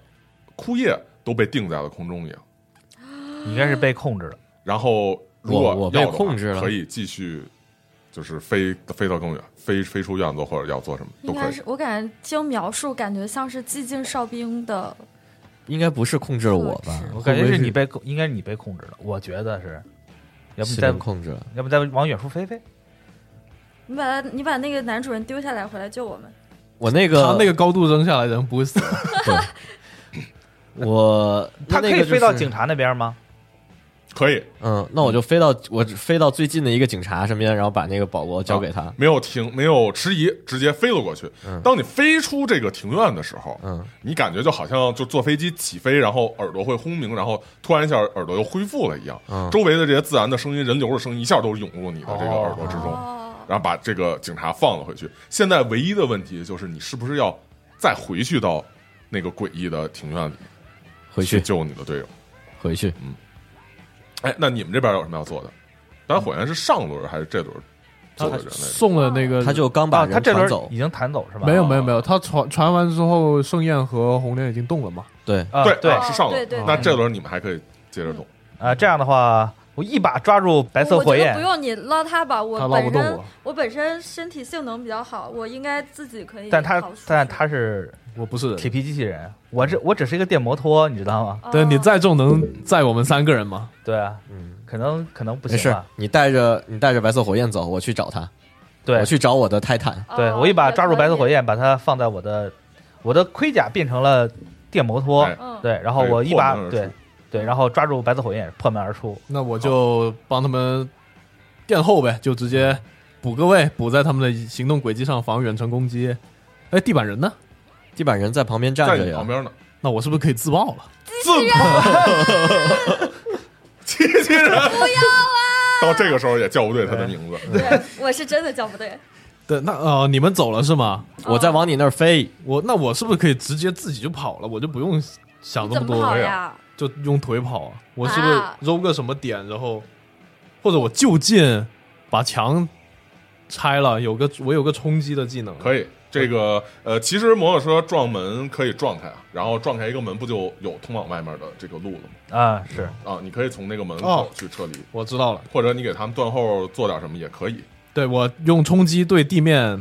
Speaker 5: 枯叶都被定在了空中一样。
Speaker 1: 你应该是被控制了。
Speaker 5: 然后如
Speaker 3: 我
Speaker 5: 果
Speaker 3: 我
Speaker 5: 要
Speaker 3: 被
Speaker 5: 的话
Speaker 3: 控制了
Speaker 5: 可以继续就是飞飞到更远，飞飞出院子或者要做什么都
Speaker 4: 应
Speaker 5: 可
Speaker 4: 该
Speaker 5: 以
Speaker 4: 是。我感觉听描述，感觉像是激进哨兵的
Speaker 3: 应该不是控制了我吧
Speaker 4: 是？
Speaker 1: 我感觉是你被控，应该是你被控制了。我觉得是，要不你
Speaker 3: 是
Speaker 1: 再
Speaker 3: 人，控制了。
Speaker 1: 要不再往远处飞飞。
Speaker 4: 你把他，你把那个男主人丢下来，回来救我们。
Speaker 3: 我那
Speaker 2: 他
Speaker 3: 个
Speaker 2: 那个高度扔下来人不会死，
Speaker 3: 我
Speaker 1: 他可
Speaker 3: 那个
Speaker 1: 以
Speaker 3: 就是
Speaker 1: 飞到警察那边吗？
Speaker 5: 可以，
Speaker 3: 嗯，那我就飞到我飞到最近的一个警察身边，然后把那个保罗交给他。
Speaker 5: 啊没有停，没有迟疑，直接飞了过去。当你飞出这个庭院的时候，
Speaker 1: 哦
Speaker 3: 嗯，
Speaker 5: 你感觉就好像就坐飞机起飞，然后耳朵会轰鸣，然后突然一下耳朵又恢复了一样。
Speaker 3: 嗯
Speaker 5: 周围的这些自然的声音、人流的声音，一下都涌入你的这个耳朵之中。
Speaker 4: 哦，
Speaker 5: 然后把这个警察放了回去。现在唯一的问题就是，你是不是要再回去到那个诡异的庭院里
Speaker 3: 回去
Speaker 5: 救你的队友？
Speaker 3: 回去，
Speaker 5: 哎，那你们这边有什么要做的？当然，火焰是上轮还是这轮做的人类的？
Speaker 2: 送了那个
Speaker 3: 他就刚把
Speaker 1: 啊，他
Speaker 3: 人
Speaker 1: 这
Speaker 3: 传
Speaker 1: 轮
Speaker 3: 走
Speaker 1: 已。经弹走是吧？
Speaker 2: 没有没有没有，他传传完之后，盛宴和红莲已经动了嘛，
Speaker 3: 对，
Speaker 1: 啊，
Speaker 5: 对
Speaker 1: 对
Speaker 5: 啊是上
Speaker 4: 哦
Speaker 5: 轮。
Speaker 4: 对对对
Speaker 5: 那这轮你们还可以接着动。
Speaker 1: 啊，这样的话，我一把抓住白色
Speaker 4: 我
Speaker 1: 火
Speaker 4: 觉得
Speaker 1: 焰
Speaker 4: 不，用你捞他吧，我
Speaker 2: 他捞不
Speaker 4: 本
Speaker 2: 动
Speaker 4: 身
Speaker 2: 我，
Speaker 4: 本身身体性能比较好，我应该自己可以逃
Speaker 1: 但
Speaker 4: 出去。
Speaker 1: 他但他是
Speaker 2: 我不是
Speaker 1: 铁
Speaker 2: 人。
Speaker 1: 皮机器人，我这我只是一个电摩托，你知道吗？
Speaker 4: 哦
Speaker 2: 对你载重能载我们三个人吗？
Speaker 1: 对啊，
Speaker 3: 嗯，
Speaker 1: 可能可能不
Speaker 3: 没
Speaker 1: 行啊
Speaker 3: 事
Speaker 1: 吧。，
Speaker 3: 你带着你带着白色火焰走，我去找他，
Speaker 1: 对
Speaker 3: 我，去找我的泰坦。
Speaker 1: 对
Speaker 4: 哦
Speaker 1: 我一把抓住白色火，
Speaker 4: 也
Speaker 1: 焰，把它放在我的我的盔甲变成了电摩托，
Speaker 5: 哎
Speaker 4: 可以嗯，
Speaker 1: 对，然后
Speaker 5: 对
Speaker 1: 我一
Speaker 5: 破
Speaker 1: 把
Speaker 5: 门而
Speaker 1: 对
Speaker 5: 出
Speaker 1: 对，然后抓住白色火焰，破门而出。
Speaker 2: 那我就帮他们垫后呗，就直接补个位，补在他们的行动轨迹上防远程攻击。哎，地板人呢？
Speaker 3: 地板人在旁
Speaker 2: 嗯
Speaker 3: 边站
Speaker 5: 在
Speaker 3: 着
Speaker 5: 你旁
Speaker 3: 呀，
Speaker 5: 边
Speaker 4: 嗯
Speaker 5: 呢，
Speaker 2: 那我是不是可以自爆了？
Speaker 5: 自机器人不要啊！到这个时候也叫不对他的名字，
Speaker 4: 对，我是真的叫不对，
Speaker 2: 对，那呃，你们走了是吗？
Speaker 3: 我在往你那儿飞。
Speaker 2: 我那呃我是不是可以直接自己就跑了？我就不用想
Speaker 4: 你
Speaker 2: 那
Speaker 4: 怎
Speaker 2: 么
Speaker 4: 么
Speaker 2: 多
Speaker 4: 跑
Speaker 2: 了，
Speaker 4: 呀？
Speaker 2: 就用腿跑啊？我是不是
Speaker 4: 啊
Speaker 2: 揉个什么点，然后或者我就近把墙拆了，有个我有个冲击的技能，
Speaker 5: 可以。这个呃，其实摩托车撞门可以撞开啊，然后撞开一个门不就有通往外面的这个路了吗？
Speaker 1: 啊，是
Speaker 5: 啊，你可以从那个门
Speaker 2: 哦
Speaker 5: 口去撤离，
Speaker 2: 我知道了。
Speaker 5: 或者你给他们断后做点什么也可以。
Speaker 2: 对我用冲击对地面，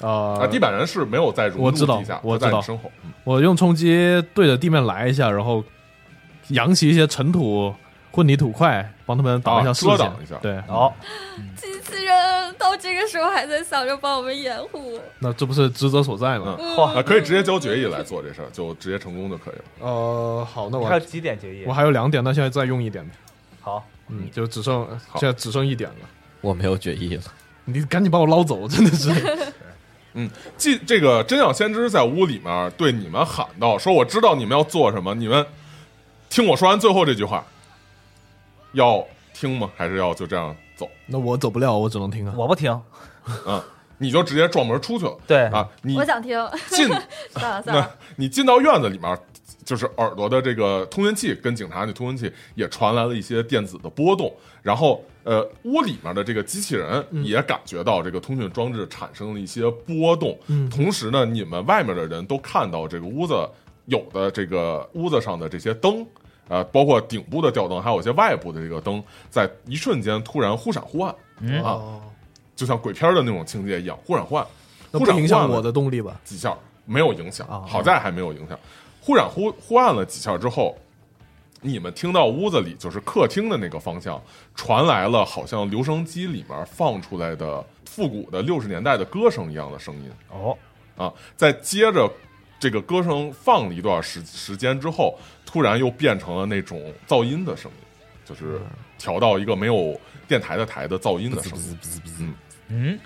Speaker 2: 呃，
Speaker 5: 啊，地板人是没有在融
Speaker 2: 我
Speaker 5: 入
Speaker 2: 知道
Speaker 5: 地下，
Speaker 2: 我
Speaker 5: 不在
Speaker 2: 知道
Speaker 5: 你身后。嗯
Speaker 2: 我用冲击对着地面来一下，然后扬起一些尘土、混凝土块，帮他们挡一下
Speaker 5: 啊
Speaker 2: 视线，
Speaker 5: 遮挡一下
Speaker 2: 对，
Speaker 1: 好，
Speaker 4: 机器人到这个时候还在想着帮我们掩护，
Speaker 2: 那这不是职责所在吗？
Speaker 5: 嗯
Speaker 1: 嚯，
Speaker 5: 啊，可以直接交决议来做这事儿，就直接成功就可以了。
Speaker 2: 呃，好，那
Speaker 1: 还有
Speaker 2: 我
Speaker 1: 几点决议
Speaker 2: 我？还有两点，那现在再用一点，
Speaker 1: 好，
Speaker 2: 嗯，就只剩
Speaker 5: 好
Speaker 2: 现在只剩一点了，
Speaker 3: 我没有决议了，
Speaker 2: 你赶紧把我捞走，真的是
Speaker 5: 即这个真相先知在屋里面对你们喊道：“说我知道你们要做什么，你们听我说完最后这句话，要听吗？还是要就这样走？
Speaker 2: 那我走不了，我只能听啊。
Speaker 1: 我不听。
Speaker 5: 啊，你就直接撞门出去了。
Speaker 1: 对
Speaker 5: 啊，你
Speaker 4: 我想听，
Speaker 5: 进
Speaker 4: 算了算
Speaker 5: 那
Speaker 4: 了，
Speaker 5: 你进到院子里面，就是耳朵的这个通讯器跟警察的通讯器也传来了一些电子的波动，然后呃，屋里面的这个机器人
Speaker 2: 嗯
Speaker 5: 也感觉到这个通讯装置产生了一些波动，
Speaker 2: 嗯
Speaker 5: 同时呢，你们外面的人都看到这个屋子有的这个屋子上的这些灯。呃，包括顶部的吊灯，还有一些外部的这个灯，在一瞬间突然忽闪忽暗，
Speaker 2: 嗯
Speaker 5: 啊，就像鬼片儿的那种情节一样，忽闪忽暗，
Speaker 2: 那
Speaker 5: 忽
Speaker 2: 不
Speaker 5: 闪
Speaker 2: 影
Speaker 5: 忽暗
Speaker 2: 响
Speaker 5: 呢
Speaker 2: 我的动力吧？
Speaker 5: 几下，没有影响，
Speaker 2: 啊
Speaker 5: 好在还没有影响。忽闪忽忽按了几下之后，你们听到屋子里就是客厅的那个方向传来了好像留声机里面放出来的复古的六十年代的歌声一样的声音
Speaker 1: 哦，
Speaker 5: 啊，在接着这个歌声放了一段时时间之后，突然又变成了那种噪音的声音，就是调到一个没有电台的台的噪音的声音。
Speaker 1: 嗯，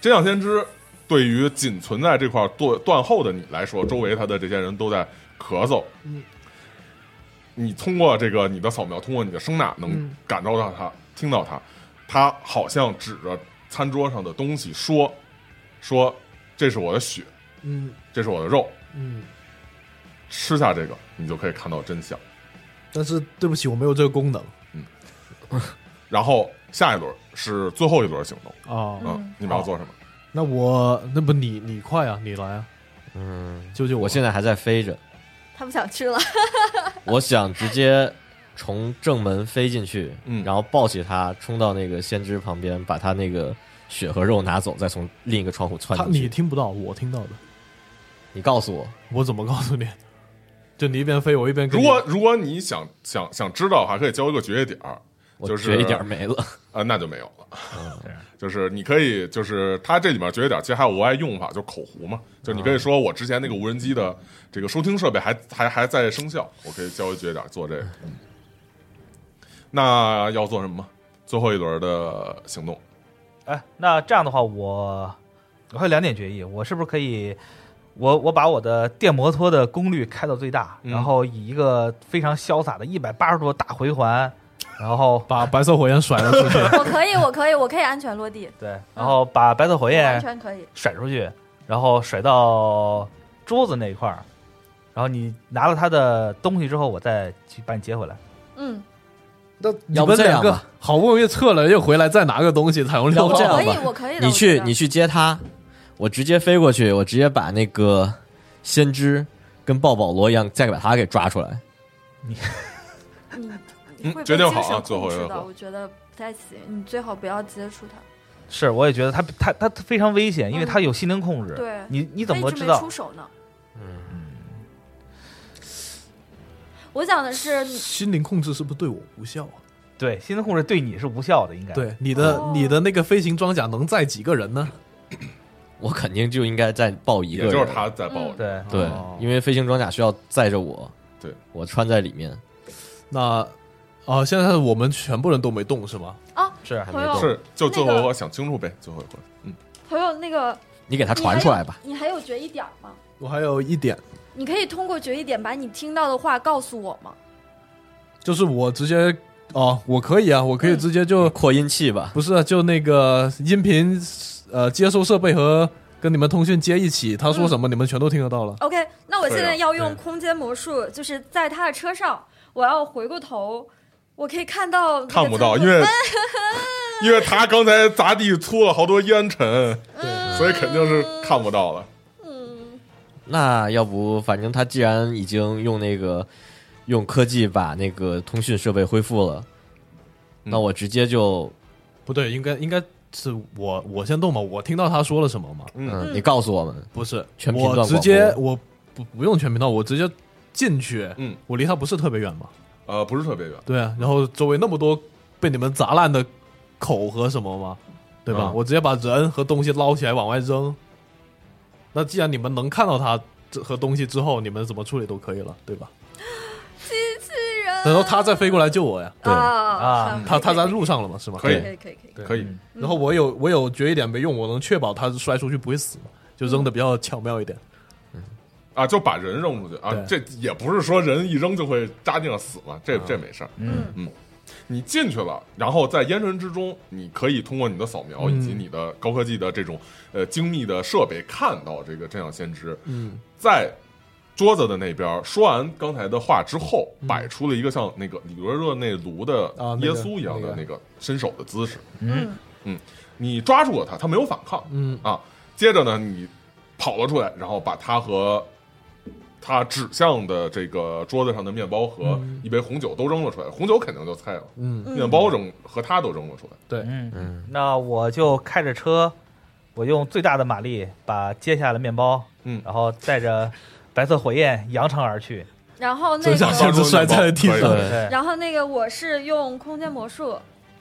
Speaker 5: 真相先知对于仅存在这块断断后的你来说，周围他的这些人都在咳嗽。嗯，你通过这个你的扫描，通过你的声呐能
Speaker 2: 嗯
Speaker 5: 感召到他，听到他，他好像指着餐桌上的东西说：“说这是我的血，
Speaker 2: 嗯
Speaker 5: 这是我的肉，
Speaker 2: 嗯，
Speaker 5: 吃下这个，你就可以看到真相。
Speaker 2: 但是对不起，我没有这个功能”
Speaker 5: 然后下一轮是最后一轮行动，
Speaker 2: 哦。
Speaker 5: 嗯，你们要做什么？
Speaker 2: 那我那不你你快啊，你来啊，嗯，救救
Speaker 3: 我现在还在飞着，
Speaker 4: 他不想吃了，
Speaker 3: 我想直接从正门飞进去，
Speaker 5: 嗯
Speaker 3: 然后抱起他冲到那个先知旁边，把他那个血和肉拿走，再从另一个窗户窜
Speaker 2: 他
Speaker 3: 进
Speaker 2: 你
Speaker 3: 去。
Speaker 2: 听不到，我听到的，
Speaker 3: 你告诉我，
Speaker 2: 我怎么告诉你？ 就你一边飞，我一边跟
Speaker 5: 如
Speaker 2: 你
Speaker 5: 果如果你想想想知道的话，可以交一个决议点儿，
Speaker 3: 我
Speaker 5: 就是
Speaker 3: 学一点没了。
Speaker 5: 啊，那就没有了。
Speaker 3: 嗯
Speaker 5: 就是你可以，就是它这里面觉得点儿，其实还有额外用法，就口胡嘛。就你可
Speaker 3: 嗯
Speaker 5: 以说我之前那个无人机的这个收听设备还还还在生效，我可以交一觉点儿做
Speaker 3: 嗯
Speaker 5: 这个。嗯那要做什么吗？最后一轮的行动，
Speaker 1: 哎，那这样的话，我我还有两点决议，我是不是可以，我我把我的电摩托的功率开到最大，
Speaker 5: 嗯
Speaker 1: 然后以一个非常潇洒的一百八十度的大回环，然后
Speaker 2: 把白色火焰甩了 出去，
Speaker 4: 我可以，我可以，我可以安全落地，
Speaker 1: 对，嗯然后把白色火
Speaker 4: 完
Speaker 1: 焰
Speaker 4: 全可以。
Speaker 1: 甩出去，然后甩到桌子那一块儿，然后你拿了他的东西之后，我再去把你接回来。
Speaker 4: 嗯，
Speaker 2: 那
Speaker 3: 要不这样吧，
Speaker 2: 好不容易撤了又回来，再拿个东西才能溜
Speaker 3: 要 不这
Speaker 2: 走。
Speaker 4: 我
Speaker 3: 样
Speaker 4: 可
Speaker 3: 吧
Speaker 4: 以，我可以的。
Speaker 3: 你
Speaker 4: 我觉
Speaker 3: 去，
Speaker 4: 得
Speaker 3: 你去接他，我直接飞过去，我直接把那个先知跟鲍保罗一样，再把他给抓出来。
Speaker 4: 你会被
Speaker 5: 决定好
Speaker 4: 精
Speaker 5: 啊
Speaker 4: 神控制
Speaker 5: 最后一
Speaker 4: 的
Speaker 5: 个
Speaker 4: 我觉得不太行，你最好不要接触他。
Speaker 1: 是，我也觉得他他他他非常危险，因为
Speaker 4: 嗯
Speaker 1: 他有心灵控制。
Speaker 4: 对
Speaker 1: 你你怎
Speaker 4: 他
Speaker 1: 么
Speaker 4: 一直
Speaker 1: 知
Speaker 4: 没
Speaker 1: 道
Speaker 4: 出？手呢？嗯，我想的是，
Speaker 2: 心灵控制是不是对我无效啊？
Speaker 1: 对，心灵控制对你是无效的，应该。
Speaker 2: 对，你的、
Speaker 4: 哦
Speaker 2: 你的那个飞行装甲能载几个人呢？
Speaker 3: 我肯定就应该再抱一
Speaker 5: 也
Speaker 3: 个人，
Speaker 5: 就是他在抱
Speaker 4: 嗯
Speaker 5: 着。
Speaker 1: 对，
Speaker 3: 对
Speaker 2: 哦，
Speaker 3: 因为飞行装甲需要载着我，
Speaker 5: 对
Speaker 3: 我穿在里面，
Speaker 2: 那啊、现在我们全部人都没动是吗？
Speaker 1: 是
Speaker 3: 还没
Speaker 4: 朋友
Speaker 3: 动。
Speaker 5: 是，就最后
Speaker 4: 哦那
Speaker 5: 一
Speaker 4: 个
Speaker 5: 回想清楚呗，最后一回。嗯，
Speaker 4: 朋友那个
Speaker 3: 你给他传出来吧。
Speaker 4: 你还有决议点吗？
Speaker 2: 我还有一点，
Speaker 4: 你可以通过决议点把你听到的话告诉我吗？
Speaker 2: 就是我直接哦，我可以啊，我可以直接就、
Speaker 3: 扩音器吧，
Speaker 2: 不是啊就那个音频呃接收设备和跟你们通讯接一起，他说什么、你们全都听得到了。
Speaker 4: OK，那我现
Speaker 5: 对啊
Speaker 4: 在要用
Speaker 2: 对
Speaker 4: 空间魔术，就是在他的车上，我要回过头我可以看到那个
Speaker 5: 看不到，
Speaker 4: 参
Speaker 5: 因
Speaker 4: 数
Speaker 5: 为因为他刚才砸地吐了好多烟尘，
Speaker 4: 嗯
Speaker 5: 所以肯定是看不到了。
Speaker 3: 那要不，反正他既然已经用那个用科技把那个通讯设备恢复了，那我直接就
Speaker 2: 不对，应该应该是我我先动吧，我听到他说了什么嘛？
Speaker 3: 嗯、
Speaker 4: 嗯
Speaker 3: 你告诉我们，
Speaker 2: 不是，
Speaker 3: 全频段
Speaker 2: 我
Speaker 3: 广播
Speaker 2: 直接我不不用全频道，我直接进去，
Speaker 5: 嗯，
Speaker 2: 我离他不是特别远嘛，
Speaker 5: 呃，不是特别远，
Speaker 2: 对啊，然后周围那么多被你们砸烂的口和什么嘛，对吧？
Speaker 3: 嗯
Speaker 2: 我直接把人和东西捞起来往外扔。那既然你们能看到他这和东西之后，你们怎么处理都可以了，对吧？
Speaker 4: 机器人
Speaker 2: 然后他再飞过来救我呀，
Speaker 3: 对
Speaker 4: 啊
Speaker 2: 他他在路上了嘛，是吗？
Speaker 5: 可以
Speaker 4: 可以可以可以，
Speaker 5: 可
Speaker 3: 嗯
Speaker 5: 以。
Speaker 2: 然后我有我有绝一点没用，我能确保他摔出去不会死嘛，就扔的比较巧妙一点。
Speaker 5: 啊，就把人扔出去啊！这
Speaker 2: 对
Speaker 5: 也不是说人一扔就会扎地上死嘛，这这没事儿。
Speaker 4: 嗯
Speaker 5: 嗯，你进去了，然后在烟尘之中，你可以通过你的扫描
Speaker 2: 嗯
Speaker 5: 以及你的高科技的这种呃精密的设备看到这个真相先知。
Speaker 2: 嗯，
Speaker 5: 在桌子的那边说完刚才的话之后，摆出了一个像那个里约热内卢的
Speaker 2: 嗯啊那
Speaker 5: 耶
Speaker 2: 个
Speaker 5: 稣一样的
Speaker 2: 那个
Speaker 5: 那个伸手的姿势。
Speaker 4: 嗯
Speaker 5: 你抓住了他，他没有反抗。
Speaker 2: 嗯
Speaker 5: 啊，接着呢，你跑了出来，然后把他和他指向的这个桌子上的面包和一杯红酒都扔了出来，红酒肯定就菜了，
Speaker 2: 嗯，
Speaker 5: 面包扔和他都扔了出来。
Speaker 1: 嗯，那我就开着车，我用最大的马力把接下来的面包，
Speaker 5: 嗯
Speaker 1: 然后带着白色火焰扬长而去。
Speaker 4: 然后那
Speaker 2: 真相先
Speaker 4: 个
Speaker 2: 知摔在了地上。
Speaker 5: 可以
Speaker 3: 对，
Speaker 4: 然后那个我是用空间魔术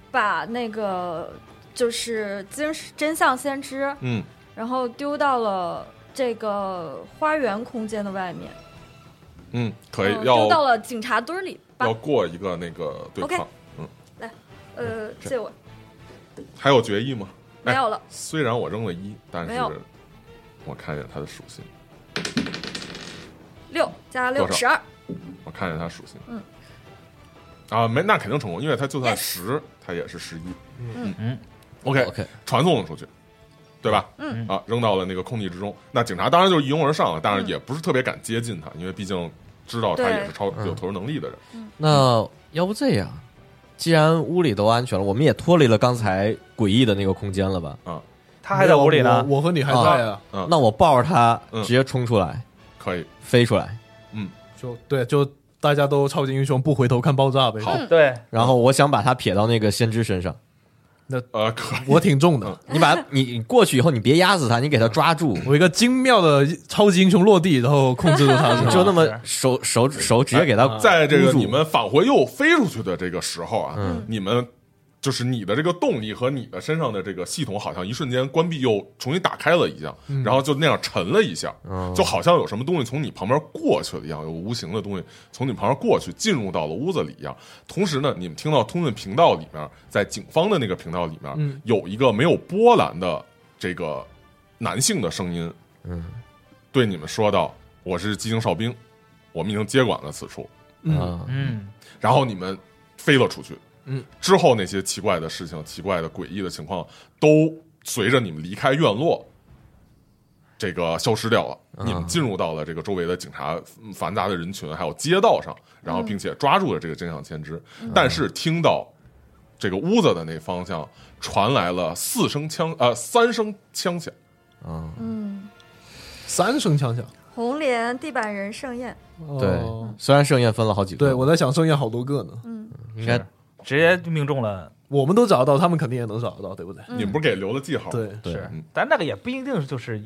Speaker 4: 把那个就是真真相先知，
Speaker 5: 嗯，
Speaker 4: 然后丢到了这个花园空间的外面，
Speaker 5: 嗯，可以，
Speaker 4: 嗯丢到
Speaker 5: 要
Speaker 4: 了警察堆里。吧
Speaker 5: 要。过一个那个对
Speaker 4: OK
Speaker 5: 抗。嗯，
Speaker 4: 呃，借我
Speaker 5: 还有决议吗？哎
Speaker 4: 没有了，
Speaker 5: 虽然我扔了一，但
Speaker 4: 没
Speaker 5: 是
Speaker 4: 有
Speaker 5: 我看见它的属性，
Speaker 4: 六加六
Speaker 5: 多少
Speaker 4: 十二，
Speaker 5: 我看见它属性。
Speaker 4: 嗯，
Speaker 5: 啊，没，那肯定成功，因为它就算
Speaker 4: Yes
Speaker 5: 十，它也是十一。
Speaker 4: 嗯
Speaker 1: 嗯
Speaker 5: ，OK
Speaker 3: OK
Speaker 5: 传送了出去，对吧？
Speaker 4: 嗯
Speaker 5: 啊，扔到了那个空地之中。那警察当然就一拥而上了，但是也不是特别敢接近他，因为毕竟知道他
Speaker 4: 对
Speaker 5: 也是超
Speaker 3: 嗯
Speaker 5: 有投入能力的人。
Speaker 3: 那要不这样，既然屋里都安全了，我们也脱离了刚才诡异的那个空间了吧？
Speaker 1: 他还在屋里呢
Speaker 2: 没有，啊我我和你还在啊，
Speaker 5: 嗯
Speaker 3: 那我抱着他
Speaker 5: 嗯
Speaker 3: 直接冲出来，
Speaker 5: 可以，
Speaker 3: 飞出来，
Speaker 2: 就对，就大家都超级英雄不回头看爆炸呗。
Speaker 5: 好
Speaker 1: 对，
Speaker 3: 然后我想把他撇到那个先知身上。
Speaker 5: 呃，可以
Speaker 2: 我挺重的，
Speaker 3: 嗯 你把你你过去以后，你别压死他，你给他抓住，
Speaker 2: 我一个精妙的超级英雄落地，然后控制住 他，是吧
Speaker 3: 你就那么手手手直接给他
Speaker 5: 哎在这
Speaker 3: 箍
Speaker 5: 个
Speaker 3: 住嗯
Speaker 5: 你们返回又飞出去的这个时候啊，你们就是你的这个动力和你的身上的这个系统，好像一瞬间关闭又重新打开了一样，
Speaker 3: 嗯
Speaker 5: 然后就那样沉了一下，
Speaker 3: 哦
Speaker 5: 就好像有什么东西从你旁边过去了一样，有无形的东西从你旁边过去，进入到了屋子里一样。同时呢，你们听到通讯频道里面，在警方的那个频道里面，
Speaker 3: 嗯
Speaker 5: 有一个没有波澜的这个男性的声音，嗯，对你们说道：“我是机警哨兵。”我们已经接管了此处，
Speaker 3: 啊
Speaker 1: 嗯，
Speaker 5: 然后你们飞了出去。
Speaker 2: 嗯，
Speaker 5: 之后那些奇怪的事情、奇怪的、诡异的情况，都随着你们离开院落，这个消失掉了。你们进入到了这个周围的警察嗯繁杂的人群，还有街道上，然后并且抓住了这个真相先知。但是听到这个屋子的那方向传来了四声枪呃三声枪响，
Speaker 4: 嗯，
Speaker 2: 三声枪响。
Speaker 4: 红莲地板人盛宴，
Speaker 3: 对
Speaker 2: 哦，
Speaker 3: 虽然盛宴分了好几个，
Speaker 2: 对，我在想剩下好多个呢，
Speaker 3: 应该
Speaker 1: 嗯直接就命中了。
Speaker 2: 我们都找得到，他们肯定也能找得到，对不对？
Speaker 5: 你们不是给留了记号？
Speaker 2: 对，
Speaker 3: 对
Speaker 1: 是，但那个也不一定就是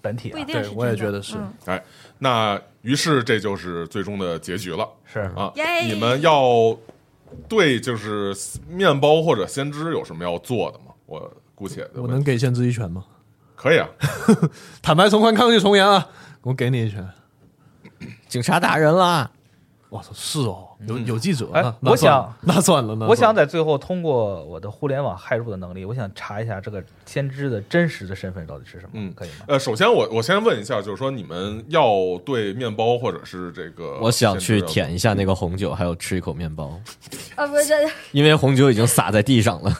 Speaker 1: 本体啊
Speaker 4: 不一，定
Speaker 2: 对
Speaker 4: 是真的。
Speaker 2: 我也觉得是
Speaker 4: 嗯
Speaker 5: 哎，那于是这就是最终的结局了。
Speaker 1: 是
Speaker 5: 啊
Speaker 4: 耶，
Speaker 5: 你们要对就是面包或者先知有什么要做的吗？我姑且地
Speaker 2: 我
Speaker 5: 问
Speaker 2: 能给先知一拳吗？
Speaker 5: 可以啊，
Speaker 2: 坦白从宽，抗拒从严啊！我给你一拳。
Speaker 3: 警察打人啦，
Speaker 2: 我操，是哦，有有记者
Speaker 1: 哎
Speaker 2: 啊！
Speaker 1: 我想
Speaker 2: 那算了，那算了，
Speaker 1: 我想在最后通过我的互联网骇入的能力，我想查一下这个先知的真实的身份到底是什么，
Speaker 5: 嗯
Speaker 1: 可以吗？
Speaker 5: 呃，首先我我先问一下，就是说你们要对面包或者是这个，
Speaker 3: 我想去，舔一下那个红酒，还有吃一口面包，
Speaker 4: 啊，不是，
Speaker 3: 因为红酒已经洒在地上了。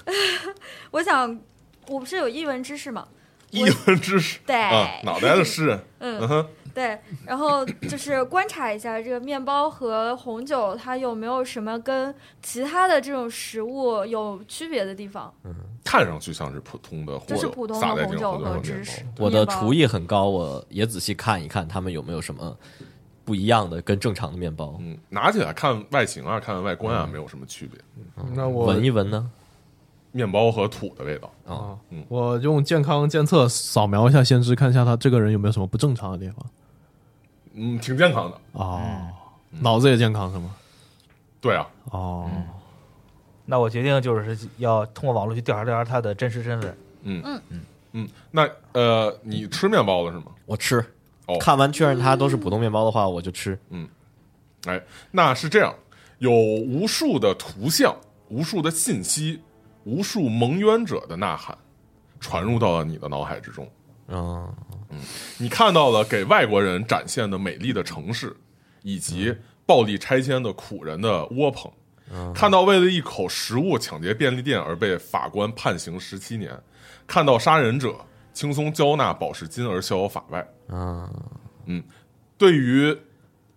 Speaker 4: 我想，我不是有译文知识吗？
Speaker 5: 一文之士，
Speaker 4: 对
Speaker 5: 啊，脑袋的诗人，
Speaker 4: 嗯
Speaker 5: 嗯，哼，
Speaker 4: 对，然后就是观察一下这个面包和红酒，它有没有什么跟其他的这种食物有区别的地方？
Speaker 5: 看上去像是普通
Speaker 4: 就
Speaker 5: 的货
Speaker 4: 是
Speaker 5: 酒
Speaker 4: 普，通的
Speaker 5: 撒在
Speaker 4: 红
Speaker 5: 这
Speaker 4: 酒
Speaker 5: 种
Speaker 4: 和
Speaker 5: 红酒
Speaker 4: 芝
Speaker 5: 面
Speaker 4: 士
Speaker 5: 包。。
Speaker 3: 我的
Speaker 4: 面包
Speaker 3: 厨艺很高，我也仔细看一看他们有没有什么不一样的跟正常的面包，
Speaker 5: 嗯，拿起来看外形啊，看外观啊，
Speaker 2: 嗯
Speaker 5: 没有什么区别。
Speaker 7: 那我
Speaker 3: 闻一闻呢。
Speaker 5: 面包和土的味道，
Speaker 2: 我用健康监测扫描一下先知，看一下他这个人有没有什么不正常的地方。
Speaker 5: 嗯，挺健康的。
Speaker 2: 哦，脑子也健康是吗？
Speaker 5: 对啊，
Speaker 2: 哦，
Speaker 1: 那我决定就是要通过网络去调查调查他的真实身份。
Speaker 5: 嗯，那呃，你吃面包了是吗？
Speaker 3: 我吃
Speaker 5: 哦，
Speaker 3: 看完确认它都是普通面包的话，我就吃。
Speaker 5: 哎，那是这样，有无数的图像、无数的信息、无数蒙冤者的呐喊，传入到了你的脑海之中。
Speaker 3: 嗯，
Speaker 5: 你看到了给外国人展现的美丽的城市，以及暴力拆迁的苦人的窝棚，看到为了一口食物抢劫便利店而被法官判刑十七年，看到杀人者轻松交纳保释金而逍遥法外。嗯，对于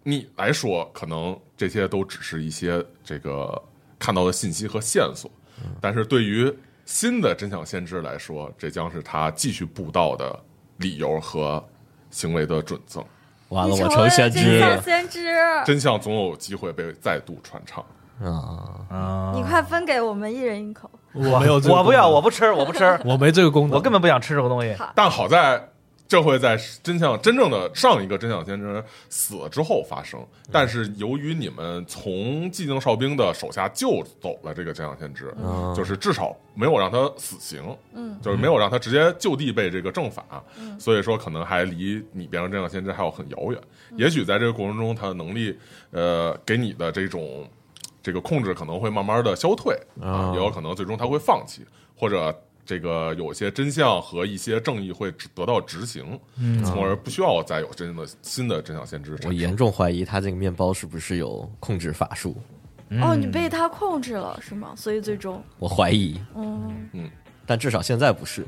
Speaker 5: 你来说，可能这些都只是一些这个看到的信息和线索，但是对于新的真相先知来说，这将是他继续布道的理由和行为的准证。
Speaker 3: 完了，
Speaker 4: 你
Speaker 3: 我
Speaker 4: 成
Speaker 3: 成先
Speaker 4: 了真
Speaker 3: 知
Speaker 4: 相
Speaker 3: 了。
Speaker 4: 先知，
Speaker 5: 真相总有机会被再度传唱。
Speaker 3: 啊，
Speaker 1: 啊
Speaker 4: 你快分给我们一人一口。
Speaker 2: 我没有这个功能，
Speaker 1: 我不要，我不吃，我不吃，
Speaker 2: 我没这个功能，
Speaker 1: 我根本不想吃这种东西。
Speaker 5: 但好在这会在真相真正的上一个真相先知死了之后发生。但是由于你们从寂静哨兵的手下救走了这个真相先知，
Speaker 3: 嗯
Speaker 5: 就是至少没有让他死刑，
Speaker 4: 嗯，
Speaker 5: 就是没有让他直接就地被这个正法。所以说，可能还离你变成真相先知还有很遥远。也许在这个过程中，他的能力，呃，给你的这种。这个控制可能会慢慢的消退啊，也有可能最终他会放弃，或者这个有些真相和一些正义会执得到执行，从而不需要再有真的新的真相先知产
Speaker 3: 嗯我
Speaker 5: 生。
Speaker 3: 严重怀疑他这个面包是不是有控制法术，嗯
Speaker 4: 哦，你被他控制了是吗？所以最终，
Speaker 3: 我怀疑，
Speaker 4: 嗯，
Speaker 3: 但至少现在不是。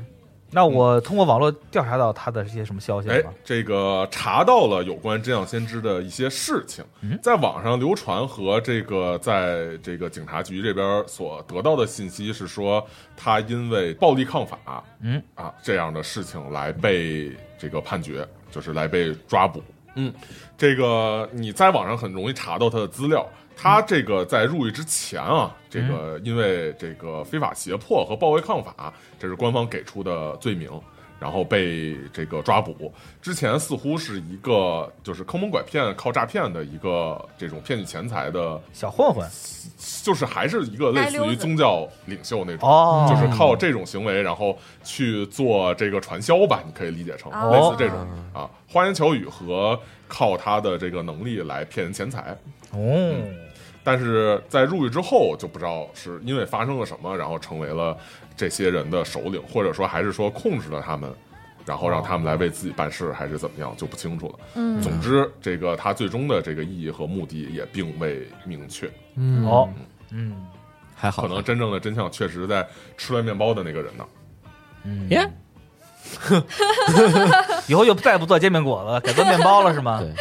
Speaker 1: 那我通过网络调查到他的这些什么消息
Speaker 5: 哎
Speaker 1: 了吗？，
Speaker 5: 这个查到了有关真相先知的一些事情，
Speaker 1: 嗯
Speaker 5: 在网上流传和这个在这个警察局这边所得到的信息是说，他因为暴力抗法，
Speaker 1: 嗯
Speaker 5: 啊这样的事情来被这个判决，就是来被抓捕。嗯，这个你在网上很容易查到他的资料。他这个在入狱之前啊，这个因为这个非法胁迫和暴力抗法，这是官方给出的罪名，然后被这个抓捕。之前似乎是一个就是坑蒙拐骗、靠诈骗的一个这种骗取钱财的，
Speaker 1: 小混混
Speaker 5: 就是还是一个类似
Speaker 4: 街溜
Speaker 5: 于
Speaker 4: 子
Speaker 5: 宗教领袖那种。
Speaker 1: 哦，
Speaker 5: 就是靠这种行为，然后去做这个传销吧，你可以理解成
Speaker 4: 哦
Speaker 5: 类似这种啊，花言巧语和靠他的这个能力来骗人钱财。
Speaker 1: 哦，
Speaker 5: 但是在入狱之后，就不知道是因为发生了什么，然后成为了这些人的首领，或者说还是说控制了他们，然后让他们来为自己办事，还是怎么样，就不清楚了。
Speaker 4: 嗯
Speaker 5: 总之，这个他最终的这个意义和目的也并未明确，
Speaker 2: 嗯
Speaker 1: 哦，嗯
Speaker 3: 还好，
Speaker 5: 可能真正的真相确实在吃了面包的那个人那儿。
Speaker 1: 嗯，
Speaker 3: 耶，
Speaker 1: 以后就再也不做煎饼果子了，改做面包了是 吗？
Speaker 3: 对，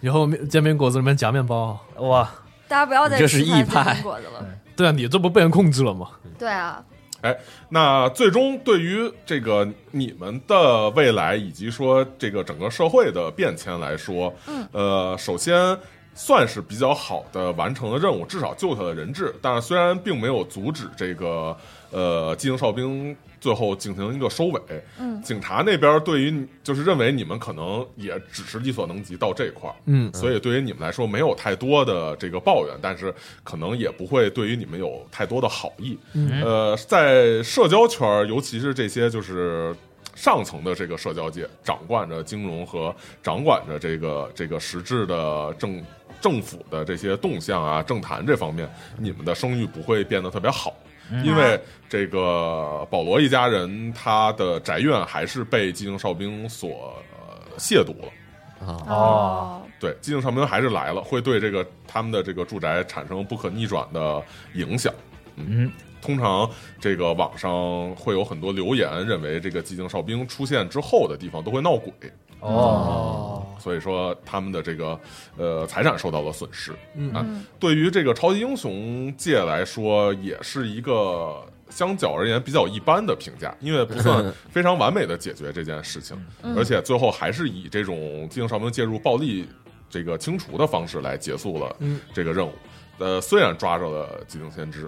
Speaker 2: 以后面煎饼果子里面夹面包，
Speaker 1: 哇，
Speaker 4: 大家不要再
Speaker 3: 你这是
Speaker 4: 吃他
Speaker 3: 异派
Speaker 4: 煎饼果子了。
Speaker 5: 嗯
Speaker 2: 对啊，你这不被人控制了吗？
Speaker 4: 对啊，
Speaker 5: 哎那最终对于这个你们的未来以及说这个整个社会的变迁来说，
Speaker 4: 嗯，
Speaker 5: 呃，首先算是比较好的完成了任务，至少救他的人质。但是虽然并没有阻止这个呃机动哨兵最后进行一个收尾，
Speaker 4: 嗯
Speaker 5: 警察那边对于你就是认为你们可能也只是力所能及到这块儿，
Speaker 2: 嗯
Speaker 5: 所以对于你们来说没有太多的这个抱怨，但是可能也不会对于你们有太多的好意。
Speaker 2: 嗯
Speaker 5: 呃，在社交圈儿，尤其是这些就是上层的这个社交界，掌管着金融和掌管着这个这个实质的政政府的这些动向啊、政坛这方面，你们的声誉不会变得特别好。
Speaker 2: 嗯
Speaker 5: 因为这个保罗一家人，他的宅院还是被寂静哨兵所呃亵渎了。
Speaker 3: 啊，
Speaker 5: 嗯
Speaker 1: 哦，
Speaker 5: 对，寂静哨兵还是来了，会对这个他们的这个住宅产生不可逆转的影响。
Speaker 1: 嗯，
Speaker 5: 通常这个网上会有很多留言，认为这个寂静哨兵出现之后的地方都会闹鬼，
Speaker 1: 嗯哦，
Speaker 5: 所以说他们的这个呃财产受到了损失。啊，
Speaker 4: 嗯
Speaker 5: 对于这个超级英雄界来说，也是一个相较而言比较一般的评价，因为不算非常完美的解决这件事情，
Speaker 4: 嗯
Speaker 5: 而且最后还是以这种寂静哨兵介入暴力这个清除的方式来结束了
Speaker 4: 嗯
Speaker 5: 这个任务。呃，虽然抓着了寂静先知，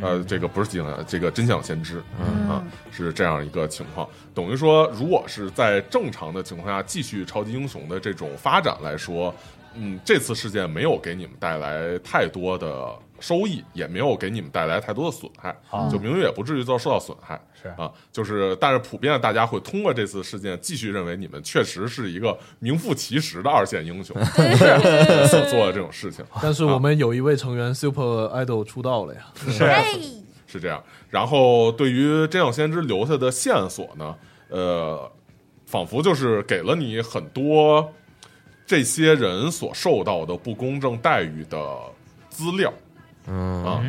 Speaker 5: 呃，这个不是寂静，这个真相先知，
Speaker 4: 嗯
Speaker 5: 啊，是这样一个情况。等于说，如果是在正常的情况下继续超级英雄的这种发展来说，嗯，这次事件没有给你们带来太多的收益，也没有给你们带来太多的损害，就明月也不至于遭受到损害。
Speaker 1: 是
Speaker 5: 啊，就是，但是普遍大家会通过这次事件继续认为你们确实是一个名副其实的二线英雄，所 做的这种事情。
Speaker 2: 但是我们有一位成员 Super Idol 出道了呀，
Speaker 1: 哎
Speaker 4: 对，
Speaker 5: 是这样。然后对于真相先知留下的线索呢，呃，仿佛就是给了你很多这些人所受到的不公正待遇的资料。嗯啊，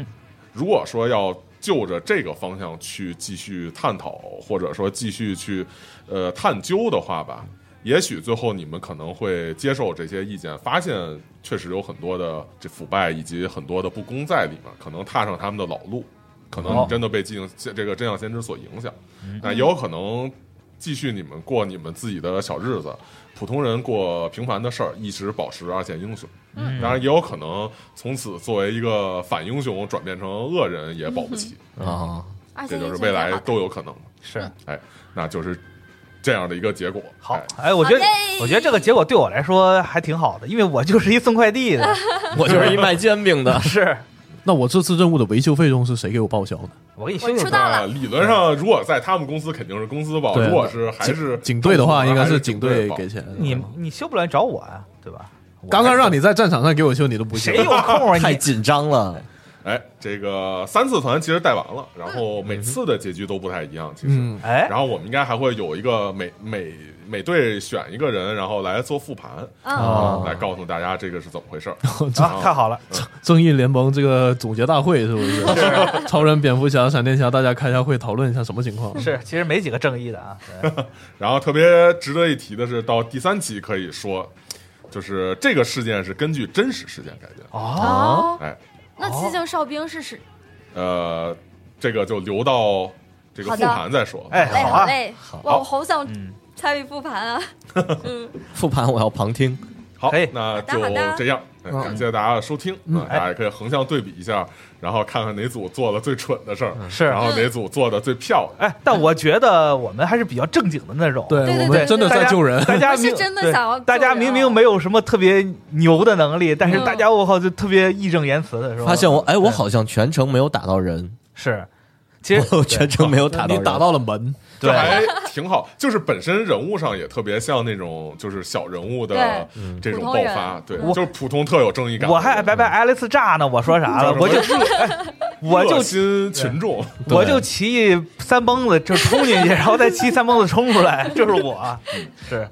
Speaker 5: 如果说要就着这个方向去继续探讨，或者说继续去呃探究的话吧。也许最后你们可能会接受这些意见，发现确实有很多的这腐败以及很多的不公在里面，可能踏上他们的老路。可能你真的被寂静这个真相先知所影响，那也有可能继续你们过你们自己的小日子，普通人过平凡的事儿，一直保持二线英雄。当然也有可能从此作为一个反英雄转变成恶人也保不齐，
Speaker 3: 啊，
Speaker 4: 而且
Speaker 5: 这就是未来都有可能。
Speaker 1: 是
Speaker 5: 哎，那就是这样的一个结果。
Speaker 1: 好
Speaker 5: 哎，
Speaker 1: 哎，我觉得
Speaker 4: 好嘞
Speaker 1: 我觉得这个结果对我来说还挺好的，因为我就是一送快递 的，，
Speaker 3: 我就是一卖煎 饼的
Speaker 1: 是
Speaker 2: 那我这次任务的维修费用是谁给我报销的？
Speaker 1: 我给你
Speaker 4: 我
Speaker 1: 修修
Speaker 4: 出道
Speaker 5: 那
Speaker 4: 了，
Speaker 5: 理论上，如果在他们公司肯定是公司报，
Speaker 2: 对
Speaker 5: 如果是还是
Speaker 2: 警队的话，应该是警队
Speaker 5: 报
Speaker 2: 给钱的。
Speaker 1: 你你修不了你找我啊，对吧？我
Speaker 2: 刚刚让你在战场上给我修，你都不修
Speaker 1: 谁。有 空啊
Speaker 3: 太
Speaker 1: 你？
Speaker 3: 紧张了。
Speaker 5: 哎，这个三次团其实带完了，然后每次的结局都不太一样，其实。
Speaker 2: 嗯，
Speaker 1: 哎，
Speaker 5: 然后我们应该还会有一个每每每队选一个人，然后来做复盘，
Speaker 4: 嗯，
Speaker 1: 哦
Speaker 5: 来告诉大家这个是怎么回 事儿。
Speaker 1: 啊，太好了，
Speaker 2: 正义联盟这个总结大会是不是？超人、蝙蝠侠、闪电侠，大家开一下会，讨论一下什么情况。
Speaker 1: 是其实没几个正义的啊，对
Speaker 5: 然后特别值得一提的是，到第三期可以说，就是这个事件是根据真实事件改编。
Speaker 1: 哦，
Speaker 4: 哦，
Speaker 5: 哎，
Speaker 4: 那寂静哨兵是是，
Speaker 5: 呃，这个就留到这个
Speaker 4: 好
Speaker 5: 复
Speaker 4: 的
Speaker 5: 盘再说。
Speaker 1: 哎
Speaker 4: 哎，
Speaker 1: 好
Speaker 4: 好
Speaker 1: 啊，
Speaker 4: 嘞，哇，我好想
Speaker 5: 嗯
Speaker 4: 参与复盘啊，
Speaker 3: 复盘我要旁听，
Speaker 5: 好
Speaker 1: 可以，嗯哎
Speaker 5: 那
Speaker 4: 好的
Speaker 5: 就
Speaker 4: 好的
Speaker 5: 这样，哎感谢大家的收听，啊大家也可以横向对比一下，然后看看哪组做的最蠢的事儿，
Speaker 1: 嗯是
Speaker 5: 然
Speaker 4: 嗯
Speaker 5: 后哪组做的最漂亮。
Speaker 1: 哎，但我觉得我们还是比较正经的那种，
Speaker 2: 对
Speaker 4: 对对
Speaker 2: 我
Speaker 4: 对
Speaker 2: 们真 的在救人。
Speaker 1: 大家
Speaker 4: 我是
Speaker 1: 明
Speaker 4: 真的
Speaker 1: 对
Speaker 4: 想要
Speaker 1: 大家
Speaker 4: 救人啊
Speaker 1: 明明没有什么特别牛的能力，但是
Speaker 4: 嗯
Speaker 1: 大家我靠就特别义正言辞的是吧？
Speaker 3: 发现我哎，我好像全程没有打到人，
Speaker 1: 是，其实
Speaker 3: 我全程没有打到
Speaker 2: 你
Speaker 3: 人，
Speaker 2: 打到了门，
Speaker 5: 这还挺好，就是本身人物上也特别像那种就是小人物的这种
Speaker 4: 普
Speaker 5: 爆
Speaker 4: 通人
Speaker 5: 发，对，
Speaker 1: 我
Speaker 5: 就是普通特有正义感的人。
Speaker 1: 我还白白挨了一次炸呢，我说啥了？
Speaker 5: 嗯
Speaker 1: 我 就我
Speaker 5: 热
Speaker 1: 就
Speaker 5: 心群众，
Speaker 1: 我就骑三蹦子就冲进去，然后再骑三蹦子冲出来，这是我，是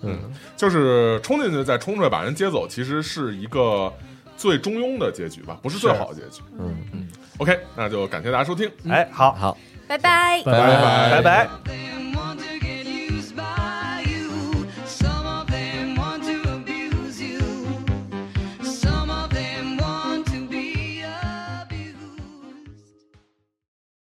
Speaker 5: 就是冲进去再冲出来把人接走，其实是一个最中庸的结局吧，不是最好的结局。嗯嗯，OK，那就感谢大家收听，
Speaker 1: 哎，好，
Speaker 3: 好，
Speaker 4: 拜拜。
Speaker 3: 哎
Speaker 1: 拜
Speaker 5: 拜
Speaker 1: 拜。